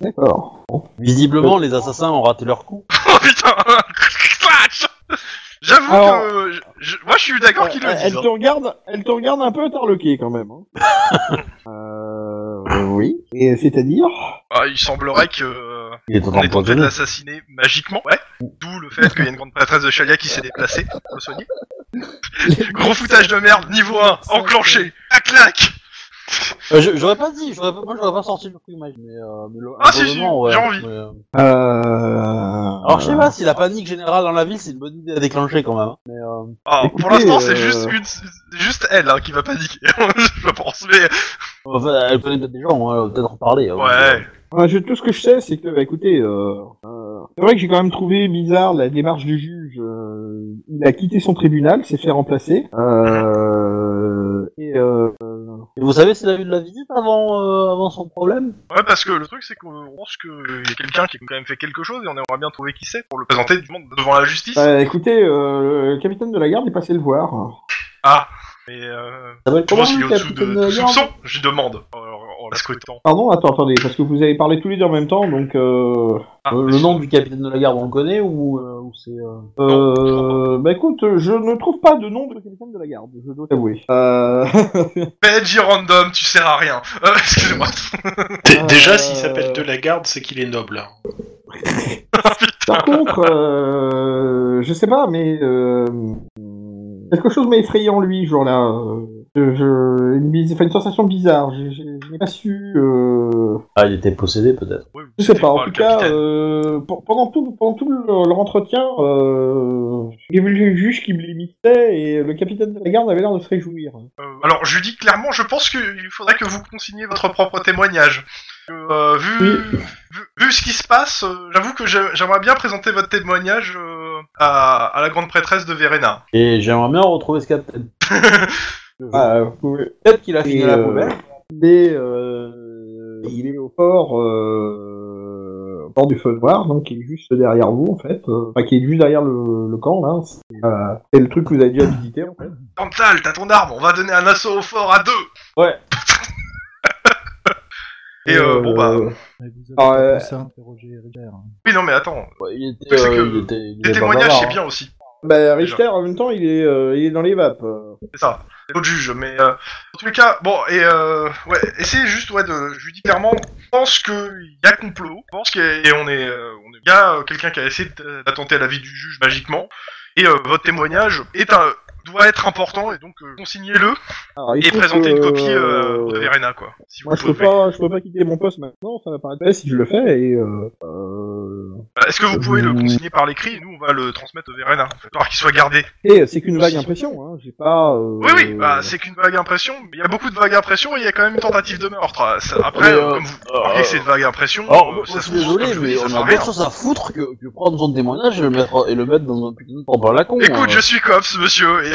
S1: D'accord.
S2: Visiblement, les assassins ont raté leur coup.
S4: Oh putain Vache J'avoue
S1: Alors-
S4: que. je- moi, je suis d'accord qu'ils le
S1: Euh,
S4: hein.
S1: elle,
S4: disent.
S1: te regarde, elle te regarde un peu tarlequé quand même. hein. euh, oui. Et c'est-à-dire
S4: Ah, il semblerait que. euh,
S2: Il est en
S4: On
S2: train de
S4: est tenté de
S2: poisonner.
S4: l'assassiner magiquement, ouais. D'où le fait qu'il y a une grande prêtresse de Chalia qui s'est déplacée pour le soigner. Gros foutage de merde, niveau 1, enclenché, à claque
S2: Euh, je- J'aurais pas dit, j'aurais pas, moi j'aurais pas sorti le coup image, mais, euh, mais le-
S4: Ah,
S2: un
S4: si,
S2: raisonnement,
S4: si,
S2: ouais,
S4: j'ai envie.
S2: mais, euh,
S1: euh... Alors euh,
S2: Alors je sais pas si la panique générale dans la ville c'est une bonne idée à déclencher quand même. hein. Mais, euh,
S1: Écoutez,
S4: Alors, Ah, Pour l'instant,
S1: euh,
S4: c'est juste, une- c'est juste elle hein, qui va paniquer, je pense, mais.
S2: enfin, elle connaît peut-être des gens, hein, elle va peut-être en parler. hein.
S4: Ouais.
S1: Ouais, je- tout ce que je sais, c'est que, bah, écoutez, euh, euh, c'est vrai que j'ai quand même trouvé bizarre la démarche du juge. euh, il a quitté son tribunal, s'est fait remplacer. Euh, et euh,
S2: Et vous savez s'il a eu de la visite avant, euh, avant son problème
S4: Ouais, parce que le truc, c'est qu'on pense qu'il y a quelqu'un qui a quand même fait quelque chose et on aimerait bien trouver qui c'est pour le présenter du monde devant la justice.
S1: bah, écoutez, euh, le capitaine de la garde est passé le voir.
S4: Ah Mais. Euh,
S2: Ça s'appelle
S4: je
S2: comment
S4: pense qu'il est
S2: le
S4: au-dessous de,
S2: capitaine
S4: de
S2: de garde
S4: soupçon, je demande. Oh, en- En en
S2: Bah,
S4: la scrutant.
S1: Pardon, attends, attendez, parce que vous avez parlé tous les deux en même temps, donc euh,
S4: Ah,
S2: Euh, Le nom du capitaine de la garde on le connaît ou, euh, ou c'est... euh,
S1: euh, bah écoute, je ne trouve pas de nom de capitaine de la garde, je dois t'avouer. Euh,
S4: PNJ random, tu sers à rien. Euh, excusez-moi.
S9: Dé-
S1: Euh,
S9: Déjà, s'il s'appelle De la Garde, c'est qu'il est noble. hein.
S1: Par contre, euh, je sais pas, mais euh, quelque chose m'a effrayé en lui, genre là. euh, Je, je- une, bise- enfin, une sensation bizarre. Je, je- je n'ai pas su. euh,
S2: Ah il était possédé peut-être.
S4: Oui, vous
S1: je sais
S4: savez
S1: pas. En
S4: le
S1: tout cas,
S4: capitaine.
S1: euh, pour- pendant tout pendant tout le- leur entretien, euh, j'ai vu le juge qui me limitait et le capitaine de la garde avait l'air de se réjouir.
S4: Euh, alors, je dis clairement, je pense qu'il faudrait que vous consigniez votre propre témoignage. Euh, vu, vu, vu ce qui se passe, euh, j'avoue que j'ai- j'aimerais bien présenter votre témoignage euh, à, à la grande prêtresse de Verena.
S2: Et j'aimerais bien retrouver ce capitaine.
S1: Ah, vous pouvez-
S2: Peut-être qu'il a fini
S1: Et,
S2: à la
S1: euh,
S2: poubelle.
S1: Il est, euh, il est au port, euh, au port du feu noir, donc qui est juste derrière vous en fait, euh, enfin qui est juste derrière le, le camp là. C'est euh, c'est le truc que vous avez déjà visité en fait.
S4: Tantal, t'as ton arme, on va donner un assaut au fort à deux
S2: Ouais.
S4: Et euh, bon bah...
S6: Mais vous avez
S1: Alors,
S6: pas
S1: euh,
S6: pensé à interroger Richter. hein.
S4: Oui, non mais attends,
S2: Ouais, il était...
S4: truc, c'est
S2: euh,
S4: que
S2: il était, il
S4: les
S2: était pas
S4: témoignages
S2: bavard,
S4: c'est
S2: hein.
S4: bien aussi,
S1: Bah, Richter en même temps il est, euh, il est dans les vapes. euh.
S4: c'est ça. C'est l'autre juge, mais... Euh, en tous les cas, bon, et euh, ouais, essayez juste, ouais, de, je lui dis clairement, je pense qu'il y a complot, je pense qu'il y a- et on est, euh, on est, il y a euh, quelqu'un qui a essayé de- d'attenter à la vie du juge magiquement, et euh, votre témoignage est un, doit être important, et donc euh, consignez-le,
S1: Alors, il
S4: et
S1: faut
S4: présentez
S1: que,
S4: une copie euh, de
S1: euh,
S4: Verena, quoi. Si
S1: Moi
S4: vous
S1: je peux
S4: pouvez.
S1: pas, je peux pas quitter mon poste maintenant, ça va paraître bête si je le fais et. Euh, euh,
S4: Euh, Est-ce que vous pouvez le consigner par l'écrit, et nous on va le transmettre à Verena, pour qu'il soit gardé.
S1: Et c'est qu'une vague impression, hein. J'ai pas. euh,
S4: Oui, oui, bah, c'est qu'une vague impression, mais il y a beaucoup de vagues impressions, et il y a quand même une tentative de meurtre. Ça- Après,
S2: Mais,
S4: euh,
S2: euh,
S4: comme vous
S2: euh,
S4: remarquez que c'est une vague impression,
S2: Alors,
S4: euh,
S2: moi, je
S4: ça se
S2: suis
S4: trouve,
S2: désolé,
S4: je vous dis,
S2: mais
S4: ça
S2: on
S4: sert à
S2: a
S4: rien.
S2: d'autres choses à foutre que, que prendre son témoignage et le mettre, et le mettre dans un putain de temps par la con.
S4: Écoute,
S2: hein.
S4: je suis cops, monsieur. et-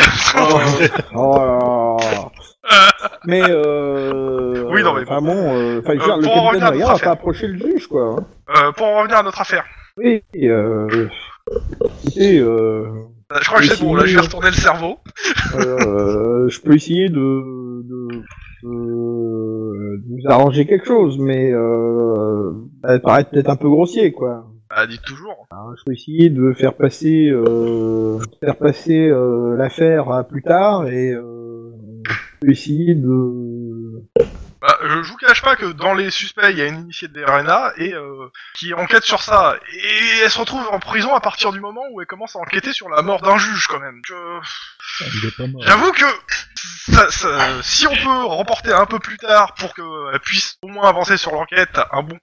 S1: Oh là là. mais euh...
S4: Oui, non, mais bon.
S1: enfin bon, euh, enfin, je veux
S4: Euh,
S1: dire, le
S4: pour en revenir
S1: capitaine
S4: à notre
S1: Maillard a
S4: affaire.
S1: pas approché le juge, quoi. hein.
S4: Euh, pour en revenir à notre affaire,
S1: Oui, et, euh... écoutez, euh...
S4: je crois que
S1: Oui,
S4: c'est
S1: si,
S4: bon, là je vais
S1: oui.
S4: retourner le cerveau.
S1: euh, je peux essayer de... de... euh, de... de vous arranger quelque chose, mais euh... ça paraît peut-être un peu grossier, quoi.
S4: Bah, dites toujours.
S1: Hein, Je peux essayer de faire passer, euh, faire passer euh, l'affaire à plus tard et euh, je peux essayer de.
S4: Bah, je je vous cache pas que dans les suspects, il y a une initiée de RNA et euh, qui enquête sur ça. Et elle se retrouve en prison à partir du moment où elle commence à enquêter sur la mort d'un juge, quand même. Je-
S6: Il est pas mort.
S4: J'avoue que ça- ça- si on peut remporter un peu plus tard pour qu'elle puisse au moins avancer sur l'enquête, un bon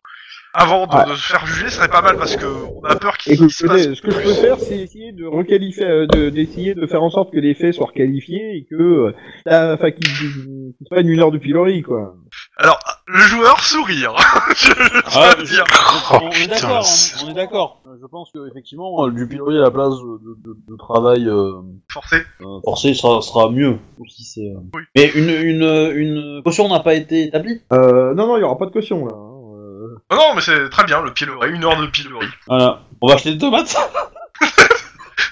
S4: avant de,
S1: Ouais.
S4: de se faire juger, ce serait pas mal parce que on a peur qu'il
S1: Écoute,
S4: se passe.
S1: ce que je peux faire, c'est essayer de requalifier, euh, de- d'essayer de faire en sorte que les faits soient requalifiés et que, euh, la- enfin, qu'ils qu'ils se prennent une heure de pilori, quoi.
S4: Alors, le joueur sourire. je
S2: Ah,
S4: je veux dire. Oh,
S2: On est
S9: putain,
S2: d'accord,
S9: c'est-
S2: on, on est d'accord. Euh, Je pense que effectivement, euh, du pilori à la place de, de- de travail euh,
S4: Forcé.
S2: euh, forcé sera, sera mieux. Ou si c'est, euh,
S4: Oui.
S2: Mais une, une, une caution n'a pas été établie.
S1: Euh, non, non, il y aura pas de caution là. hein, euh.
S4: Non, Oh non, mais c'est très bien, le pilori, une heure de pilori.
S2: Voilà. On va acheter des tomates.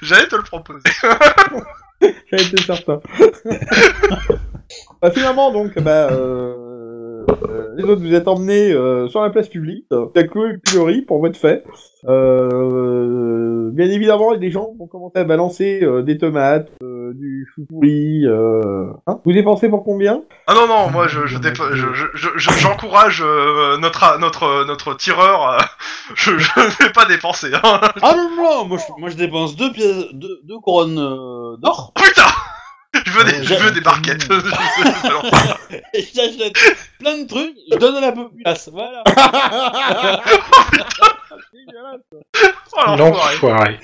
S4: J'allais te le proposer.
S1: J'en étais certain. bah, finalement, donc, bah, euh, euh, les autres vous êtes emmenés euh, sur la place publique, euh, t'as Chloé Pilori pour voie de fait. Euh, bien évidemment, les gens vont commencer à balancer euh, des tomates, euh, du chou pourri. Euh, hein vous dépensez pour combien
S4: Ah non, non, moi je, je dépla- je- je- je- je- j'encourage euh, notre, a- notre, notre tireur, euh, je, je ne vais pas dépenser. hein.
S2: Ah non, non, non, moi je, moi je dépense deux pièces, deux, deux couronnes euh, d'or.
S4: Putain Je veux des,
S2: Euh,
S4: je
S2: j'ai-
S4: veux des barquettes.
S2: Et j'achète plein de trucs, je donne à la populace. Voilà. Ah,
S4: Oh,
S9: Ah,
S4: l'enfoiré.
S9: L'enfoiré.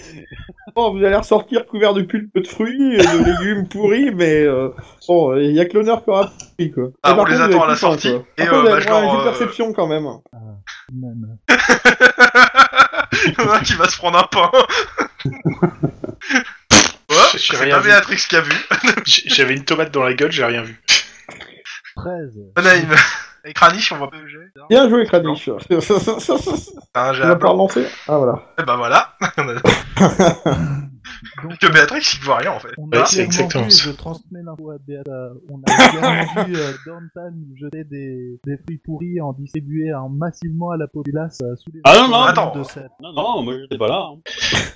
S1: Bon, Oh, vous allez ressortir couvert de pulpe de fruits, et de légumes pourris, mais euh, bon, il y a que l'honneur qui aura pris quoi.
S4: Ah,
S1: Et par
S4: on les
S1: vous
S4: attend
S1: avez
S4: à la
S1: tout faim,
S4: sortie,
S1: quoi.
S4: et,
S1: Par contre,
S4: euh,
S1: vous avez
S4: bah, je
S1: droit à
S4: leur,
S1: une
S4: euh,
S1: perception quand même.
S6: Même.
S4: Il y en a un qui va se prendre un pain. Ouais,
S9: J'ai- j'ai
S4: c'est
S9: rien
S4: pas
S9: vu.
S4: Béatrix qui a vu.
S9: J'ai- J'avais une tomate dans la gueule, j'ai rien vu.
S6: 13.
S4: On a une- Avec Ranish, on va pas juger.
S1: Bien joué, Kranich.
S4: Hein, j'ai
S1: Tu
S4: un
S1: vas pas
S4: blanc.
S1: relancer Ah voilà.
S4: Eh ben voilà. que Béatrix, il voit rien en fait.
S6: On
S9: Ouais,
S6: a
S9: c'est
S6: clairement
S9: exactement
S6: vu,
S9: ça.
S6: Je transmets l'info à Beata. On a clairement vu euh, Downtown nous jeter des, des fruits pourris en distribuer en massivement à la populace euh, sous les
S2: Ah non, non,
S4: attends.
S6: de cette.
S2: Non, non, moi j'étais pas là. hein.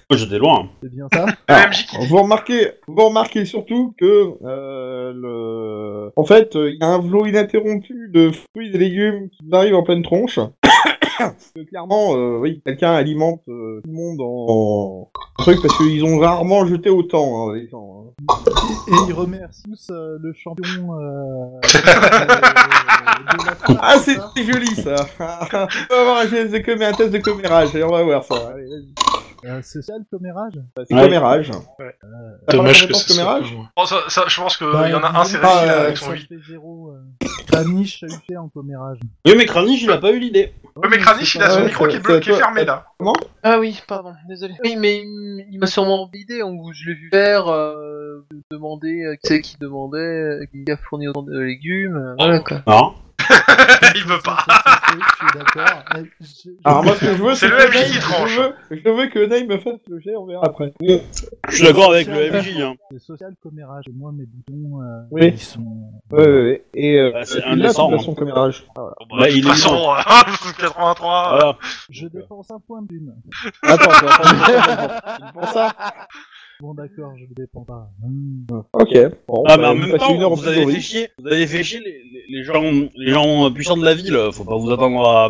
S2: Moi j'étais loin.
S6: C'est bien ça
S1: Alors,
S4: MJ qui-
S1: vous remarquez, vous remarquez surtout que, euh, le... en fait, euh, il y a un flot inatterrompu de fruits et légumes qui vous arrivent en pleine tronche. Que clairement, euh, oui, quelqu'un alimente euh, tout le monde en, en truc parce qu'ils ont rarement jeté autant. hein, les gens, hein.
S6: Et ils remercient tous euh, le champion euh, euh, de la salle.
S1: Ah, c'est c'est joli ça. on va avoir un test de, comé- un test de commérage et on va voir ça. Allez, vas-y.
S6: Euh, C'est ça le commérage
S1: Bah, C'est
S2: Ouais.
S1: commérage.
S4: Euh,
S1: T'as pas la
S9: Dommage que
S1: compétence
S9: ce soit
S1: commérage
S9: pas moi.
S4: Oh, ça- ça, je pense qu'il y en a un, c'est
S1: Bah,
S6: Bah,
S1: pas,
S4: Régis
S1: euh,
S4: avec son
S6: son
S4: huit.
S6: fait zéro. euh, La niche a eu fait en commérage.
S2: Oui, mais Kranich, il a pas eu l'idée.
S4: Le mec Ranish, il a son
S1: Ouais,
S4: micro
S1: c'est-
S4: qui est bleu-
S1: c'est
S4: qui est
S1: toi.
S4: fermé là.
S8: Ah oui, pardon, désolé. Oui, mais il m- il m'a sûrement bidé, en gros, je l'ai vu faire, euh, demander, euh, qui c'est qui demandait, euh, qui a fourni autant de légumes, euh, voilà quoi.
S2: Non.
S4: Il veut pas.
S6: Je suis d'accord. mais je-
S1: Alors moi ce que je veux c'est
S4: C'est le
S1: que
S4: MJ qui
S1: Ney-
S4: tranche.
S1: Je veux, je veux que Ney me fasse le jet, on verra après.
S2: Je suis d'accord avec le MJ. Hein.
S6: C'est social commérage. Et moi, mes boutons, euh,
S1: Oui.
S6: ils sont.
S1: Ouais, ouais, ouais. Et euh,
S2: Bah, c'est
S1: tu l'as,
S2: indécent,
S1: tu l'as
S2: hein.
S1: son commérage.
S2: Bah, il
S4: De
S2: est Ah,
S4: toute façon, euh, 83.
S2: Voilà.
S6: Je dépense un point d'une.
S1: Attends, attends, attends, attends. pour ça.
S6: Bon, d'accord, je le dépense pas. Hmm.
S1: Ok. Bon,
S2: Ah, mais
S1: bah,
S2: en
S1: vous
S2: même
S1: passez
S2: temps,
S1: une heure en
S2: vous avez fait
S1: pilori.
S2: chier, vous avez fait chier les, les- les gens, les gens euh, puissants de la ville. Faut pas vous attendre à,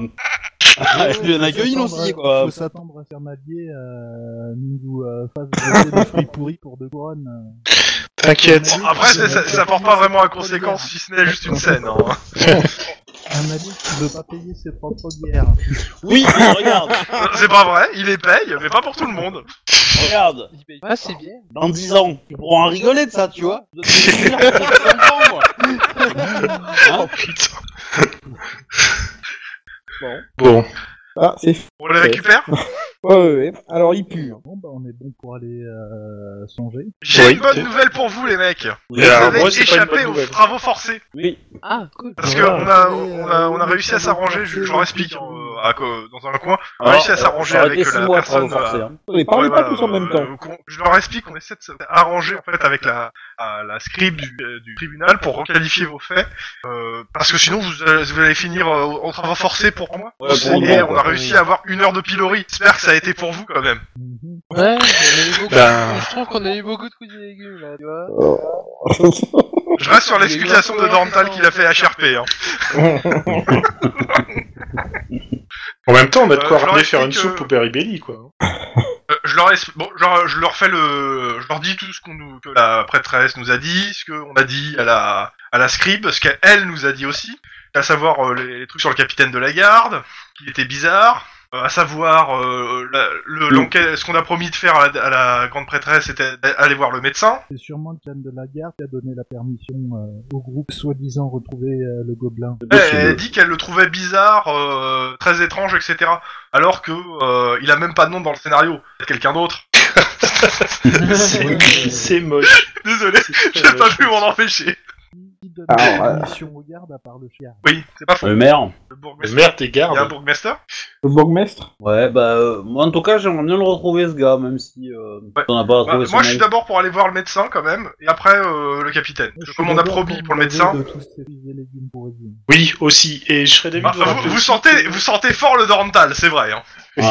S4: Ah,
S2: à être bien
S6: Faut
S2: accueillis
S6: s'attendre à-
S2: aussi, quoi.
S6: Faut s'attendre à faire m'allier, euh, nous euh, fasse jeter des fruits pourris pour deux couronnes. euh.
S9: T'inquiète.
S4: Bon, après, c'est- ça, ça porte pas vraiment à conséquence si ce n'est juste une scène. hein.
S6: Un allié qui veut pas payer ses propres bières.
S2: Oui, mais regarde,
S4: C'est pas vrai, il les paye, mais pas pour tout le monde.
S2: regarde.
S8: Ah, c'est bien.
S2: Dans 10 ans, tu pourras en rigoler de ça, tu vois. De te dire que t'as 30 ans, quoi.
S9: Oh putain. Bon.
S1: Ah, c'est.
S4: On les récupère
S1: Ouais, ouais, ouais. Alors il pue. hein.
S6: Bon, bah, on est bon pour aller euh, songer.
S4: J'ai
S9: Oui.
S4: une bonne nouvelle pour vous, les mecs.
S9: Et
S4: Vous
S9: alors,
S4: avez
S9: moi, c'est pas une
S4: échappé
S9: bonne
S4: aux
S9: nouvelle.
S4: travaux forcés.
S2: Oui.
S8: Ah, cool.
S4: Parce
S6: Voilà.
S4: qu'on a,
S6: Et, euh,
S4: on a, on a réussi à
S6: travaux
S4: s'arranger,
S6: forcés,
S4: je, je leur explique, euh, à co- dans un coin. On a
S9: Ah,
S4: réussi à s'arranger
S2: Alors, ça aurait
S4: avec
S2: été
S4: la
S2: six mois de
S4: personne.
S2: travaux forcés,
S4: euh,
S2: hein.
S1: Attendez, parlez
S4: ouais,
S1: pas
S4: voilà,
S1: tous en même temps.
S4: euh, qu'on- Je leur explique qu'on essaie de s'arranger en fait avec la, à la scribe du, euh, du tribunal pour requalifier vos faits, euh, parce que sinon vous, allez- vous allez finir euh, en travaux forcés pour moi.
S2: Ouais, pour
S4: Et
S2: moi,
S4: on a réussi à avoir une heure de pilori. J'espère que ça a été pour vous quand même.
S6: Mhm.
S8: Ouais, on a eu beaucoup-
S9: Ben.
S8: je trouve qu'on a eu beaucoup de coups de légumes, là, tu vois.
S4: Je reste sur l'explication de Dorntal qu'il a fait HRP. Hein.
S9: En même temps, on a de
S4: Euh,
S9: quoi
S4: je leur
S9: ramener faire une
S4: explique,
S9: soupe
S4: euh,
S9: au Beribelli, quoi.
S4: Euh, je leur es- bon, je leur, je leur fais le, je leur dis tout ce qu'on nous, que la prêtresse nous a dit, ce qu'on a dit à la, à la scribe, ce qu'elle nous a dit aussi, à savoir euh, les, les trucs sur le capitaine de la garde, qui était bizarre, euh, à savoir euh, la- le, l'enquête- ce qu'on a promis de faire à la, à la grande prêtresse, c'était d'aller voir le médecin.
S6: C'est sûrement le canne de la gare qui a donné la permission euh, au groupe soi-disant retrouver euh, le gobelin.
S4: Elle, elle dit qu'elle le trouvait bizarre, euh, très étrange, etc. Alors que euh, il a même pas de nom dans le scénario, c'est quelqu'un d'autre.
S9: C'est c'est moche.
S4: Désolé,
S9: C'est très
S4: j'ai pas
S9: moche.
S4: pu m'en empêcher.
S6: Qui donne
S1: Alors, euh,
S6: une mission au garde à part le chien
S4: Oui, c'est pas faux.
S2: Le maire.
S4: Le
S9: Le
S4: bourgmestre.
S9: maire des
S4: Il y a un
S9: gardes.
S4: bourgmestre
S1: Le bourgmestre
S2: Ouais, bah, euh, moi en tout cas, j'aimerais bien le retrouver ce gars, même si euh,
S4: Ouais.
S2: on n'a pas
S4: Bah,
S2: retrouvé son
S4: Moi, je suis
S2: nom.
S4: d'abord pour aller voir le médecin quand même, et après euh, le capitaine. Comme on a promis pour le médecin.
S6: De tous ces fruits et légumes pourris.
S9: Oui, aussi. Et je serais d'avis.
S4: Ah,
S9: de
S4: vous,
S9: rappeler
S4: vous
S9: aussi
S4: sentez,
S9: que-
S4: vous sentez fort le Dorntal, c'est vrai. Hein.
S2: Ouais.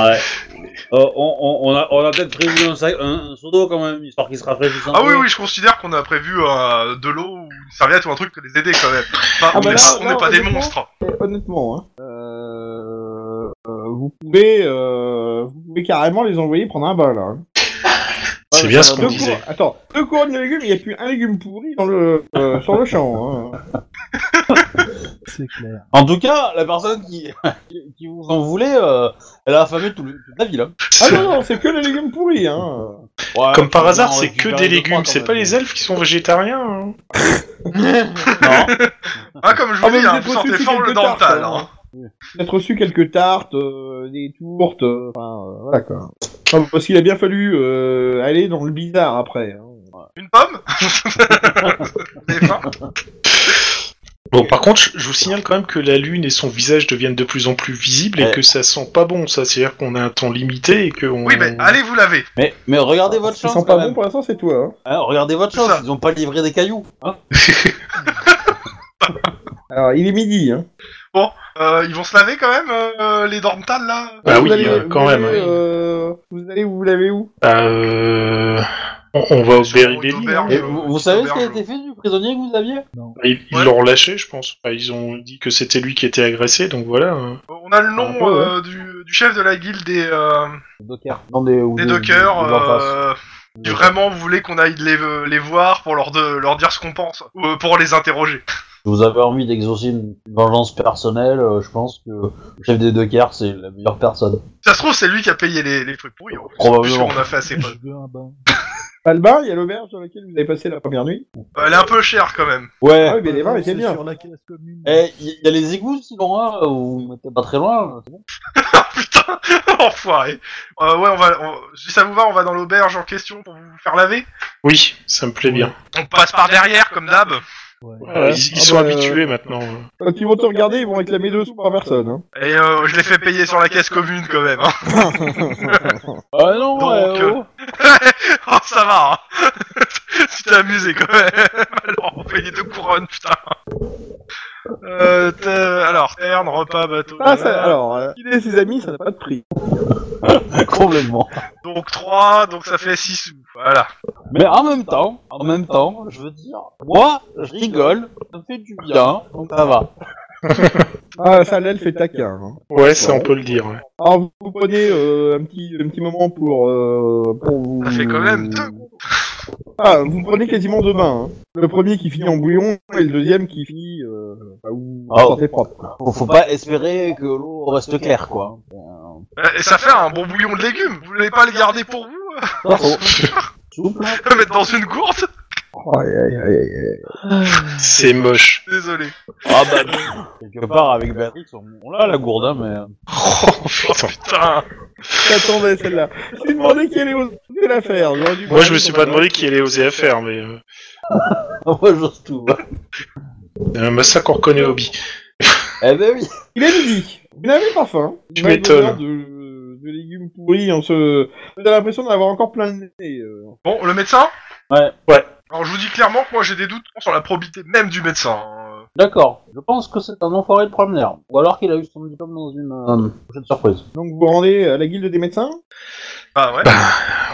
S2: Euh, on, on, on a, on a peut-être prévu un, sac- un, un seau d'eau quand même, histoire qu'il se rafraîchisse un
S4: Ah
S2: peu.
S4: oui, oui, je considère qu'on a prévu euh, de l'eau ou une serviette ou un truc pour les aider quand même. Enfin,
S1: Ah,
S4: on
S1: bah
S4: n'est
S1: là,
S4: pas, on
S1: là,
S4: n'est pas des
S1: honnêtement-
S4: monstres.
S1: Euh, Honnêtement, hein, euh, euh, vous, pouvez, euh, vous pouvez carrément les envoyer prendre un bain, là. hein.
S9: C'est bien ce
S1: Deux
S9: qu'on disait.
S1: cour- Attends, deux couronnes de légumes, il n'y a plus un légume pourri dans le, euh, sur le champ. hein.
S6: C'est clair.
S2: En tout cas, la personne qui, qui- qui vous en voulait, euh, elle a affamé tout le- toute la ville. Hein.
S1: Ah non, non, c'est que les légumes pourris. Hein.
S2: Ouais,
S9: Comme par
S2: on
S9: hasard,
S2: en
S9: c'est que
S2: récupère
S9: des
S2: deux,
S9: légumes.
S2: trois,
S9: C'est
S2: quand
S9: pas
S2: même.
S9: les elfes qui sont végétariens. hein.
S2: Non.
S4: Ah, comme je vous
S1: Ah, mais
S4: dis,
S1: vous
S4: hein,
S1: êtes
S4: vous
S1: reçu
S4: sentez
S1: chez
S4: fort le
S1: quelques tartes,
S4: Dorntal.
S1: hein.
S4: hein.
S1: Vous avez reçu quelques tartes, euh, des tourtes, euh, enfin, euh, voilà quoi. Non, Parce qu'il a bien fallu euh, aller dans le bizarre après. hein.
S4: Une pomme Vous avez faim
S9: Bon, par contre, je je vous signale quand même que la lune et son visage deviennent de plus en plus visibles et
S2: Ouais.
S9: que ça sent pas bon. Ça, c'est-à-dire qu'on a un temps limité et que on.
S4: Oui,
S1: Euh.
S4: mais allez vous laver.
S2: Mais, mais regardez votre
S1: Ce qui
S2: chance
S1: sent
S2: quand
S1: Ah, pas bon
S2: même.
S1: pour l'instant, c'est toi. Hein.
S2: Hein, regardez votre
S4: C'est
S2: chance,
S4: ça.
S2: ils ont pas livré des cailloux. Hein
S1: Alors, il est midi. Hein.
S4: Euh, ils vont se laver quand même, euh, les Dorntal là
S9: Bah
S1: Vous
S9: oui,
S1: allez-
S9: euh, quand
S1: vous
S9: même.
S1: allez,
S9: oui.
S1: euh, vous allez où Vous l'avez où
S9: Bah, Euh, On, on va au Berry-Belly. hein. Bah,
S2: Et vous, vous savez ce qui a
S4: Auberge.
S2: été fait du prisonnier que vous aviez
S9: Ils ils
S4: Ouais.
S9: l'ont relâché, je pense. Enfin, Ils ont dit que c'était lui qui était agressé, donc voilà. hein.
S4: On a le nom
S1: Un peu, Ah, ouais.
S4: euh, du, du chef de la guilde des, euh,
S2: Docker. Non, des, ou
S4: des
S2: des-
S4: dockers.
S2: des- des Warpass.
S4: euh, si vraiment vous voulez qu'on aille les, euh, les voir pour leur, de- leur dire ce qu'on pense, ou euh, pour les interroger.
S2: Si vous avez envie d'exaucer une une vengeance personnelle, euh, je pense que le chef des dockers, c'est la meilleure personne.
S4: Ça se trouve, c'est lui qui a payé les, les trucs pourris. en plus.
S2: Probablement.
S4: Puisqu'on a fait assez
S6: Je veux un bain.
S1: Pas le bar, il y a l'auberge dans laquelle vous avez passé la première nuit.
S4: Elle est un peu chère quand même.
S2: Ouais.
S1: Ah oui, mais les vins étaient
S6: C'est
S1: bien.
S6: Sur la caisse commune.
S2: Eh, il y a les égouts, sinon, hein, vous vous mettez pas très loin. c'est bon.
S4: Ah, Putain, enfoiré. Euh, ouais, on va. on- si ça vous va, on va dans l'auberge en question pour vous faire laver.
S9: Oui, ça me plaît bien.
S4: On passe par derrière comme d'hab.
S6: Ouais.
S9: Euh, Ils, ils
S1: Ah
S9: sont
S1: bah, euh,
S9: habitués maintenant. hein.
S1: Quand ils vont te regarder, ils vont réclamer deux sous par personne. Hein.
S4: Et euh, je les fais payer sur la caisse commune quand même. hein.
S2: Ah non,
S4: Donc,
S2: ouais,
S4: euh,
S2: oh.
S4: oh, ça va. Hein. tu t'es amusé quand même. Alors, on paye les deux couronnes, putain. Euh, t'es- alors, terne, repas, bateau.
S1: Ah, ça, alors, euh, il et ses amis, ça n'a pas de prix.
S4: euh,
S2: complètement.
S4: Donc 3, donc ça fait 6 sous. Voilà.
S2: Mais en même temps, en même temps, je veux dire, moi, je rigole, ça me fait du bien, donc ça va.
S1: Ah, ça, l'elfe est taquin. hein.
S9: Ouais, ça, on peut le dire. ouais.
S1: Alors, vous, vous prenez euh, un, petit, un petit moment pour, euh, pour vous...
S4: Ça fait quand même deux.
S9: Mmh.
S1: Ah, vous prenez quasiment deux bains. hein. Le premier qui finit en bouillon et le deuxième qui finit... Euh, là où vous
S2: Ah,
S1: sentez propre.
S2: Faut, faut pas espérer que l'eau reste claire, quoi.
S4: Euh, Et ça fait un bon bouillon de légumes. Vous voulez pas les garder pour vous euh,
S2: Pas faux. Souple. hein.
S4: le Mettre dans une gourde
S1: Aïe, aïe, aïe, aïe.
S9: C'est moche.
S4: Désolé.
S2: Ah bah, quelque part, avec Béatrix, on, on l'a la gourde, hein, mais...
S9: Oh, putain.
S4: Putain.
S1: J'attendais celle-là. Je me suis demandé qui allait oser la faire. J'aurais dû-
S9: Moi, je me suis pas demandé qui allait oser la faire, mais euh,
S2: euh, Moi, j'ose tout. hein.
S9: un massacre on reconnaît Hobby.
S2: Eh ben oui
S1: Il est midi. Vous n'avez pas faim.
S9: Tu
S1: Une vague
S9: m'étonnes.
S1: odeur De, de légumes pourris, on se. Vous avez l'impression d'en avoir encore plein de nez. euh.
S4: Bon, le médecin
S2: Ouais.
S9: Ouais.
S4: Alors je vous dis clairement que moi j'ai des doutes sur la probité même du médecin. hein.
S2: D'accord, je pense que c'est un enfoiré de première. Ou alors qu'il a eu son diplôme dans une euh, prochaine surprise.
S1: Donc vous vous rendez à la guilde des médecins
S4: Bah ouais.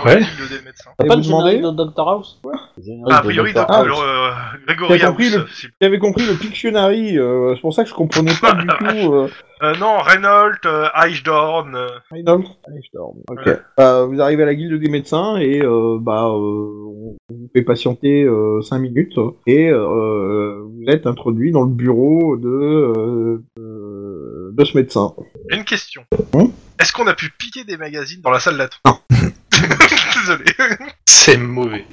S9: ouais.
S4: Le des médecins.
S2: T'as
S1: Et
S2: pas
S1: vous
S2: le générique
S1: demandez
S2: de Dr House Le générique
S4: Ah, a
S2: de
S4: priori,
S2: Dr.
S4: donc,
S1: Ah.
S4: euh, Grégory euh,
S1: T'as compris
S4: House,
S1: le-
S4: si-
S1: J'avais compris le Pictionary, euh, c'est pour ça que je comprenais pas du tout. Euh...
S4: Euh, non, Reynolds, euh, Eichdorn, euh,
S1: Reynold. Allez, je dors. Ok. Bah, vous arrivez à la guilde des médecins et euh, bah euh, on vous fait patienter 5 minutes et euh, vous êtes introduit dans le bureau de euh, euh, de ce médecin.
S4: j'ai une question.
S9: Mmh.
S1: Hein
S4: Est-ce qu'on a pu piquer des magazines dans la salle d'attente Désolé.
S9: C'est mauvais.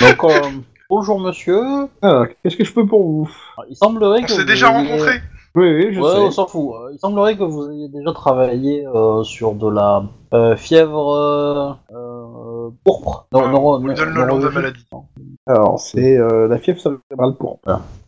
S2: Donc, euh, bonjour monsieur.
S1: Alors, Ah, qu'est-ce que je peux pour vous
S2: Il semblerait
S4: On
S2: que.
S4: s'est
S2: vous
S4: déjà
S2: ayez-
S4: rencontrés.
S1: Oui, oui, je
S2: Ouais,
S1: sais.
S2: on s'en fout. Euh, Il semblerait que vous ayez déjà travaillé euh, sur de la euh, fièvre euh, euh, pourpre. Non,
S4: Ouais,
S2: neuro-
S4: On donne le nom de la
S2: neurologique.
S4: maladie.
S1: Alors, c'est euh, la fièvre cérébrale pourpre.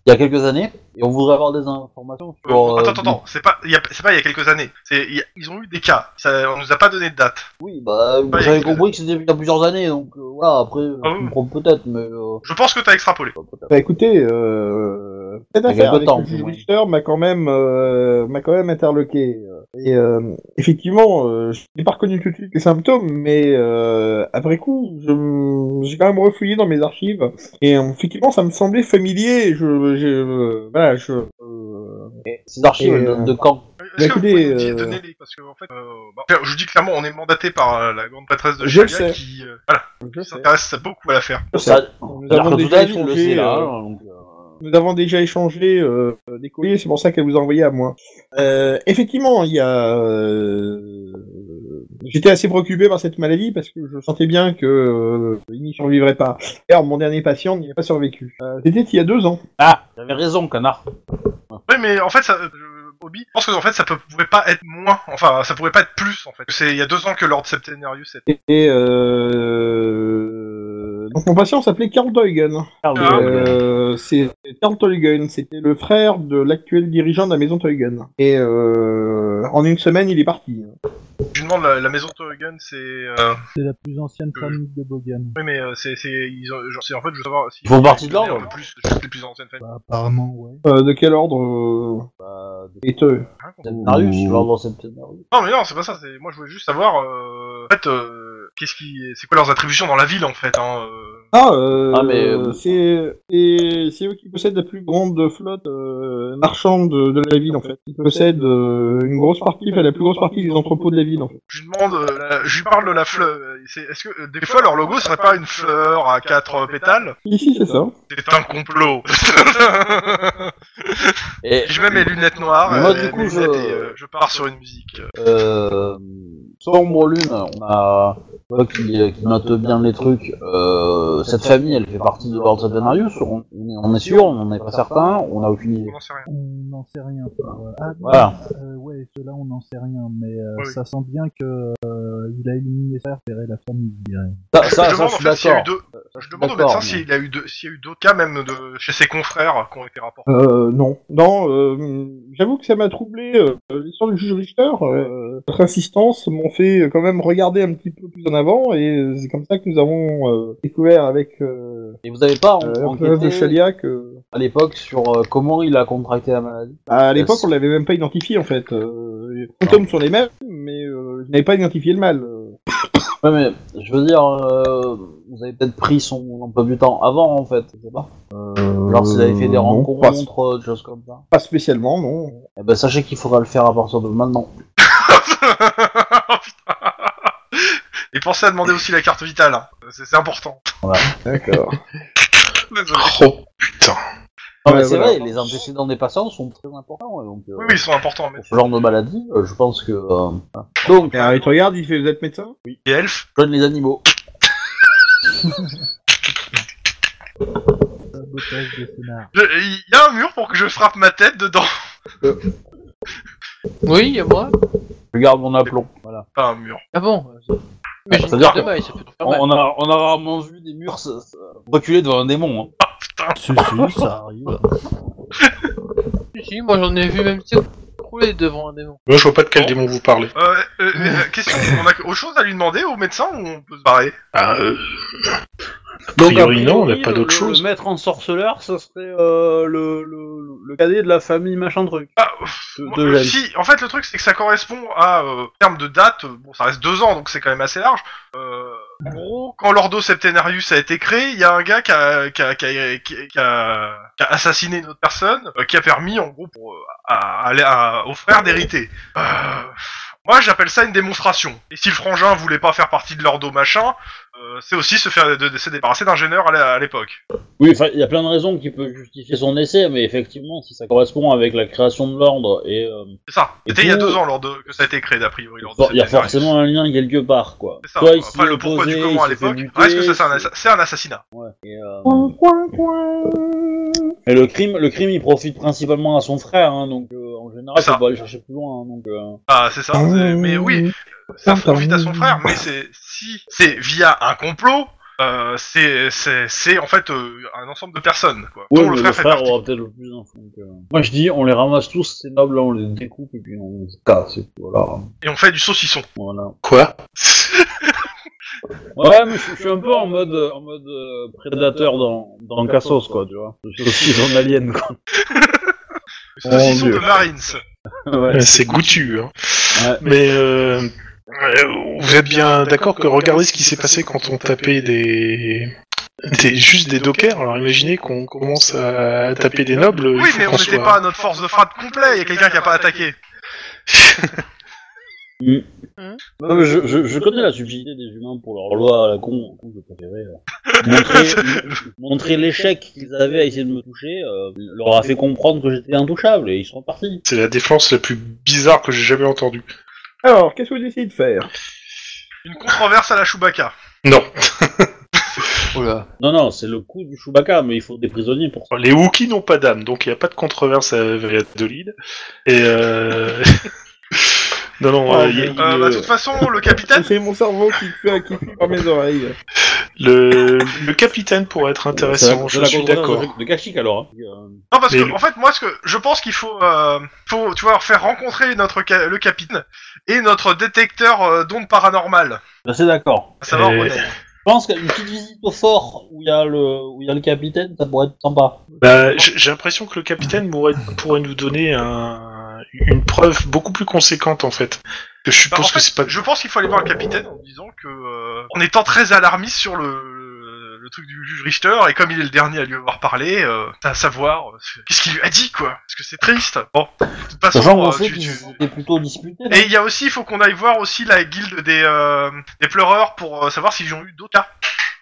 S2: il y a quelques années, et on voudrait avoir des informations sur...
S4: attends,
S2: euh,
S4: attends, attends, c'est pas, il y a- c'est pas il y a quelques années. C'est, il y a- ils ont eu des cas. Ça, on nous a pas donné de date.
S2: Oui, bah,
S4: Bah,
S2: j'avais
S4: il-
S2: compris que c'était il y a plusieurs années, donc euh, voilà, après,
S4: Ah
S2: je
S4: oui.
S2: me trompe peut-être, mais... euh,
S4: Je pense que t'as extrapolé.
S2: peut-être.
S1: Bah écoutez, euh, cette
S2: Il y a
S1: affaire
S2: quelque
S1: avec
S2: temps,
S1: le juge
S2: oui.
S1: Richter m'a quand même euh, m'a quand même interloqué. euh, Et euh, effectivement, euh, je n'ai pas reconnu tout de suite les symptômes, mais euh, après coup, je m- j'ai quand même refouillé dans mes archives. Et euh, effectivement, ça me semblait familier. Je, je euh, voilà, je euh,
S2: Ces archives,
S1: Et,
S2: elles datent
S1: euh,
S2: de quand
S4: Est-ce que vous
S1: écoutez,
S4: pouvez nous dire-
S1: euh,
S4: donnez-les parce que en fait, euh, bah, je vous dis clairement, on est mandaté par euh, la grande prêtresse de
S1: Je le sais.
S4: Chaga qui, euh, voilà,
S1: je
S4: qui
S1: sais.
S4: s'intéresse beaucoup à l'affaire.
S2: Ça-
S1: Nous
S2: Alors
S1: avons
S2: que tout
S1: déjà
S2: à l'heure, le
S1: échangé.
S2: sait, là,
S1: euh,
S2: hein, donc, euh,
S1: Nous avons déjà échangé euh, des courriers, c'est pour ça qu'elle vous a envoyé à moi. Euh, effectivement, il y a. euh, J'étais assez préoccupé par cette maladie parce que je sentais bien que euh, il n'y survivrait pas. D'ailleurs, mon dernier patient n'y a pas survécu. Euh, C'était il y a deux ans.
S2: Ah, t'avais raison, canard.
S4: Oui, mais en fait, ça, euh, Obi, je pense que en fait, ça peut, pouvait pas être moins. Enfin, ça pouvait pas être plus en fait. C'est il y a deux ans que Lord Septenarius est.
S1: Et, et, euh, donc mon patient s'appelait Carl Deugen.
S2: Merde,
S4: Ah,
S2: euh,
S1: Euh, c'est Carl Tolgen, c'était le frère de l'actuel dirigeant de la maison Tolgen. Et euh, en une semaine, il est parti.
S4: Je lui demande la, la maison Torrigan, c'est. euh,
S6: C'est la plus ancienne
S4: Euh.
S6: famille de Bogan.
S4: Oui, mais euh, c'est, c'est, ils ont, genre, c'est en fait, je veux savoir si.
S2: Ils font partie de
S4: l'ordre
S2: l'ordre.
S4: Un peu plus, juste les plus anciennes familles.
S6: Bah, apparemment, ouais.
S1: Euh, de quel ordre euh,
S2: Bah,
S1: est eux
S4: Hein, qu'on-
S2: Septenarius, genre dans Septenarius.
S4: Non, mais non, c'est pas ça. C'est... Moi, je voulais juste savoir, euh, en fait, euh, qu'est-ce qui, c'est quoi leurs attributions dans la ville, en fait. Hein, euh.
S1: Ah, euh,
S2: Ah, mais, euh,
S1: c'est c'est- c'est eux qui possèdent la plus grande flotte euh, marchande de, de la ville en fait. Ils possèdent euh, une grosse partie, enfin, la plus grosse partie des entrepôts de la ville en fait.
S4: Je lui demande, euh, la- je lui parle de la fleur. C'est... Est-ce que euh, des fois leur logo serait pas une fleur à quatre euh, pétales
S1: Ici c'est ça.
S4: C'est un complot.
S2: Et,
S4: je mets mes lunettes noires.
S2: Mais moi,
S4: euh,
S2: du
S4: mes
S2: coup,
S4: lunettes
S2: je-
S4: et, euh, je pars sur une musique.
S2: euh, sombre lune, on a, toi qui, qui note bien les trucs, euh, cette famille, elle fait partie de l'ordre Septenarius, on, on est- on est sûr, on n'en est pas certain, on n'a aucune idée.
S4: On n'en sait rien.
S6: On n'en sait rien. Euh, ah,
S2: Voilà.
S6: euh, ouais, ceux-là, on n'en sait rien, mais euh,
S4: Oui.
S6: ça sent bien que euh, il a éliminé frère, et la famille, je dirais.
S2: Ça,
S4: Je
S2: Ah, ça, ça,
S4: demande,
S2: je suis
S4: en fait, s'il y a eu
S2: d'accord.
S4: deux- je demande au
S2: D'accord,
S4: médecin
S2: mais-
S4: s'il y a eu deux- s'il y a eu d'autres cas, même de chez ses confrères, qui ont été rapportés.
S1: Euh, non, non. euh, J'avoue que ça m'a troublé. euh, L'histoire du juge Richter, euh, votre insistance m'ont fait quand même regarder un petit peu plus en avant et euh, c'est comme ça que nous avons euh, découvert avec euh,
S2: Et vous n'avez pas en-
S1: euh, l'empereur de
S2: enquêté
S1: Chaliac. euh,
S2: à l'époque sur euh, comment il a contracté la maladie
S1: Bah, à l'époque,
S2: Yes.
S1: on l'avait même pas identifié en fait. Euh, les symptômes sont les mêmes, mais euh, je n'avais pas identifié le mal. euh.
S2: Ouais, mais je veux dire, euh, vous avez peut-être pris son emploi du temps avant en fait, je sais pas. Genre s'il avait fait des
S1: Euh, non,
S2: rencontres, euh, des choses comme ça.
S1: Pas spécialement, non.
S2: Eh ben sachez qu'il faudra le faire à partir de maintenant.
S4: Et pensez à demander aussi la carte vitale, hein. c'est c'est important.
S1: D'accord.
S4: Désolé.
S9: Oh putain.
S2: Non, mais
S1: Ouais,
S2: c'est
S1: voilà.
S2: vrai, les antécédents des patients sont très importants. et Donc, euh,
S4: Oui, oui, ils sont importants, mais.
S2: Pour ce genre de maladie, euh, je pense que. euh, voilà. Donc,
S1: Et Harry te regarde, il fait Vous êtes médecin
S4: Et elfes
S2: je donne les animaux.
S6: Sabotage de scénar.
S4: Je- Euh, Il y a un mur pour que je frappe ma tête dedans.
S8: Oui, y a moi.
S2: Je garde mon aplomb. Voilà.
S4: Pas un mur.
S8: Ah bon Mais j'ai une
S2: C'est-à-dire
S8: carte de
S2: que-
S8: maille, ça peut tout faire
S2: On,
S8: mal.
S2: on a, on a rarement vu des murs se- se reculer devant un démon. hein.
S7: Si, si, ça arrive.
S8: Si, si, moi j'en ai vu même si rouler devant un démon.
S9: Moi, je vois pas de quel démon vous parlez.
S4: Euh, euh, euh, question, on a autre chose à lui demander au médecin ou on peut se barrer
S9: Ah, euh, Donc, a priori, non, on n'a pas d'autre
S2: le-
S9: chose.
S2: Le maître ensorceleur, ce serait euh, le, le, le cadet de la famille machin truc.
S4: Ah,
S2: De-
S4: Moi,
S2: de
S4: euh,
S2: Gênes.
S4: Si, en fait, le truc, c'est que ça correspond à, euh, en termes de date, euh, bon, ça reste deux ans, donc c'est quand même assez large. Euh, en gros, quand l'Ordo Septenarius a été créé, il y a un gars qui a, qui a, qui a- qui a- qui a- qui a assassiné une autre personne, euh, qui a permis, en gros, pour, euh, à, à- à- aux frères d'hériter. Euh, moi, j'appelle ça une démonstration. Et si le frangin voulait pas faire partie de l'Ordo machin, euh, c'est aussi se faire, de, de se débarrasser d'ingénieurs à la- à l'époque.
S2: Oui, enfin, il y a plein de raisons qui peuvent justifier son essai, mais effectivement, si ça correspond avec la création de l'ordre, et euh,
S4: C'est ça.
S2: Et
S4: C'était il y a
S2: tout-
S4: deux ans, l'Ordo, que ça a été créé, d'a priori, l'Ordo
S2: il y a
S4: Septenarius.
S2: forcément un lien quelque part, quoi.
S4: C'est ça.
S2: Soit il s'y
S4: Après, le pourquoi
S2: opposait,
S4: du comment à
S2: il s'est fait
S4: l'époque,
S2: buter,
S4: reste que ça, c'est un,
S2: c'est-
S4: assa- c'est un assassinat.
S2: Ouais, et, euh, et le crime, le crime, il profite principalement à son frère, hein, donc euh, en général,
S4: C'est ça.
S2: faut pas aller chercher plus loin. hein, donc, euh,
S4: Ah, c'est ça.
S2: Ah,
S4: c'est- Mais oui, ça profite à son frère, mais c'est si c'est via un complot, euh, c'est c'est- c'est, en fait euh, un ensemble de personnes, quoi,
S2: Ouais,
S4: dont
S2: mais
S4: le frère fait partie.
S2: aura peut-être le plus d'infos. donc, euh. Moi je dis, on les ramasse tous, ces nobles, on les découpe et puis on les casse. Et puis voilà.
S4: Et on fait du saucisson.
S2: voilà.
S9: Quoi
S2: Ouais, mais je, je suis un peu en mode, en mode euh, prédateur dans, dans Cassos, quoi, tu vois. Je suis aussi dans Alien, quoi.
S4: Du
S2: Oh,
S4: saucisson
S2: Dieu. Euh,
S4: de Marines.
S2: Ouais.
S9: Euh, C'est goûtu, hein.
S2: Ouais.
S9: Mais euh, euh, vous êtes bien d'accord que regardez ce qui s'est passé quand on tapait des... des- juste des dockers. Alors imaginez qu'on commence à taper des nobles. il
S4: Oui,
S9: faut
S4: mais on
S9: qu'on
S4: n'était
S9: soit-
S4: pas à notre force de frappe complet, il y a quelqu'un qui a pas attaqué.
S2: Non, mais je, je, je connais la subtilité des humains pour leur loi à la con, con je préférais. euh, Montrer, montrer l'échec qu'ils avaient à essayer de me toucher euh, leur a fait comprendre que j'étais intouchable et ils sont partis.
S9: C'est la défense la plus bizarre que j'ai jamais entendue.
S1: Alors, qu'est-ce que vous essayez de faire
S4: Une controverse à la Chewbacca.
S9: Non,
S8: Oh là.
S2: Non, non, c'est le coup du Chewbacca, mais il faut des prisonniers pour ça.
S9: les Wookiees n'ont pas d'âme, donc il n'y a pas de controverse à Valladolid. Et euh... non, non, euh, il y a- il y a-
S4: Euh, bah, de toute façon, le capitaine,
S1: Ah, C'est mon cerveau qui fait qui fuit par mes oreilles.
S9: le... le capitaine pourrait être intéressant.
S2: C'est
S9: Je
S2: la- c'est la
S9: suis
S2: controverse
S9: d'accord.
S2: De, de Kashyyyk, alors. hein.
S4: Non, parce
S9: Mais
S4: que,
S9: le-
S4: en fait, moi, ce que je pense qu'il faut, euh, faut, tu vois, faire rencontrer notre ca- le capitaine et notre détecteur euh, d'ondes paranormales.
S2: Je suis d'accord.
S4: À savoir,
S9: Et-
S4: René.
S2: Je pense qu'une petite visite au fort où il y a le où il y a le capitaine, ça pourrait être sympa.
S9: Bah, j- j'ai l'impression que le capitaine pourrait, pourrait nous donner un- une preuve beaucoup plus conséquente en fait. Que je
S4: Bah, en
S9: suppose
S4: fait,
S9: que c'est pas.
S4: je pense qu'il faut aller voir le capitaine en disant que, euh, en étant très alarmiste sur le, le truc du juge Richter et comme il est le dernier à lui avoir parlé, euh, à savoir euh, c'est- qu'est-ce qu'il lui a dit, quoi. Parce que c'est triste. Bon, de toute façon,
S2: Sachant qu'on
S4: euh,
S2: sait
S4: tu-
S2: qu'ils
S4: tu-
S2: étaient plutôt disputés. non
S4: Et il y a aussi, il faut qu'on aille voir aussi la guilde des, euh, des pleureurs pour euh, savoir s'ils ont eu d'autres cas.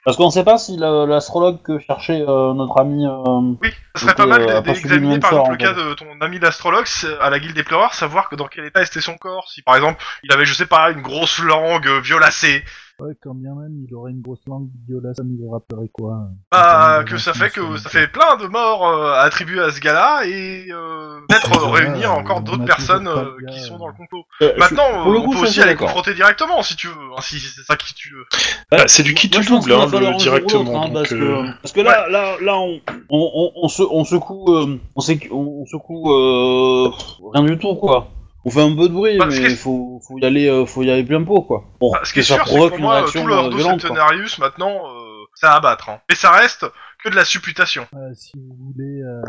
S2: Parce qu'on sait pas si le- l'astrologue que cherchait euh, notre ami. euh,
S4: Oui, ça serait
S2: Donc,
S4: pas mal
S2: euh,
S4: d'e-
S2: à partir du
S4: d'examiner
S2: même
S4: par
S2: sort,
S4: exemple le cas
S2: en
S4: de ton ami l'astrologue c'est- à la guilde des pleureurs, savoir que dans quel état était son corps. Si par exemple il avait, je sais pas, une grosse langue euh, violacée,
S6: Ouais, quand bien même, il aurait une grosse langue violace, ça me rappellerait quoi euh,
S4: bah
S2: Ah,
S6: en termes de
S4: que ça fait que
S6: violence,
S4: ça
S6: euh,
S4: fait plein de morts euh, attribuées à ce gars-là et euh, peut-être
S2: Ah,
S6: Ouais,
S4: euh, réunir
S6: euh,
S4: encore
S6: on
S4: d'autres
S6: a
S4: personnes
S6: toujours pas
S4: euh,
S6: le gars,
S4: qui sont dans le complot.
S2: euh, je-
S4: Maintenant,
S2: pour
S4: euh,
S2: le
S4: on
S2: coup,
S4: peut
S2: ça,
S4: aussi
S2: c'est
S4: aller
S2: d'accord.
S4: confronter directement si tu veux, hein, si c'est ça qui tu veux.
S9: Bah, c'est du kit tout
S2: Moi, je pense
S9: double,
S2: qu'il va
S9: hein,
S2: falloir
S9: le-
S2: en jouer
S9: directement.
S2: l'autre, hein, parce,
S9: donc, euh,
S2: que, parce que là, là, là, on, on, on, on se, on secoue, euh, on, sécu- on secoue euh, rien du tout, quoi. On fait un peu de bruit,
S4: Bah, ce
S2: mais
S4: qui est-
S2: il faut, faut y aller, euh, faut y aller plein pot, quoi. Bon,
S4: Bah, ce qui est
S2: que ça
S4: sûr, c'est que
S2: provoque
S4: pour
S2: une
S4: moi, euh,
S2: réaction
S4: tout le
S2: euh, violente, quoi.
S4: centenarius maintenant, euh, c'est à abattre. hein. Et ça reste que de la supputation.
S6: euh, Si vous voulez euh,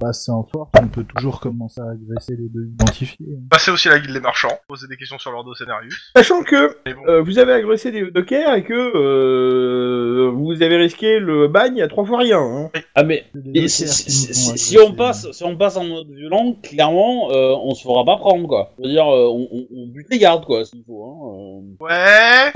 S6: passer en force, on peut toujours commencer à agresser les deux identifiés. hein.
S4: Passer Bah, aussi à la guilde des marchands, poser des questions sur leur dos scénarius.
S1: Sachant que
S4: Mais bon.
S1: euh, vous avez agressé des dockers et que euh, vous avez risqué le bagne à trois fois rien. hein.
S2: Ah mais
S6: C'est les
S2: et
S6: deux
S2: si,
S6: tiers
S2: si-
S6: qui nous
S2: si-
S6: hein. ont
S2: si
S6: agressés,
S2: on passe, si on passe en mode violent, clairement, euh, on se fera pas prendre, quoi. Je veux dire, euh, on, on, on bute les gardes, quoi, s'il faut. Hein, euh.
S4: Ouais.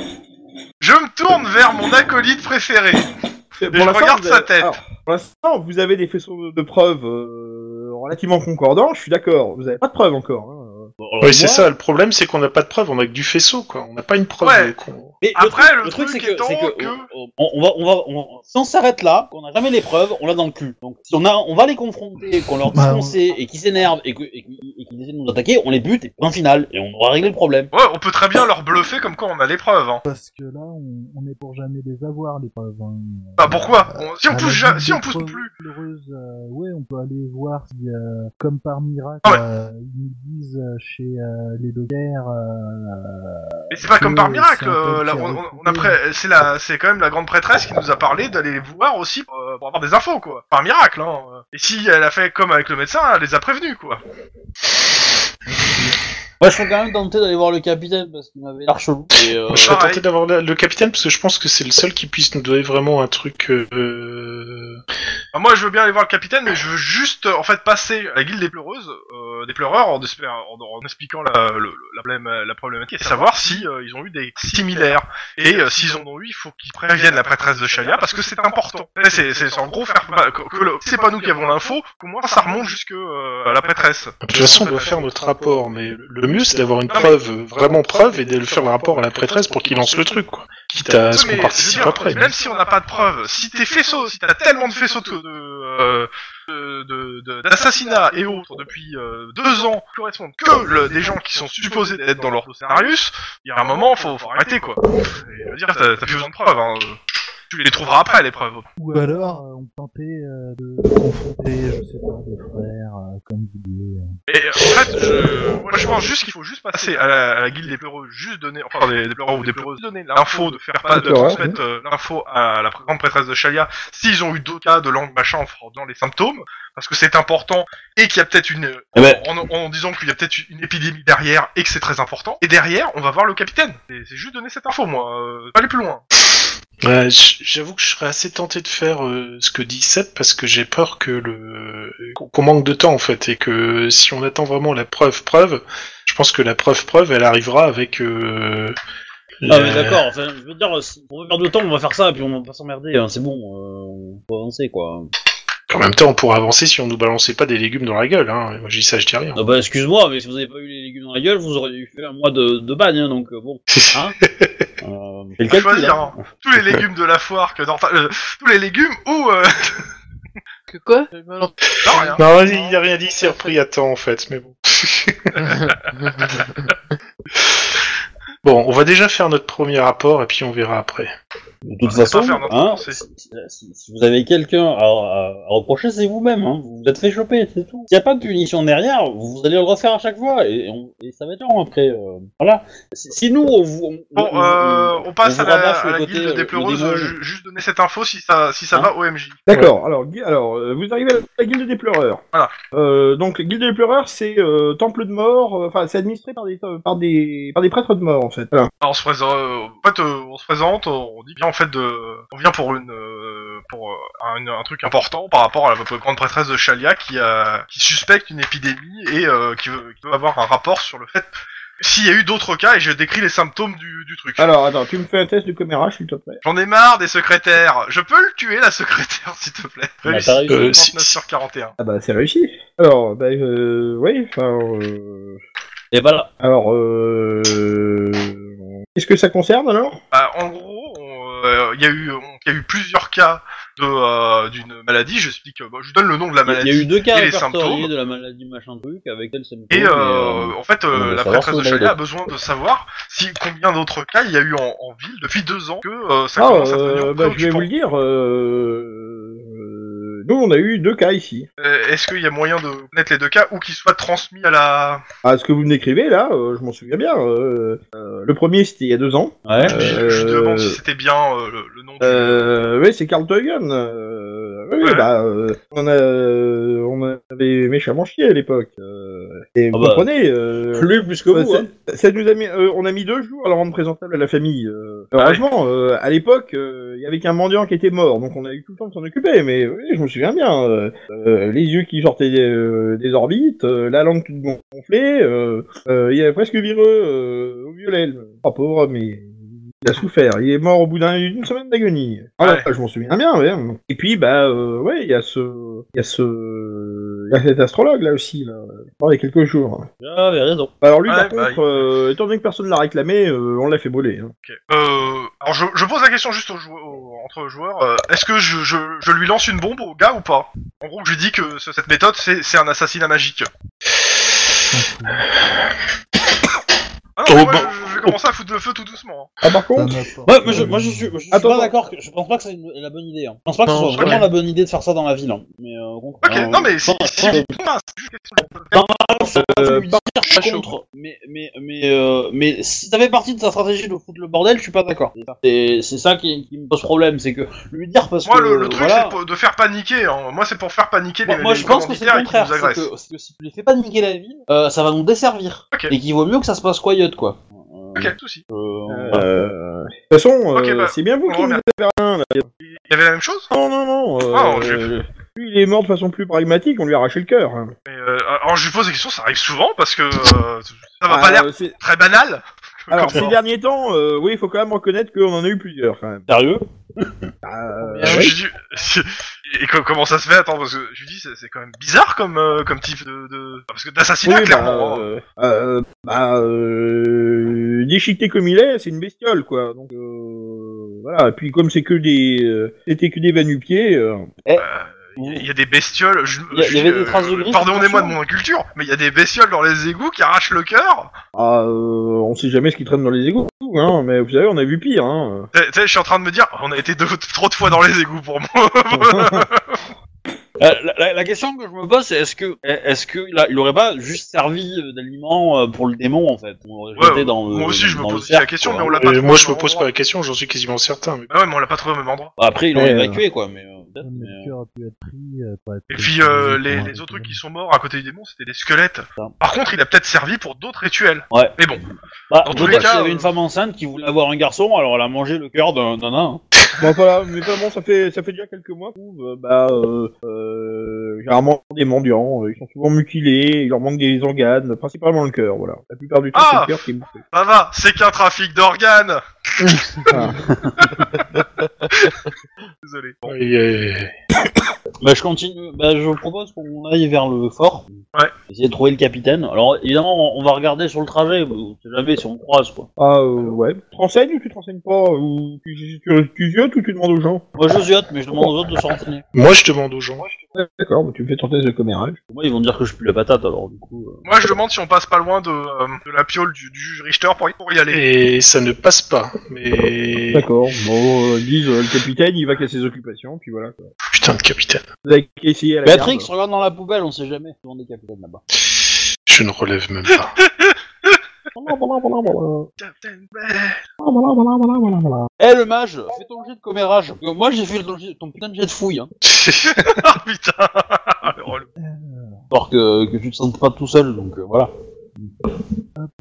S4: Je me tourne vers mon acolyte préféré.
S1: Pour
S4: je
S1: l'instant,
S4: regarde
S1: vous avez-
S4: sa tête.
S1: alors, pour l'instant, vous avez des faisceaux de preuves euh, relativement concordants, je suis d'accord. Vous avez pas de preuves encore. hein.
S2: Bon, alors,
S9: Oui, c'est
S2: moi,
S9: ça. Le problème, c'est qu'on n'a pas de preuve, on a que du faisceau, quoi. On n'a pas une preuve.
S4: Ouais.
S9: euh, qu'on-
S2: Mais
S4: Après, le truc étant
S2: c'est
S4: que-
S2: on, on- on va, on va, on- si on s'arrête là, qu'on n'a jamais les preuves, on l'a dans le cul. Donc, si on a, on va les confronter, qu'on leur dit
S6: Bah,
S2: qu'on
S6: on-
S2: sait et qu'ils s'énervent et que- et qu'ils et qu'ils essaient de nous attaquer, on les bute et point final. Et on aura réglé le problème.
S4: Ouais, on peut très bien leur bluffer comme quoi on a les preuves. Hein.
S6: Parce que là, on, on est pour jamais les avoir, les preuves. hein.
S4: Bah pourquoi On- Si on
S6: À
S4: pousse,
S6: la
S4: ja- si on
S6: Ligue des
S4: pousse
S6: Preuves
S4: plus.
S6: Heureuses, euh, ouais, on peut aller voir si, euh, comme par miracle,
S4: Ah ouais.
S6: euh, ils nous disent euh, chez euh, les dockers. euh,
S4: Mais c'est pas comme par
S6: Oui,
S4: miracle.
S6: c'est un peu
S4: euh, là,
S6: qui a
S4: on- on-
S6: recoupé.
S4: on a pré- c'est la, c'est quand même la grande prêtresse qui nous a parlé d'aller les voir aussi pour, euh, pour avoir des infos quoi. Par miracle. Hein. Et si elle a fait comme avec le médecin, elle les a prévenus quoi.
S2: Moi, je serais quand même tenté d'aller voir le capitaine parce qu'il m'avait l'air chelou. Et, euh,
S9: Moi, je serais
S4: pareil.
S9: tenté d'avoir la- le capitaine parce que je pense que c'est le seul qui puisse nous donner vraiment un truc. euh,
S4: Bah, moi, je veux bien aller voir le capitaine, mais je veux juste, euh, en fait, passer à la guilde des pleureuses, euh, des pleureurs, en, espé- en- en expliquant la, le- le- la, problème- la problématique et savoir si euh, ils ont eu des similaires. Et euh, s'ils en ont eu, il faut qu'ils préviennent la prêtresse de Shalia parce que c'est important. Et C'est, c'est, c'est en gros faire pas- que, que le- c'est pas nous qui avons l'info, qu'au moins ça remonte jusque euh, à la prêtresse.
S9: De toute façon, on doit faire notre rapport, mais le mieux, c'est d'avoir une
S4: Non, mais-
S9: preuve, euh, vraiment preuve, et de le faire le rapport à la prêtresse pour qu'il lance le truc, quoi. Quitte à ce
S4: Oui, mais,
S9: Euh, qu'on
S4: je
S9: participe
S4: veux dire,
S9: après.
S4: Même si on n'a pas de preuves, si t'es faisceau, si t'as tellement de faisceaux de, euh, de- de- de- d'assassinats et autres depuis euh, deux ans qui correspondent que le- des gens qui sont supposés d'être dans leur scénarius, il y a un moment, faut, faut arrêter quoi. Et, je veux dire, t'as, t'as plus besoin de preuves. Hein. Tu les trouveras après les preuves.
S6: Ou alors, euh, on tentait euh, de confronter, je sais pas, des frères, euh, comme vous voulez. euh.
S4: Et en fait, je, moi je pense juste qu'il faut juste passer à la, à la guilde des pleureux, juste donner, enfin des, des pleureux ou des pleureuses, donner l'info de faire pas de
S1: Pleureux,
S4: transmettre euh, l'info à la grande prêtresse de Chalia s'ils ont eu d'autres cas de langue machin en fraudant les symptômes, parce que c'est important et qu'il y a peut-être une,
S2: Eh ben-
S4: en, en disant qu'il y a peut-être une épidémie derrière et que c'est très important. Et derrière, on va voir le capitaine. Et C'est juste donner cette info, moi, euh, pas aller plus loin.
S9: Ouais, Euh, j- J'avoue que je serais assez tenté de faire euh, ce que dit Seb parce que j'ai peur que le qu'on- qu'on manque de temps en fait et que si on attend vraiment la preuve preuve, je pense que la preuve preuve elle arrivera avec. euh,
S2: Ah,
S9: la-
S2: mais d'accord, enfin, je veux dire, si on veut perdre de temps, on va faire ça, et puis on va pas s'emmerder, hein, c'est bon, euh, on peut avancer, quoi.
S9: En même temps, on pourra avancer si on nous balançait pas des légumes dans la gueule. Hein. Moi, je dis ça, je dis rien.
S2: Ah bah, excuse-moi, mais si vous avez pas eu les légumes dans la gueule, vous auriez eu fait un mois de, de bagne, hein, donc euh, bon. Hein euh, fais le
S4: À
S2: calcul,
S4: choisir,
S2: hein.
S4: hein. tous les légumes de la foire que dans ta- euh, tous les légumes ou euh,
S8: Que quoi J'ai mal entendu.
S4: non, rien.
S9: Non, il il a rien dit, il s'est repris à temps en fait, mais bon.
S8: Euh,
S9: bon, on va déjà faire notre premier rapport et puis on verra après.
S2: De toute
S4: On va
S2: façon,
S4: Bah, pas faire notre
S2: hein,
S4: pensée.
S2: si, si- si vous avez quelqu'un à, à- à reprocher, c'est vous-même. Hein. Vous vous êtes fait choper, c'est tout. S'il n'y a pas de punition derrière, vous allez le refaire à chaque fois. Et, on- et ça va être long après. euh, voilà. Si si nous, on vous. on-
S4: Bon,
S2: on-
S4: euh,
S2: on-
S4: on passe
S2: on
S4: à
S2: vous
S4: la,
S2: rabâche
S4: à
S2: le
S4: la
S2: côté,
S4: guilde
S2: euh,
S4: des
S2: le
S4: pleureuse,
S2: démon.
S4: ju- juste donner cette info si ça, si ça
S2: Hein
S4: va, OMJ.
S1: D'accord, alors, gui- alors euh, vous arrivez à la guilde des pleureurs.
S4: Voilà.
S1: Euh, donc, la guilde des pleureurs, c'est euh, temple de mort, euh, enfin, c'est administré par des, euh, par, des, par des prêtres de mort, en fait. Voilà.
S4: Alors, on se présente, euh, en fait, euh, on se présente, on dit bien en fait de, on vient pour une, euh, pour euh, un, un truc important par rapport à la grande prêtresse de Chalia qui a, qui suspecte une épidémie et euh, qui, veut, qui veut avoir un rapport sur le fait s'il y a eu d'autres cas et je décris les symptômes du, du truc.
S1: Alors, attends, tu me fais un test de commérage, s'il te plaît.
S4: J'en ai marre des secrétaires. Je peux le tuer la secrétaire s'il te plaît.
S2: Bah,
S4: Réussi.
S2: t'as réussi.
S9: Euh, si-
S4: 39 sur 41.
S1: Ah bah, c'est réussi. Alors, bah, euh, oui, enfin... Euh...
S2: Et voilà.
S1: Alors, euh... Qu'est-ce que ça concerne, alors
S4: Bah, en gros, on, euh, il y a eu, on- il y a eu plusieurs cas de euh, d'une maladie. Je explique, euh, bah, je donne le nom de la
S2: Il y a- il
S4: maladie.
S2: y a eu deux cas
S4: et les
S2: répertoriés
S4: symptômes.
S2: de la maladie machin truc avec elle symptômes.
S4: Et
S2: mais,
S4: euh, en fait,
S2: on
S4: euh,
S2: veut
S4: la
S2: savoir
S4: prêtresse
S2: ce
S4: de
S2: qu'on a
S4: Chalia a
S2: d'autre.
S4: besoin de savoir si combien d'autres cas il y a eu en, en ville depuis deux ans que euh, ça
S1: Ah,
S4: commence à devenir
S1: euh, bah, je vais
S4: préoccupant.
S1: vous le dire. Euh... euh, Nous, on a eu deux cas ici.
S4: Euh, Est-ce qu'il y a moyen de connaître les deux cas ou qu'ils soient transmis à la
S1: Ah, ce que vous me décrivez, là, euh, je m'en souviens bien. euh, euh, le premier, c'était il y a deux ans.
S2: Ouais.
S4: Je- je- E Je
S1: Euh,
S4: demande si c'était bien euh, le, le nom. du-
S1: Euh, oui, c'est Carl Teugen. Euh, oui,
S4: Ouais.
S1: bah, euh, on, a, euh, on avait méchamment chié à l'époque. euh, et vous
S2: Ah bah.
S1: comprenez euh,
S2: Plus, plus que
S1: euh,
S2: vous.
S1: ça-
S2: hein.
S1: ça nous a mis, euh, on a mis deux jours à le rendre présentable à la famille. euh. heureusement, euh, à l'époque, euh, il y avait qu'un mendiant qui était mort, donc on a eu tout le temps de s'en occuper. Mais oui, je me souviens bien. euh, euh, les yeux qui sortaient des, euh, des orbites, euh, la langue toute gonflée, euh, euh, il y avait presque vireux euh, au violet. le- Oh, pauvre, homme, mais il a souffert. Il est mort au bout d'un- d'une semaine d'agonie. Ah,
S4: Ouais.
S1: Je m'en souviens bien. ouais. Et puis, bah, euh, ouais, il y a ce, il y a ce, il y a cet astrologue là aussi, là, il y a quelques jours.
S2: J'avais raison.
S1: Alors lui,
S4: Ouais,
S1: par
S4: bah,
S1: contre, euh, étant donné que personne ne l'a réclamé, euh, on l'a fait voler. hein.
S4: Ok. Euh, alors je, je pose la question juste aux joueurs, aux- entre joueurs. euh, Est-ce que je, je, je lui lance une bombe au gars ou pas En gros, je lui dis que ce- cette méthode, c'est c'est un assassinat magique. Ah non, mais
S9: Oh,
S4: moi,
S9: bon.
S4: je, je vais commencer à foutre le feu tout doucement. hein.
S1: Ah, par
S6: Ça
S1: contre,
S6: n'apporte
S2: Ouais, moi je, moi, je suis, je suis
S1: Attends,
S2: pas
S1: attends.
S2: d'accord. que- Je pense pas que c'est une- la bonne idée. Hein. Je pense pas que ce
S8: Non, je
S2: soit vraiment
S8: crois
S2: la bonne idée de faire ça dans la ville. Hein. Mais, euh, au contraire,
S4: Ok,
S2: hein,
S4: non mais si,
S2: je pense-
S4: si,
S2: je
S4: vous- non, c'est juste question de-
S2: Non,
S1: euh,
S2: pense- je suis contre. Mais, mais, mais, euh, mais si ça fait partie de sa stratégie de foutre le bordel, je suis pas d'accord. C'est c'est ça qui, qui me pose problème, c'est que lui dire parce
S4: Moi,
S2: que.
S4: le, le truc,
S2: voilà,
S4: c'est pour- de faire paniquer. hein. Moi, c'est pour faire paniquer
S2: Moi,
S4: les,
S2: moi,
S4: les
S2: je pense que c'est le
S4: commanditaires qui
S2: contraire.
S4: nous
S2: C'est
S4: agressent.
S2: que, c'est que si tu les fais pas niquer la ville, euh, ça va nous desservir.
S4: Ok.
S2: Et qu'il vaut mieux que ça se passe quiet, quoi. Euh,
S4: Ok, pas de souci.
S2: euh,
S1: euh, de toute façon,
S4: Ok,
S1: euh,
S4: bah,
S1: c'est bien vous
S4: on
S1: qui nous
S4: remercie.
S1: avez rien. là.
S4: Il y avait la même chose
S1: Non, non, non. euh,
S4: Ah, on- je-
S1: euh, lui, il est mort de façon plus pragmatique. On lui a arraché le cœur. hein.
S4: mais, euh, Alors, je lui pose la question, ça arrive souvent parce que euh, ça va
S1: Ah,
S4: pas l'air
S1: euh, c'est-
S4: très banal.
S1: Alors,
S4: Comme
S1: ces
S4: ça.
S1: derniers temps, euh, oui, il faut quand même reconnaître qu'on en a eu plusieurs. Quand même.
S2: Sérieux
S1: Ah,
S4: Je-
S1: oui.
S4: je dis- Et co- comment ça se fait Attends, parce que je lui dis, c'est c'est quand même bizarre comme, euh, comme type de. de- Parce que d'assassinat,
S1: Oui, bah,
S4: clairement. hein.
S1: euh, euh, bah, euh, déchiqueté comme il est, c'est une bestiole, quoi. Donc, euh, voilà. Et puis, comme c'est que des, euh, c'était que des vanupiers, euh,
S4: Il y a des bestioles. Je,
S2: Il y a- il y
S4: je- euh,
S2: avait des traces de gris, c'est
S4: Pardonnez-moi de
S2: sûr.
S4: mon inculture, mais il y a des bestioles dans les égouts qui arrachent le cœur.
S1: ah, euh, on sait jamais ce qui traîne dans les égouts, hein. Mais vous savez, on a vu pire, hein.
S4: Tu sais, je suis en train de me dire, on a été deux- trop de fois dans les égouts pour moi.
S2: Euh, la, la- la question que je me pose, c'est est-ce que, est-ce que il, a- il aurait pas juste servi euh, d'aliment euh, pour le démon en fait On l'aurait
S4: Ouais,
S2: jeté dans le-
S4: moi aussi, je me
S2: dans le
S4: pose aussi la
S2: cercle,
S4: question,
S2: quoi.
S4: mais on l'a
S9: Euh,
S4: pas trouvé
S9: moi,
S4: au
S9: je me
S4: même
S9: pose pas
S4: endroit.
S9: la question, j'en suis quasiment certain. mais-
S4: Ah ouais, mais on l'a pas trouvé au même endroit.
S2: Après, ils l'ont
S1: Ouais,
S2: évacué quoi, mais. euh, peut-être,
S6: Comme
S2: mais,
S6: le
S2: euh,
S6: cœur a pu être pris. euh, pour être-
S4: Et puis euh, les, les autres trucs qui sont morts à côté du démon, c'était des squelettes. Par contre, il a peut-être servi pour d'autres rituels.
S2: Ouais.
S4: Mais bon,
S2: Bah,
S4: Dans tous les
S2: peut-être qu'il
S4: cas,
S2: y avait
S4: euh,
S2: une femme enceinte qui voulait avoir un garçon, alors elle a mangé le cœur d'un d'un nain.
S1: Bon, voilà. Mais pas bon, ça fait, ça fait déjà quelques mois. je trouve. Euh, Bah, euh, euh, généralement des mendiants, euh, ils sont souvent mutilés, il leur manque des organes, principalement le cœur, voilà. La plupart du temps,
S4: Ah
S1: c'est le cœur qui est bouffé.
S4: ça va, c'est qu'un trafic d'organes.
S1: Ah.
S4: Désolé.
S9: Oui, euh,
S2: Bah, je continue. Bah, je propose qu'on aille vers le fort.
S4: Ouais.
S2: Essayer de trouver le capitaine. Alors, évidemment, on, on va regarder sur le trajet. On sait jamais si on croise, quoi.
S1: Ah euh, ouais. Tu te renseignes ou tu te renseignes pas ou tu, tu, tu ziotes ou tu demandes aux gens
S2: Moi, je ziote, mais je demande aux autres de se renseigner.
S9: Moi, je demande aux gens.
S1: D'accord, bah, tu me fais ton test de commérage.
S2: Moi, ils vont dire que je pue la patate, alors, du coup. euh.
S4: Moi, je demande si on passe pas loin de, euh, de la piole du, du juge Richter pour y, pour y aller.
S9: Et ça ne passe pas. Mais.
S1: D'accord. Bon, euh, ils disent euh, le capitaine, il va qu'à ses occupations, puis voilà. Quoi.
S9: Putain de capitaine.
S1: Vous avez qu'à essayer à la
S2: Béatrix,
S1: garde.
S2: regarde dans la poubelle, on sait jamais si on est capitaine là-bas.
S9: Je ne relève même pas.
S4: Captain
S2: Eh, le mage, fais ton jet de commérage. Parce que Moi, j'ai fait ton, jet- ton putain de jet de fouille, hein.
S4: Ah putain. Le relou.
S2: Alors que, que tu te sentes pas tout seul, donc euh, voilà.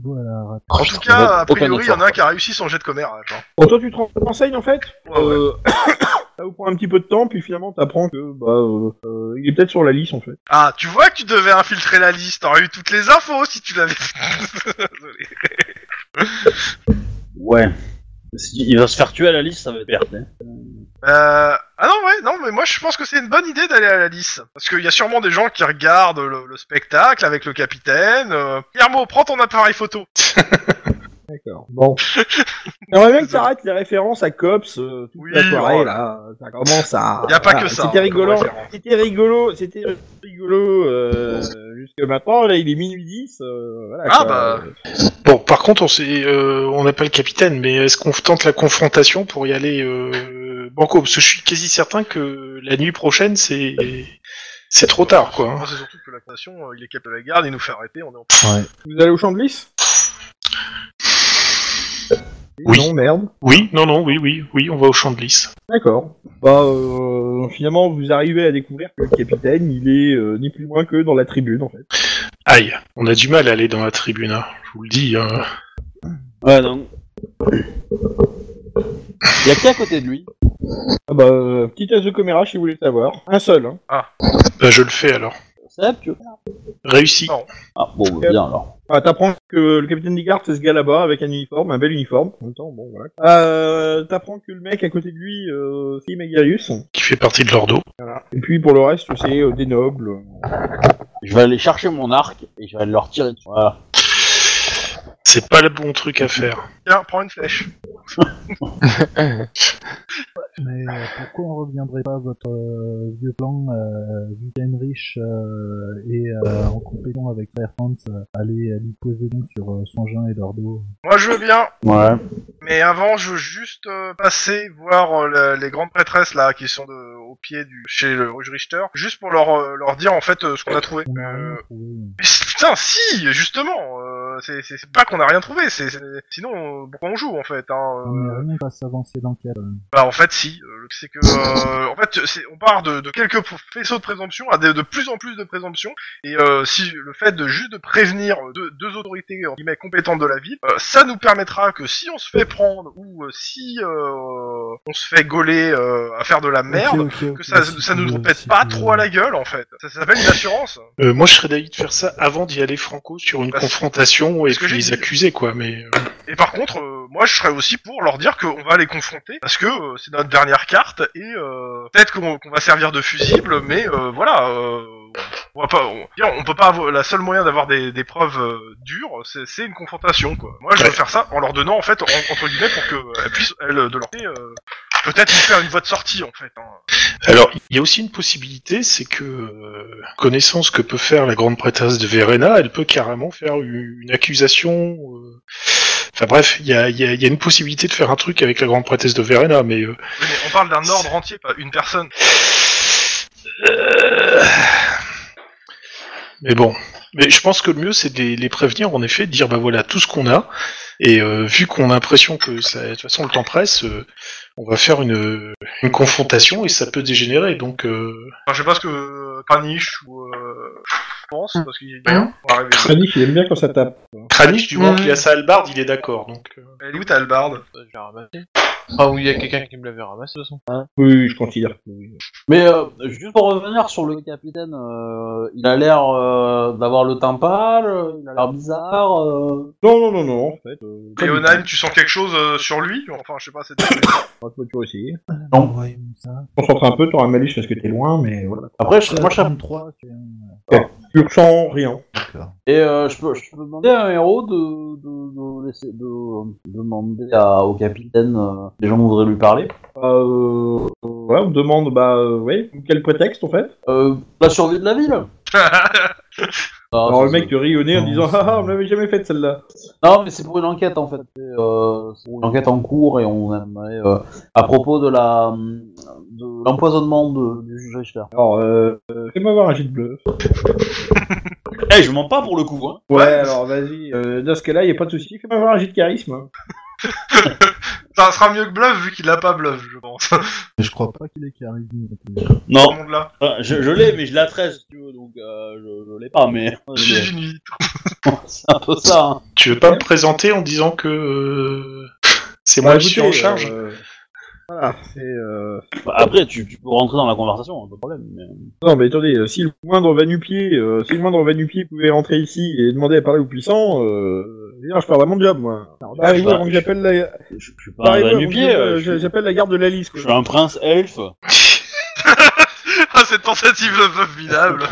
S6: Voilà,
S4: en tout cas, a
S2: aucun
S4: priori, il y
S2: effort,
S4: en a un qui a réussi son jet de commère. attends.
S1: Bon, toi, tu te ren- renseignes en fait
S4: Ouais, ouais.
S1: Euh, Ça vous prend un petit peu de temps, puis finalement, t'apprends que bah euh, euh, il est peut-être sur la liste en fait.
S4: Ah, tu vois que tu devais infiltrer la liste. T'aurais eu toutes les infos si tu l'avais. Désolé.
S2: Ouais. Il va se faire tuer à la liste, ça va être perte. hein.
S4: Euh, ah non, ouais, non, mais moi je pense que c'est une bonne idée d'aller à la lice. Parce qu'il y a sûrement des gens qui regardent le, le spectacle avec le capitaine. Euh... Guillermo, prends ton appareil photo.
S1: D'accord. Bon. J'aimerais bien que t'arrêtes les références à Cops euh, toute
S4: Oui,
S1: la soirée
S4: oh
S1: là. Ça commence à.
S4: Y a pas
S1: voilà,
S4: que ça.
S1: Ah, C'était
S4: hein,
S1: rigolo.
S4: comme référent.
S1: C'était rigolo, c'était rigolo euh, jusque maintenant. Là, il est minuit 10. euh, voilà,
S4: Ah,
S1: quoi.
S4: bah.
S9: Bon, par contre, on sait, euh, on n'a pas le capitaine, mais est-ce qu'on tente la confrontation pour y aller euh, banco Parce que je suis quasi certain que la nuit prochaine, c'est c'est trop tard, quoi. hein.
S4: Moi, C'est surtout que la condamnation, euh, il est cap de la garde, il nous fait arrêter, on est en
S1: Vous allez au champ de lice
S9: Oui.
S1: Non, merde.
S9: Oui, non, non, oui, oui, oui, on va au champ de lice.
S1: D'accord. Bah, euh, finalement, vous arrivez à découvrir que le capitaine, il est euh, ni plus ni moins que dans la tribune, en fait.
S9: Aïe, on a du mal à aller dans la tribune, hein, je vous le dis. hein.
S2: Ouais, donc. Il y a qui à côté de lui
S1: Ah bah, euh, petit test de commérage si vous voulez savoir. Un seul, hein.
S9: Bah, je le fais alors.
S2: Seb, tu veux
S9: Réussi.
S4: Non.
S2: Ah, bon, bah, bien alors.
S1: Ah, t'apprends que le capitaine des gardes, c'est ce gars là-bas, avec un uniforme, un bel uniforme. En même temps, bon, voilà. Euh, t'apprends que le mec à côté de lui, euh, c'est Megarius.
S9: Qui fait partie de l'ordo.
S1: Et puis, pour le reste, c'est euh, des nobles.
S2: Je vais aller chercher mon arc et je vais aller leur tirer dessus. Voilà.
S9: C'est pas le bon truc
S4: Mm-hmm.
S9: à faire.
S4: Tiens, prends une flèche.
S6: Mais euh, pourquoi on reviendrait pas à votre euh, vieux plan, euh, vu qu'Heinrich euh, est euh, en compétition avec Frère Hans, euh, aller euh, lui poser donc sur euh, Sangin et Lordo
S4: Moi je veux bien,
S2: Ouais.
S4: mais avant, je veux juste euh, passer voir euh, la- les grandes prêtresses là, qui sont de- au pied du. chez le Roger Richter, juste pour leur, euh, leur dire en fait euh, ce qu'on a trouvé.
S6: On a
S4: Euh,
S6: rien trouvé.
S4: Mais c- Putain, si, justement, euh, c'est- c'est c'est pas qu'on a rien trouvé, c'est c'est- sinon euh, pourquoi on joue en fait. Hein,
S6: On
S4: euh,
S6: n'a rien qu'à s'avancer l'enquête. euh.
S4: bah en fait si, euh, le- c'est que euh, en fait c'est- on part de, de quelques p- faisceaux de présomption à de, de plus en plus de présomptions et euh, si le fait de juste de prévenir euh, deux, deux autorités entre guillemets, compétentes de la ville, euh, ça nous permettra que si on se fait prendre ou euh, si euh, on se fait gauler euh, à faire de la merde,
S7: Ok, ok, ok,
S4: que ça,
S7: Bah, si
S4: ça
S7: tu
S4: nous
S7: veux-
S4: pète
S7: si
S4: pas
S7: tu veux.
S4: trop à la gueule en fait. Ça s'appelle une assurance.
S9: Euh, moi, je serais d'avis de faire ça avant
S3: d'y aller franco sur une
S4: Parce-
S3: confrontation et
S4: parce que
S3: puis
S4: j'ai
S3: les
S4: dit-
S3: accuser, quoi. Mais euh,
S4: Et par contre, euh, moi, je serais aussi pour leur dire qu'on va les confronter, parce que euh, c'est notre dernière carte, et euh, peut-être qu'on qu'on va servir de fusible, mais euh, voilà, euh, on va pas, on, dire, on peut pas avoir, la seule moyen d'avoir des, des preuves euh, dures, c'est c'est une confrontation, quoi. Moi, je veux
S3: Ouais.
S4: faire ça en leur donnant, en fait, en- entre guillemets, pour qu'elles puissent, elles, de leur côté, euh, peut-être nous faire une voie de sortie, en fait. hein.
S3: alors, il y a aussi une possibilité, c'est que euh, connaissant ce que peut faire la grande prêtresse de Verena, elle peut carrément faire une, une accusation. euh, Enfin bref, il y a, il y a- il y a une possibilité de faire un truc avec la grande prêtresse de Verena, mais euh,
S4: Oui, mais on parle d'un ordre entier, pas une personne.
S3: Euh, Mais bon. Mais je pense que le mieux, c'est de les, les prévenir, en effet, de dire, bah voilà, tout ce qu'on a. Et euh, vu qu'on a l'impression que, ça, de toute façon, le temps presse, euh, on va faire une, une confrontation et ça peut dégénérer. Donc, euh,
S4: Enfin, je sais pas ce que Kranich ou euh, pense, parce qu'il y
S3: Hein
S1: Kranich, il aime bien quand ça tape.
S3: Kranich, du moment
S8: Ouais.
S3: qu'il a sa hallebarde, il est d'accord. Donc, euh,
S4: Elle est où ta hallebarde
S8: Euh, Je l'ai ramassé. Enfin, oui, il y a quelqu'un qui me l'avait ramassé, de toute façon.
S1: Oui, je considère. que oui.
S2: Mais euh, juste pour revenir sur le capitaine, euh, il a l'air euh, d'avoir le teint pâle, euh, il a l'air bizarre. euh,
S1: Non, non, non, non, en fait. Euh, pas du
S4: Léonine, tu sens quelque chose euh, sur lui Enfin, je sais pas, c'est...
S1: tout. On va toujours essayer.
S2: Non.
S6: Envoyez-nous ça.
S1: Concentre un peu, t'auras un malus parce que t'es loin, mais voilà.
S2: Après, je- moi, je serais-
S6: 33, c'est un-
S1: Tu ressens rien.
S6: D'accord.
S2: et euh, je peux, je peux demander à un héros de, de, de, laisser- de- de demander à- au capitaine euh, des gens voudraient lui parler.
S1: Euh, ouais, on demande, bah, euh, ouais, quel prétexte en fait
S2: Euh, la survie de la ville. Ah,
S1: Alors le
S2: c'est-
S1: mec te rit au nez en
S6: Non,
S1: disant
S6: c'est-
S1: Ah ah, on l'avait jamais fait celle-là.
S2: Non, mais c'est pour une enquête en fait. C'est, euh, c'est pour une enquête en cours et on aimerait euh, à propos de la hum, de l'empoisonnement de- du juge Richter.
S1: Alors, euh, euh, fais-moi voir un jet de bleu.
S2: Eh, je mens pas pour le coup. Hein.
S1: Ouais, alors vas-y, euh, dans ce cas-là, y a pas de souci, fais-moi voir un jet de charisme. hein.
S4: Ça sera mieux que Bluff vu qu'il a pas Bluff, je pense. Tout
S6: Mais je crois pas qu'il est carré.
S4: le
S2: Non,
S4: monde là.
S2: je, l'ai, mais je la traite si tu veux, donc euh, je, l'ai pas, mais
S4: J'ai une vie.
S2: c'est un peu ça. hein.
S3: tu veux pas me présenter en disant que euh, c'est moi
S1: Bah,
S3: qui suis en
S1: écoutez,
S3: charge
S1: euh, Voilà, c'est. euh,
S2: Bah, après, tu, peux rentrer dans la conversation, hein, pas de problème.
S1: Non, mais attendez, euh, si le moindre vanupier, euh, si le moindre vanupier pouvait rentrer ici et demander à parler aux puissants, euh, je veux dire, je perds à mon job, moi.
S2: bah,
S1: Arrivez
S2: je-
S1: avant que j'appelle la,
S3: bah,
S2: Je, suis pas un
S1: arrivez avant que
S2: nu-pied,
S1: j'appelle-
S2: euh, je,
S1: je-
S2: suis-
S1: j'appelle la garde de la liste.
S2: je suis un prince elfe.
S4: Ah, cette tentative de bluff minable.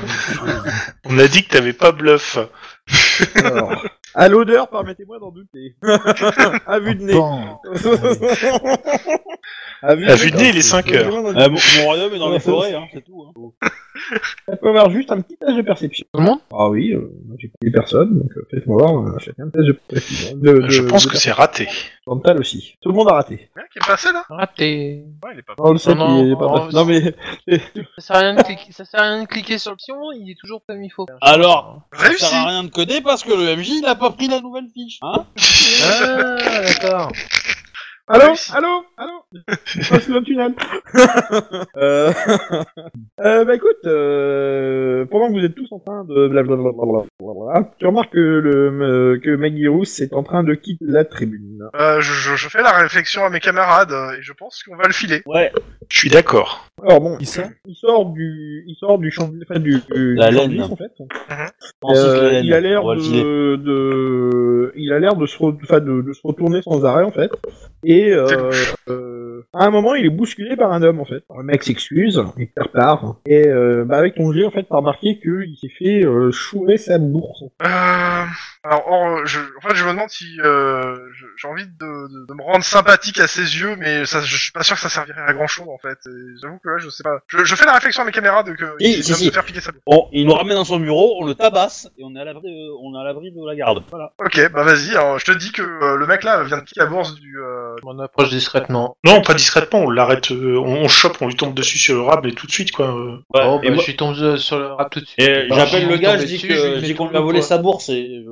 S3: On a dit que t'avais pas bluff.
S1: Alors, à l'odeur, permettez-moi d'en douter. à vue de nez.
S6: Bon.
S1: à vue,
S3: À vue de nez, il est 5 heures.
S1: Permettez-moi d'en douter.
S2: Euh, mon, mon royaume est dans les forêts, hein, c'est tout. Hein.
S1: On peut avoir juste un petit test de perception.
S8: Tout le monde
S1: Ah oui, euh, moi, j'ai connu personne, donc euh, faites-moi voir euh, chacun un test de perception. De,
S3: Je
S1: de-
S3: pense
S1: de
S3: que c'est raté.
S1: mental aussi. Tout le monde a raté.
S4: Merde, qui est passé là
S8: Ah, Raté.
S4: Ouais, il est pas
S1: On le sait
S8: Non,
S1: qu'il est
S8: non,
S1: pas
S8: non,
S1: passé.
S8: c'est-
S1: Non mais,
S8: Ça sert à rien de cliquer, ça sert à rien de cliquer sur l'option, il est toujours comme il faut.
S2: Alors Ça
S4: Réussi
S2: sert à rien de coder parce que le MJ il a pas pris la nouvelle fiche. Hein
S8: Ah, d'accord.
S1: Allô
S4: Réussi.
S1: Allô Allô Je passe sous le tunnel euh... euh, Bah écoute, euh... pendant que vous êtes tous en train de blablabla, blablabla, tu remarques que, le, que Maggie Rousse est en train de quitter la tribune.
S4: Euh, je, je- je fais la réflexion à mes camarades, euh, et je pense qu'on va le filer.
S2: Ouais.
S3: Je suis d'accord.
S1: Alors bon,
S6: Qui ça
S1: il sort du, il sort du champ, enfin, du, du,
S2: La
S1: du
S2: laine.
S1: chandelier, en fait. Euh, il a l'air de, de- il a l'air de se, re- enfin, de, de se retourner sans arrêt en fait. Et euh, euh, à un moment, il est bousculé par un homme en fait. Alors, Le mec s'excuse, il repart. Et euh, bah, avec ton jet en fait, t'as remarqué qu'il s'est fait euh, chouer sa bourse.
S4: Euh, alors, or, je, en fait, je me demande si euh, je- j'ai envie de, de- de me rendre sympathique à ses yeux, mais ça, je suis pas sûr que ça servirait à grand chose en fait. Et J'avoue que là, je sais pas. Je, je fais la réflexion à mes camarades que
S2: Si,
S4: il
S2: si,
S4: va me
S2: si.
S4: faire piquer sa boule.
S2: il nous ramène dans son bureau, on le tabasse et on est à l'abri de, on est à l'abri de la garde. Voilà.
S4: Ok, bah vas-y. alors, Je te dis que euh, le mec là vient de piquer la bourse du. euh,
S8: Je m'en approche discrètement.
S3: Non, pas discrètement, on l'arrête, euh, on, on chope, on lui tombe dessus sur le rab et tout de suite, quoi. euh.
S8: oh,
S2: et
S8: bah,
S2: moi-
S8: je lui tombe euh, sur le rap tout de suite.
S2: et
S8: Bah,
S2: j'appelle
S8: si
S2: le
S8: on
S2: gars,
S8: tombe
S2: je dis
S8: dessus,
S2: que-
S8: je lui
S2: je
S8: mets
S2: dis qu'on
S8: tout
S2: lui a
S8: le
S2: volé
S8: poids.
S2: sa bourse et je...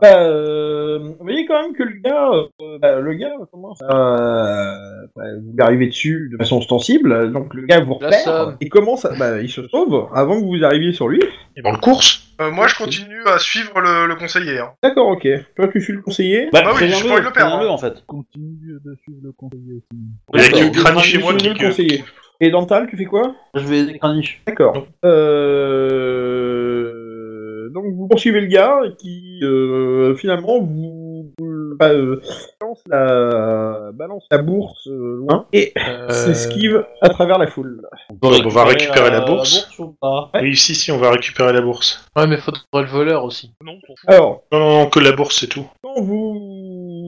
S1: Bah, euh, vous voyez quand même que le gars, euh, bah, le gars commence à bah, vous lui arrivez dessus de façon ostensible, donc le gars vous
S8: La
S1: repère
S8: somme.
S1: et commence, à, bah, il se sauve avant que vous arriviez sur lui.
S3: Et dans le course
S4: euh, moi, je continue à suivre le, le conseiller. hein.
S1: D'accord, ok. Toi, tu suis le conseiller.
S2: Bah,
S4: bah oui,
S2: préviens-le,
S4: j'ai pas envie de le perdre,
S2: préviens-le, en fait. bah,
S6: Continue de suivre le conseiller aussi.
S3: Il y a
S2: D'accord.
S3: du crâne chez moi,
S1: Je
S3: dis
S1: le
S3: que...
S1: conseiller. Et Dental, tu fais quoi
S2: Je vais craniche.
S1: D'accord. Euh... Donc donc vous poursuivez le gars et qui euh, finalement vous vous- bah, euh, balance, la, balance la bourse euh, loin et s'esquive à travers la foule.
S3: on va récupérer la bourse.
S2: ou pas
S3: Oui, si, si, on va récupérer la bourse.
S8: Ouais, mais faudrait le voleur aussi.
S4: Non, pour fou.
S1: Alors,
S3: Non, non, non, que la bourse, c'est tout.
S1: quand vous...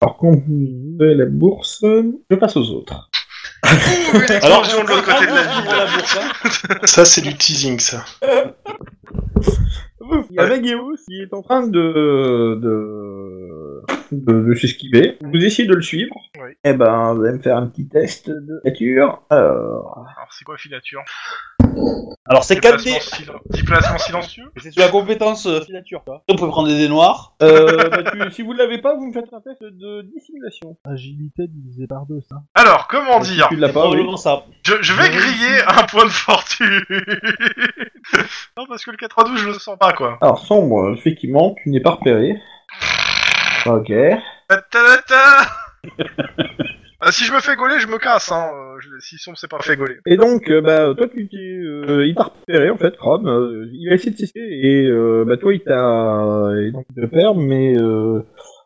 S1: Alors, quand vous avez la bourse, je passe aux autres.
S4: Ouh, une explosion de l'autre côté de la ville.
S2: la bourse, hein.
S3: Ça, c'est du teasing, ça.
S1: Il y a Mageos qui est en train de... de... de, de s'esquiver. Vous essayez de le suivre.
S4: Oui.
S1: Eh ben, vous allez me faire un petit test de nature. Alors...
S4: Alors, c'est quoi filature
S2: Alors c'est 4 dés.
S4: Déplacement silen- Déplacement silencieux
S2: C'est sous la compétence euh, filature. quoi. On peut prendre des dés noirs.
S1: Euh, bah, tu- si vous ne l'avez pas, vous me faites un test de dissimulation.
S6: Agilité divisé par deux, ça.
S4: Alors, comment dire
S1: Tu l'as pas, Bah, oui.
S2: Probablement ça.
S4: je, je vais griller un point de fortune Non, parce que le 92, je le sens pas, quoi.
S1: Alors, sombre, effectivement, tu n'es pas repéré. Ok.
S4: Ta ta ta ta. Ah, si je me fais gauler, je me casse, hein. euh, je- Si sombre, c'est pas fait gauler.
S1: Et donc, euh, bah, toi, tu t'es, euh, il t'a repéré, en fait, Chrome. euh, il a essayé de cesser, et euh, bah, toi, il t'a... Et donc, il te perd, mais... Euh,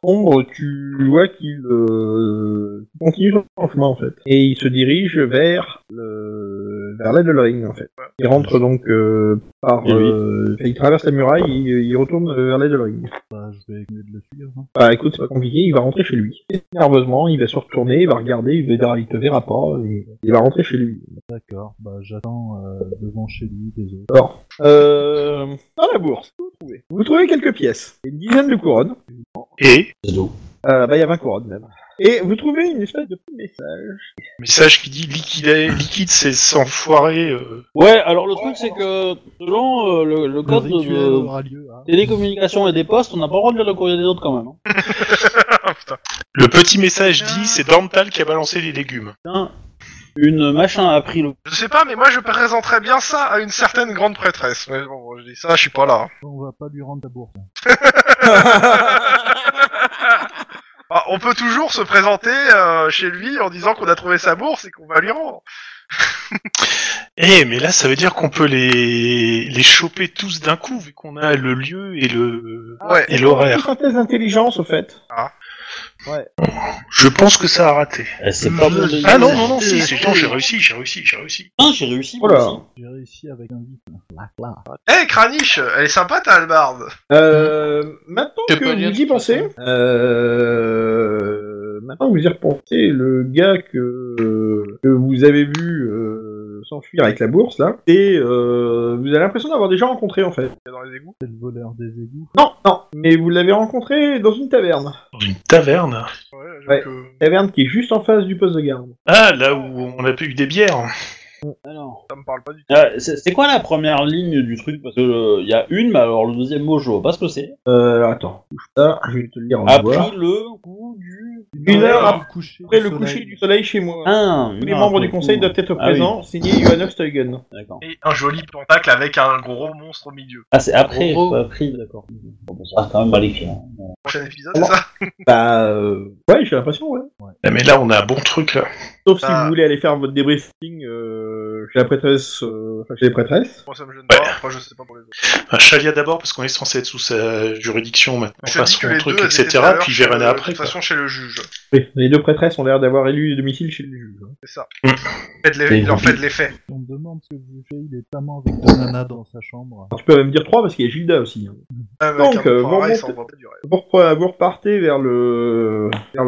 S1: Ombre, tu vois qu'il euh, continue son chemin, en fait. Et il se dirige vers... le- vers l'aide de Lorraine, en fait. Il rentre, donc, euh, par...
S2: Et oui.
S1: euh, il traverse la muraille, il, il retourne vers l'aide de Lorraine.
S6: Bah, je vais essayer de le suivre. hein.
S1: Bah, écoute, c'est pas compliqué, il va rentrer chez lui. Nerveusement, il va se retourner, il va regarder, il, va, dire, ah, il te verra pas, et il va rentrer chez lui.
S6: D'accord. Bah, j'attends euh, devant chez lui, désolé.
S1: Alors, euh, dans la bourse, vous trouvez, vous trouvez quelques pièces, une dizaine de couronnes,
S3: Et
S1: euh, bah il y a 20 couronnes même, et vous trouvez une espèce de petit message.
S3: Message qui dit liquide, liquide c'est sans foirer. euh.
S2: Ouais, alors le truc c'est que selon euh, le, le
S6: Le
S2: code de,
S6: rituel
S2: de
S6: aura lieu. Hein.
S2: télécommunications et des postes, on n'a pas le droit de lire le courrier des autres quand même. hein.
S4: Ah,
S3: Le petit message dit c'est Dormtal qui a balancé les légumes.
S2: Putain, une machin a pris le.
S4: Je sais pas, mais moi, je présenterais bien ça à une certaine grande prêtresse. Mais bon, je dis ça, je suis pas là.
S6: On va pas lui rendre ta bourse.
S4: Ah, on peut toujours se présenter euh, chez lui en disant qu'on a trouvé sa bourse et qu'on va lui rendre.
S3: Eh, mais là, ça veut dire qu'on peut les, les choper tous d'un coup, vu qu'on a le lieu et le
S4: Ouais.
S3: et l'horaire.
S1: Synthèse d'intelligence au fait.
S3: Je pense que ça a raté.
S2: C'est
S4: Euh,
S2: pas bon.
S3: Ah non, non, non, si, c'est bon, j'ai réussi, j'ai réussi, j'ai réussi.
S2: Putain, j'ai réussi. moi
S1: Oh là.
S2: aussi.
S6: J'ai réussi avec un 10. Là, là.
S4: Eh, Kranich, elle est sympa ta hallebarde.
S1: Euh, maintenant
S8: Je
S1: que
S8: peux lire,
S1: vous y
S8: de toute
S1: pensez, euh, maintenant que vous y repensez, le gars que, que vous avez vu euh, s'enfuir avec la bourse là, et euh, vous avez l'impression d'avoir déjà rencontré en fait.
S4: Dans les égouts.
S6: C'est le voleur des égouts.
S1: Non, non, mais vous l'avez rencontré dans une taverne.
S3: Dans une taverne.
S4: Ouais,
S1: Ouais.
S4: que-
S1: Taverne qui est juste en face du poste de garde.
S3: Ah, là où on a eu des bières.
S2: Alors,
S4: Ça me parle pas du tout.
S2: euh, c'est c'est quoi la première ligne du truc Parce que euh, il y a une, mais alors le deuxième mot, je vois pas ce que c'est.
S1: Euh, attends, bouge ça, je vais te le lire en voix.
S2: Après le coup du.
S1: Une heure
S6: Après le coucher
S1: après
S6: du
S1: le
S6: soleil.
S1: coucher du soleil chez moi.
S2: Ah,
S1: Tous les membres du conseil doivent être présents, signé Johannes Steugen.
S2: D'accord.
S4: Et un joli pentacle avec un gros monstre au milieu.
S2: Ah, c'est après,
S8: Gros.
S2: pas pris, d'accord. Bon, bon, ça reste quand même mal écrit. hein.
S4: Prochain épisode, c'est ça
S1: Bah, euh, ouais, j'ai l'impression, ouais.
S3: Ah, mais là, on a un bon truc, là.
S1: Sauf si
S4: Ah.
S1: vous voulez aller faire votre débriefing euh, chez la prêtresse, euh, enfin, chez les prêtresses.
S4: Moi, ça me gêne pas. Après, je sais pas pour les autres.
S3: Un Chalia d'abord, parce qu'on est censé être sous sa juridiction, maintenant,
S4: Je te
S3: enfin,
S4: dis que
S3: son
S4: les
S3: truc,
S4: deux, elles étaient tout
S3: etc.
S4: à l'heure
S3: Puis
S4: chez le-
S3: Verena après,
S4: De
S3: quoi.
S4: toute façon, chez le juge.
S1: Oui, les deux prêtresses ont l'air d'avoir élu domicile chez le juge. hein.
S4: C'est ça.
S3: Mm.
S4: Faites les...
S2: Et
S4: Il leur
S2: vous-
S4: fait de l'effet.
S6: On me demande ce que vous faites, il est tellement avec deux nanas dans sa chambre.
S1: Alors, tu peux même dire trois parce qu'il y a Gilda aussi. hein. Donc, euh, vous
S4: pareil,
S1: remontez-
S4: ça en va pas durer.
S1: Pourquoi vous repartez vers le. vers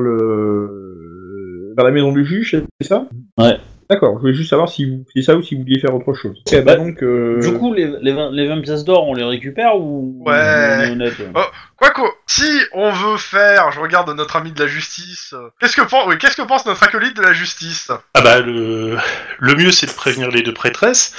S1: le. vers la maison du juge, c'est ça
S2: Ouais.
S1: D'accord, je voulais juste savoir si vous faisiez ça ou si vous vouliez faire autre chose. Ok, bah,
S2: Bah,
S1: donc. euh,
S2: Du coup, les, les, 20, les 20 pièces d'or, on les récupère ou
S4: Ouais.
S2: on est honnête
S4: Oh. Quoique, si on veut faire, je regarde notre ami de la justice. euh, Qu'est-ce que pense, oui, qu'est-ce que pense notre acolyte de la justice
S3: Ah bah, le, le mieux, c'est de prévenir les deux prêtresses.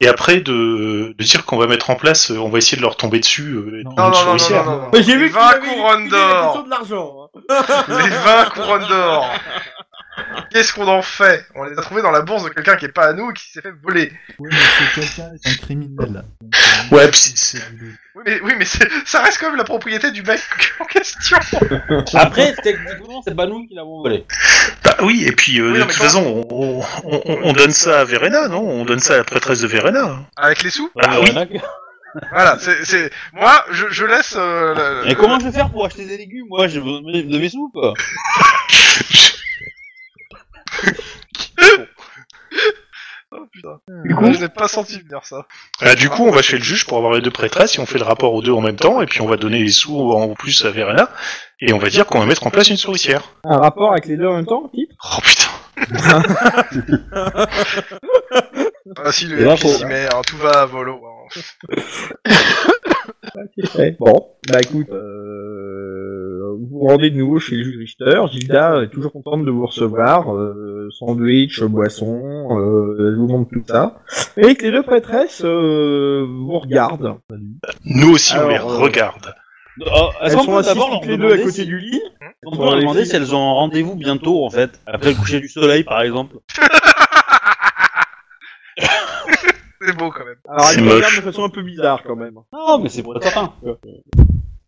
S3: Et après, de, de dire qu'on va mettre en place, euh, on va essayer de leur tomber dessus. euh, et
S6: Non,
S3: de prendre
S4: Non, non,
S3: une
S4: non, non,
S3: souricière.
S4: non, non.
S1: Mais j'ai
S4: Les
S1: vu
S4: 20
S1: qu'il avait
S4: couronnes
S1: étudié la question
S4: d'or
S1: de l'argent. hein.
S4: Les 20 couronnes d'or Qu'est-ce qu'on en fait On les a trouvés dans la bourse de quelqu'un qui est pas à nous et qui s'est fait voler.
S6: Oui, mais c'est quelqu'un, c'est un criminel. Donc, euh,
S3: Ouais, puis c'est-
S6: c'est-
S4: Oui, Mais oui, mais c'est- ça reste quand même la propriété du mec en question.
S2: Après, techniquement, c'est pas nous qui l'avons volé.
S3: Bah oui, et puis euh,
S4: Oui,
S3: de
S4: non,
S3: toute
S4: mais
S3: façon, on, on- on- on donne ça à Verena, non On donne ça à la prêtresse de Verena.
S4: Avec les sous
S3: Ah oui.
S4: Voilà, c'est. c'est- Moi, je, je laisse. euh, la-
S2: Et comment je vais faire pour acheter des légumes Moi, j'ai besoin de mes soupes.
S4: Oh, putain.
S1: Du coup,
S4: Ouais, je l'ai pas senti venir ça.
S3: Ah, du coup, on va chez le juge pour avoir les deux prêtresses et on fait le rapport aux deux en même temps, et puis on va donner les sous en plus à Verena, et on va dire qu'on va mettre en place une souricière.
S1: un rapport avec les deux en même temps, type
S3: Oh putain
S4: Ah si,
S1: Et
S4: le
S1: là,
S4: FPC,
S1: faut-
S4: mais hein, tout va à volo. hein.
S1: Ouais, Bon, bah écoute, euh, vous vous rendez de nouveau chez le juge Richter. Gilda est toujours contente de vous recevoir. euh, sandwich, boisson, euh, elle vous montre tout ça. Et que les deux prêtresses euh, vous regardent.
S2: Bah,
S3: Nous aussi, on
S1: Alors,
S3: les
S1: euh,
S3: regarde.
S2: Euh, Est-ce
S1: Elles
S2: qu'on
S1: sont
S2: peut
S1: assises
S2: d'abord leur
S1: toutes les deux à
S2: demander
S1: côté
S2: si-
S1: du lit.
S2: on peut leur demander si elles ont un rendez-vous bientôt, en fait, après le coucher du soleil, par exemple
S4: C'est beau quand même.
S1: Alors
S3: C'est
S1: elles vous regardent
S3: moche.
S1: de façon un peu bizarre quand même.
S2: Non, mais c'est pour être certain.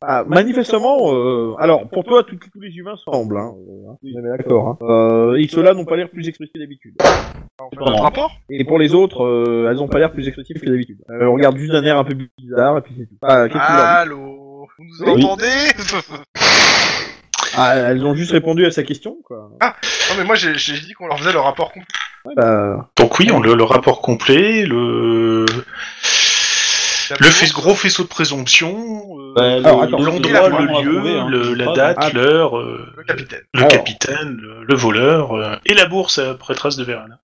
S1: Ah, manifestement, euh, alors pour toi, tous- tous les humains semblent. Hein, euh, hein, on est bien d'accord. Hein. Euh, et ceux-là n'ont pas l'air plus expressifs que d'habitude.
S4: On fait
S2: Pardon.
S4: notre rapport
S1: Et pour les autres, euh, elles n'ont pas l'air plus expressives que d'habitude. Elles regardent juste d'un air un peu bizarre et puis c'est tout. Ah, qu'est-ce qu'il leur dit
S4: Allô Vous nous
S1: Oui.
S4: entendez
S1: Ah, elles ont juste répondu à sa question, quoi.
S4: Non mais moi j'ai j'ai dit qu'on leur faisait le rapport complet.
S1: Ouais, bah,
S3: Donc oui, on le, le rapport complet, le... Le fais- gros faisceau de présomption, euh,
S2: Bah,
S1: alors, attends,
S3: l'endroit,
S4: on
S3: le lieu,
S2: hein,
S3: le- la date,
S1: Ah.
S3: l'heure, euh,
S4: Le capitaine.
S3: le
S1: Alors.
S3: capitaine, le, le voleur, euh, et la bourse à la prêtresse de Verena.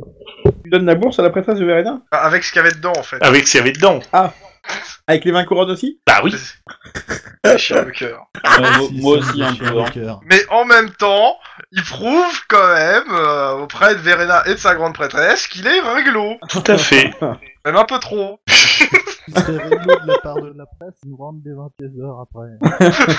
S1: tu donnes la bourse à la prêtresse de Verena
S4: Ah, Avec ce qu'il y avait dedans en fait.
S3: Avec ce qu'il y avait dedans.
S1: Avec les 20 couronnes aussi
S3: Bah oui
S4: Chien le cœur.
S2: moi aussi, un peu. hein.
S4: Mais en même temps, il prouve quand même euh, auprès de Verena et de sa grande prêtresse qu'il est réglo.
S3: Tout à fait.
S4: Même un peu trop.
S6: Si c'est rigolo de la part de la presse, ils nous rendent des 20 pièces d'or après.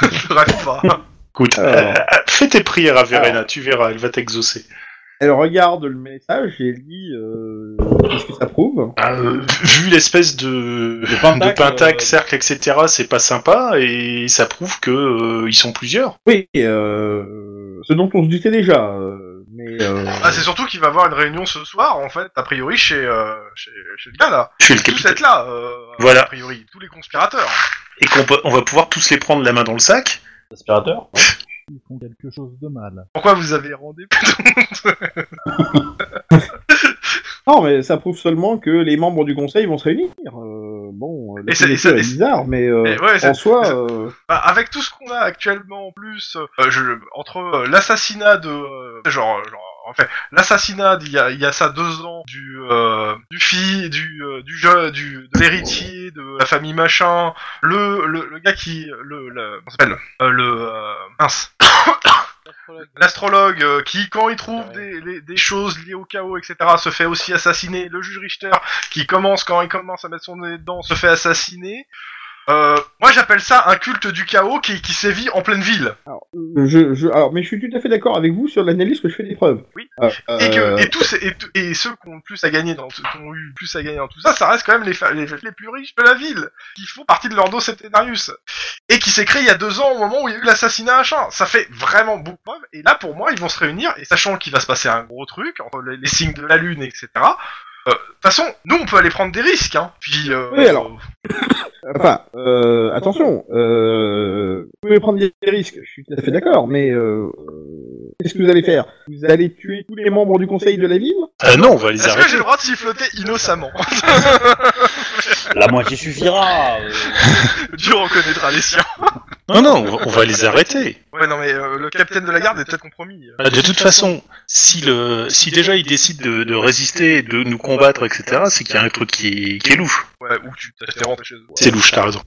S4: Je rêve pas. Ah,
S3: Écoute,
S4: bah,
S1: Alors.
S3: euh, fais tes prières à Verena, tu verras, elle va t'exaucer.
S1: Elle regarde le message et elle dit euh, qu'est-ce que ça prouve
S3: Ah, euh, vu l'espèce de, de
S2: pentacle,
S3: pentacle,
S2: euh,
S3: cercle, etc., c'est pas sympa et ça prouve que euh, ils sont plusieurs.
S1: Oui, euh, ce dont on se doutait déjà, euh, mais euh,
S4: Ah, c'est surtout qu'il va avoir une réunion ce soir, en fait, a priori, chez, euh, chez, chez le gars, là.
S3: Je suis le
S4: Tous
S3: capitaine.
S4: être là, euh,
S3: Voilà.
S4: a priori, tous les conspirateurs.
S3: Et qu'on peut- on va pouvoir tous les prendre la main dans le sac.
S2: euh, Aspirateur
S6: Ils font quelque chose de mal.
S4: Pourquoi vous avez rendez-vous
S1: non, mais ça prouve seulement que les membres du conseil vont se réunir. Euh, bon, euh, la
S4: Et c'est- et
S1: connexion
S4: c'est-
S1: est bizarre, mais, euh,
S4: Mais ouais, c'est-
S1: en soi,
S4: c'est-
S1: euh,
S4: Bah, Avec tout ce qu'on a actuellement, en plus, euh, je- entre euh, l'assassinat de... euh, genre, genre, en fait, l'assassinat d'il y a, il y a ça deux ans du euh, du fille du euh, du jeu du de l'héritier de la famille machin le le, le gars qui le, le comment ça s'appelle Euh, le euh, mince L'astrologue euh, qui, quand il trouve des, les- des choses liées au chaos, etc., se fait aussi assassiner. Le juge Richter qui commence, quand il commence à mettre son nez dedans, se fait assassiner. Euh, moi j'appelle ça un culte du chaos qui, qui sévit en pleine ville.
S1: je, je, alors, mais je suis tout à fait d'accord avec vous sur l'analyse que je fais des preuves.
S4: Oui.
S1: Euh,
S4: Et,
S1: euh,
S4: que, et, tous, ces- et, tout- et ceux qui ont, le plus à gagner dans, qui ont eu le plus à gagner dans tout ça, ça reste quand même les, fa- les, les plus riches de la ville, qui font partie de leur dos septénarius, et qui s'est créé il y a deux ans au moment où il y a eu l'assassinat à Chin. Ça fait vraiment beaucoup de preuves, et là pour moi ils vont se réunir, et sachant qu'il va se passer un gros truc, entre les, les signes de la lune, etc. euh, De toute façon, nous on peut aller prendre des risques, hein. Puis, euh,
S1: Oui, alors. Enfin, euh, attention, euh, vous pouvez prendre des risques, je suis tout à fait d'accord, mais euh, euh, qu'est-ce que vous allez faire Vous allez tuer tous les membres du conseil de la ville
S3: Ah non, on va les
S4: Est-ce que j'ai
S3: arrêter.
S4: le droit de siffloter innocemment
S2: Bah, La moitié suffira euh.
S4: Dieu reconnaîtra les siens.
S3: Non, non, on va, on va les arrêter.
S4: Ouais, non mais euh, le capitaine de la garde est peut-être compromis. euh,
S3: Ah, De toute façon, si, le, si déjà ils décident de, de résister, de nous combattre, etc., c'est qu'il y a un truc qui, qui est louche.
S4: Ouais, ou tu t'es rentré chez eux.
S3: C'est louche, t'as raison.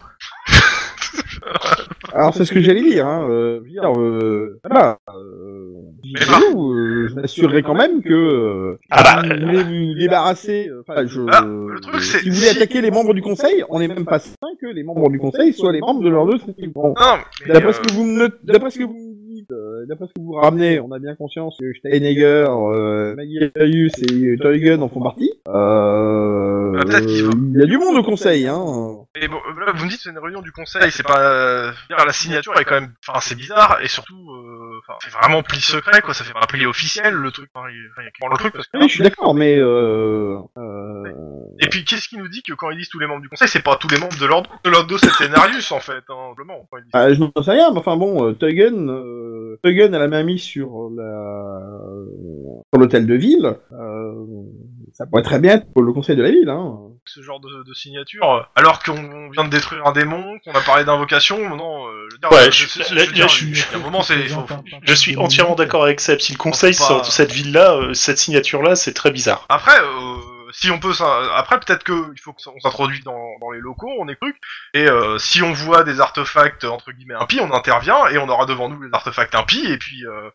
S1: Alors c'est ce que j'allais dire, hein. Euh, je veux dire, euh, ah bah, euh,
S4: Mais bah.
S1: vous, euh, je m'assurerai quand même que euh,
S3: Ah bah,
S1: si vous voulez vous débarrasser. euh, enfin, je, euh,
S4: Ah, le truc, c'est-
S1: si vous voulez
S4: si-
S1: attaquer les membres du conseil, on n'est même pas certain que les membres du conseil soient les membres de leur deux. Bon.
S4: Non, mais,
S1: D'après
S4: euh,
S1: ce que vous me, d'après ce que vous me dites euh, d'après ce que vous ramenez, on a bien conscience que Steinegger, euh, Magirus et Toygun en font partie. Euh,
S4: Ah, peut-être qu'il va-
S1: il y a du monde au conseil, hein.
S4: Mais bon, euh, là, vous me dites c'est une réunion du conseil, c'est pas. euh, dire, la signature est quand même. Enfin, c'est bizarre, et surtout, euh, enfin, c'est vraiment pli secret, quoi. Ça fait pas pli officiel, le truc. Enfin, il- enfin, il y a quelque chose dans le truc, parce que-
S1: Oui, je suis d'accord, mais euh, euh,
S4: Et puis, qu'est-ce qui nous dit que quand ils disent tous les membres du conseil, c'est pas tous les membres de l'ordre De l'ordre, c'est Scénarius, en fait, hein, simplement. Enfin, ils disent-
S1: Ah, je n'en sais rien, mais enfin bon, euh, Tuggen, euh, Tuggen, elle a la mis sur la, sur l'hôtel de ville. Euh, ça pourrait très bien être pour le conseil de la ville, hein.
S4: ce genre de, de signature, euh, alors qu'on on vient de détruire un démon, qu'on a parlé d'invocation, non, euh, je veux dire,
S3: Ouais,
S4: euh,
S3: je-
S4: c'est- c'est-
S3: là-
S4: veux
S3: là,
S4: dire,
S3: je suis-
S4: il y a un moment, c'est, faut- faut-
S3: Je suis
S4: Mmh.
S3: entièrement d'accord avec Seb. Si le conseil
S4: Faut pas-
S3: sort de cette ville-là, euh, cette signature-là, c'est très bizarre.
S4: Après, euh, si on peut, s'in- après peut-être que il faut qu'on s'introduise dans, dans les locaux, on est truc, et euh, si on voit des artefacts entre guillemets impies, on intervient et on aura devant nous les artefacts impies, et puis, euh,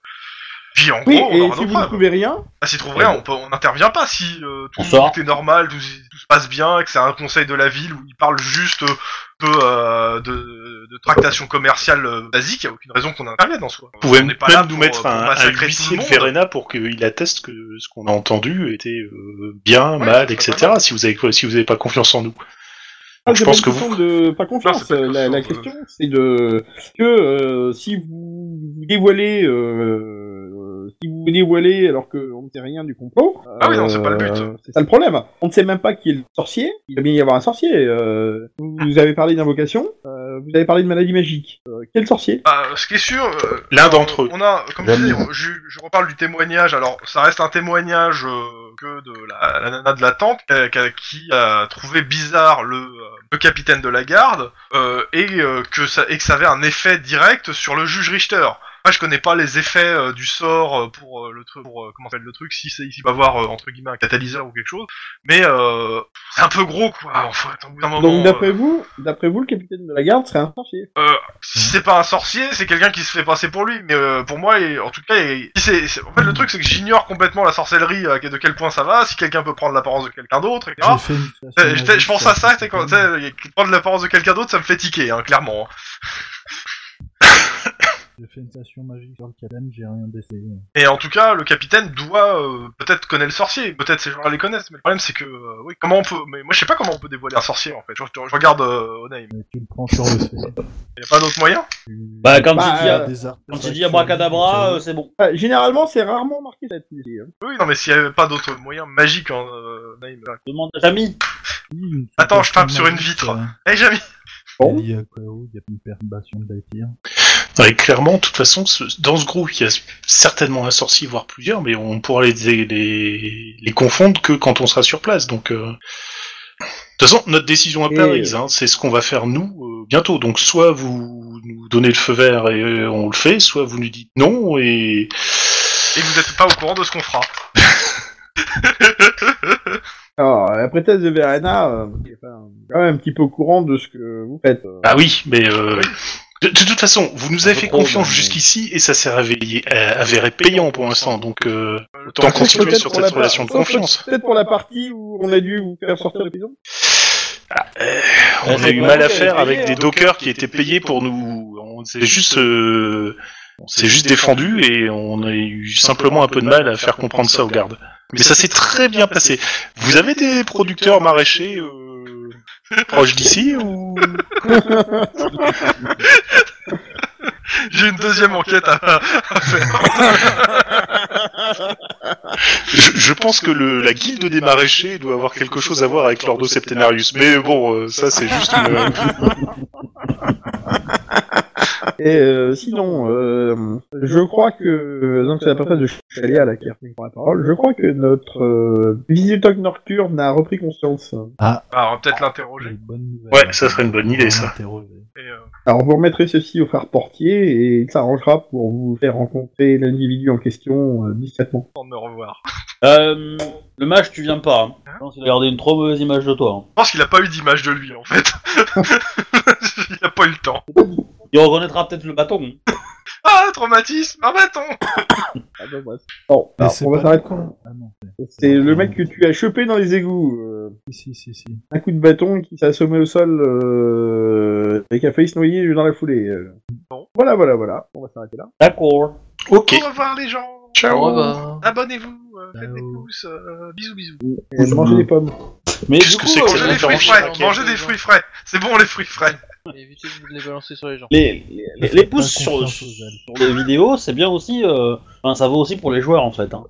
S4: puis en
S1: Oui,
S4: gros, on
S1: et
S4: aura
S1: si
S4: nos
S1: vous ne
S4: preuves.
S1: trouvez rien,
S4: Ah, s'ils trouvent rien, on peut- on n'intervient pas si euh, tout,
S2: On sort.
S4: tout est normal, tout, tout se passe bien, que c'est un conseil de la ville où ils parlent juste euh, peu euh, de, de tractation commerciale euh, basique, il n'y a aucune raison qu'on intervienne en soi.
S3: Vous pouvez
S4: On n'est
S3: même
S4: pas là
S3: nous
S4: pour, euh,
S3: mettre
S4: pour
S3: un, un
S4: massacrer tout
S3: huissier
S4: le
S3: de
S4: monde.
S3: Verena pour qu'il atteste que ce qu'on a entendu était euh, bien,
S4: Ouais,
S3: mal,
S4: c'est
S3: etc.
S4: pas mal.
S3: Si vous avez si vous n'avez pas confiance en nous.
S1: Ah,
S3: je
S1: c'est
S3: pense
S1: pas une
S3: que
S1: question de pas
S4: Non,
S1: confiance. euh,
S4: c'est pas une
S1: la, la
S4: question,
S1: question, c'est de que euh, si vous dévoilez, euh, euh, si vous dévoilez alors qu'on ne sait rien du complot.
S4: Ah oui, non, c'est pas le but.
S1: euh, C'est ça le problème. On ne sait même pas qui est le sorcier. Il va bien y avoir un sorcier. euh, vous, vous avez parlé d'invocation. euh, vous avez parlé de maladie magique. Euh, quel sorcier
S4: Bah, ce qui est sûr, euh,
S3: L'un d'entre eux.
S4: on a, comme je disais, on- je, je reparle du témoignage. Alors, ça reste un témoignage euh, que de la, la nana de la tente euh, qui a- qui a trouvé bizarre le, euh, le capitaine de la garde euh, et, euh, que ça, et que ça avait un effet direct sur le juge Richter. Moi, je connais pas les effets euh, du sort euh, pour euh, le truc, pour euh, comment s'appelle le truc, si c'est ici va avoir euh, entre guillemets un catalyseur ou quelque chose, mais euh, c'est un peu gros quoi. Enfin, au bout d'un moment.
S1: Donc
S4: euh,
S1: d'après vous, d'après vous, le capitaine de la garde serait un sorcier.
S4: si c'est pas un sorcier, c'est quelqu'un qui se fait passer pour lui. Mais euh, pour moi, et- en tout cas, et- si c'est- c'est- en fait, le truc, c'est que j'ignorais complètement la sorcellerie, euh, de quel point ça va, si quelqu'un peut prendre l'apparence de quelqu'un d'autre, etc.
S6: J'ai fait une citation
S4: Euh, j'étais- Je
S6: magique,
S4: pense à ça, c'est quand
S6: c'est-
S4: t'sais, prendre l'apparence de quelqu'un d'autre, ça me fait tiquer, hein, clairement.
S6: J'ai fait une station magique sur le cadenne, j'ai rien d'essayé.
S4: Et en tout cas, le capitaine doit euh, peut-être connaître le sorcier, peut-être ces gens-là les connaissent. Mais le problème, c'est que euh, oui, comment on peut Mais moi, je sais pas comment on peut dévoiler un sorcier en fait. Je, je- je regarde euh, Onaim.
S6: Mais tu le prends sur le fait.
S4: Y a pas d'autre moyen
S6: Tu-
S2: Bah, quand
S1: Bah,
S2: il dit,
S1: euh,
S2: euh,
S6: des artefacts
S2: quand il dit abracadabra,
S6: sur-
S2: euh, c'est bon.
S1: Euh, généralement, c'est rarement marqué cette idée. hein.
S4: Oui, non, mais s'il y avait pas d'autre moyen magique, hein, euh, Onaim.
S2: Demande à Jamie.
S6: Oui, une
S4: Attends, je tape
S6: citation
S4: sur une
S6: magique,
S4: vitre.
S6: euh,
S4: Hey, Jamie.
S1: Bon.
S6: Il y a quoi Il y a une perturbation de l'Aïtir.
S3: Ouais, clairement, de toute façon, ce- dans ce groupe, il y a certainement un sorcier, voire plusieurs, mais on pourra les, les, les confondre que quand on sera sur place. Donc, euh, de toute façon, notre décision est
S1: Et-
S3: prise. hein, c'est ce qu'on va faire nous euh, bientôt. Donc, soit vous nous donnez le feu vert et euh, on le fait, soit vous nous dites non et
S4: et vous n'êtes pas au courant de ce qu'on fera.
S1: Alors, la prêtresse de Verena, euh, est enfin, quand même un petit peu au courant de ce que vous faites. euh.
S3: Bah oui, mais euh, De, de toute façon, vous nous avez
S2: peut
S3: fait
S2: prendre,
S3: confiance
S2: mais-
S3: jusqu'ici et ça s'est révélé, euh, avéré payant pour l'instant. Donc, euh, autant
S1: Sauf
S3: continuer
S1: peut-être
S3: sur
S1: pour
S3: cette
S1: la
S3: relation de
S1: part- sauf
S3: confiance.
S1: Peut-être pour la partie où on a dû vous faire sortir de prison.
S3: on
S2: Ouais,
S3: a eu
S2: ouais,
S3: mal à
S2: ouais,
S3: faire
S2: ouais,
S3: avec
S2: ouais,
S3: des dockers hein. qui étaient payés pour nous. On s'est juste, euh, on s'est juste défendu et on a eu simplement un peu de mal à faire comprendre ça aux gardes. Mais ça s'est très bien passé. Vous avez des producteurs maraîchers euh, proches d'ici ou
S4: J'ai une deuxième enquête à, à faire.
S3: je, je pense que le, la guilde des maraîchers doit avoir quelque chose à voir avec l'ordo septenarius. Mais bon, euh, ça c'est juste une...
S1: Et euh, sinon, euh, je crois que donc c'est la personne de Chalia là qui a repris la parole. Je crois que notre euh, visitoc nocturne a repris conscience.
S4: Ah, on va peut-être
S6: C'est
S4: l'interroger.
S6: une bonne nouvelle.
S3: Ouais, ça serait une bonne idée, ça.
S6: Interroger.
S4: Et, euh,
S1: Alors vous remettrez ceci au phare portier et il s'arrangera pour vous faire rencontrer l'individu en question euh, discrètement.
S4: attendre de me revoir.
S2: Euh, le match, tu viens pas. hein. Je pense qu'il a gardé une trop mauvaise image de toi.
S4: Je pense qu'il a pas eu d'image de lui en fait. Il a pas eu le temps.
S2: hein. Il reconnaîtra peut-être le bâton. hein.
S4: Ah, traumatisme, un bâton
S1: Ah, bah, bref. Bon,
S6: Mais
S1: alors,
S6: c'est
S1: on va
S6: pas
S1: s'arrêter.
S6: le con. Ah non.
S1: C'est le mec que tu as chopé dans les égouts. euh,
S6: Si, si, si, si.
S1: un coup de bâton qui s'est assommé au sol euh, et qui a failli se noyer dans la foulée. euh. Voilà, voilà, voilà. On va s'arrêter là.
S2: D'accord.
S9: Ok.
S4: Au revoir les gens.
S9: Ciao.
S8: Au revoir.
S4: Abonnez-vous. euh, faites des
S6: Ciao.
S4: pouces. euh, bisous bisous.
S1: Et mangez des pommes.
S2: Mais
S9: Qu'est-ce
S2: du
S9: que
S2: coup,
S9: c'est que
S2: euh,
S9: Excellent
S4: Mangez des fruits
S9: intervention,
S4: frais.
S9: ok.
S4: Mangez des fruits frais. C'est bon les fruits frais.
S8: Évitez de les balancer sur les gens.
S2: les, les, les- les pouces sur,
S6: confiance
S2: sur
S6: aux elfes.
S2: les vidéos, c'est bien aussi. euh, Enfin, ça vaut aussi pour les joueurs en fait. Hein.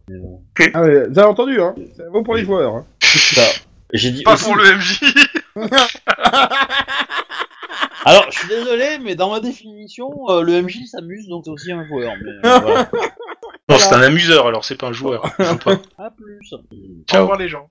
S1: Ah, ouais, vous avez entendu, hein Ça vaut pour les joueurs. hein.
S2: Ça- J'ai dit.
S4: Pas
S2: aussi-
S4: pour le MJ.
S2: Alors, je suis désolé, mais dans ma définition, euh, le MJ s'amuse, donc c'est aussi un joueur. Mais euh, voilà.
S9: Non, c'est un amuseur alors, c'est pas un joueur. Je sais pas.
S2: À plus.
S4: Au
S9: Ciao.
S4: revoir les gens.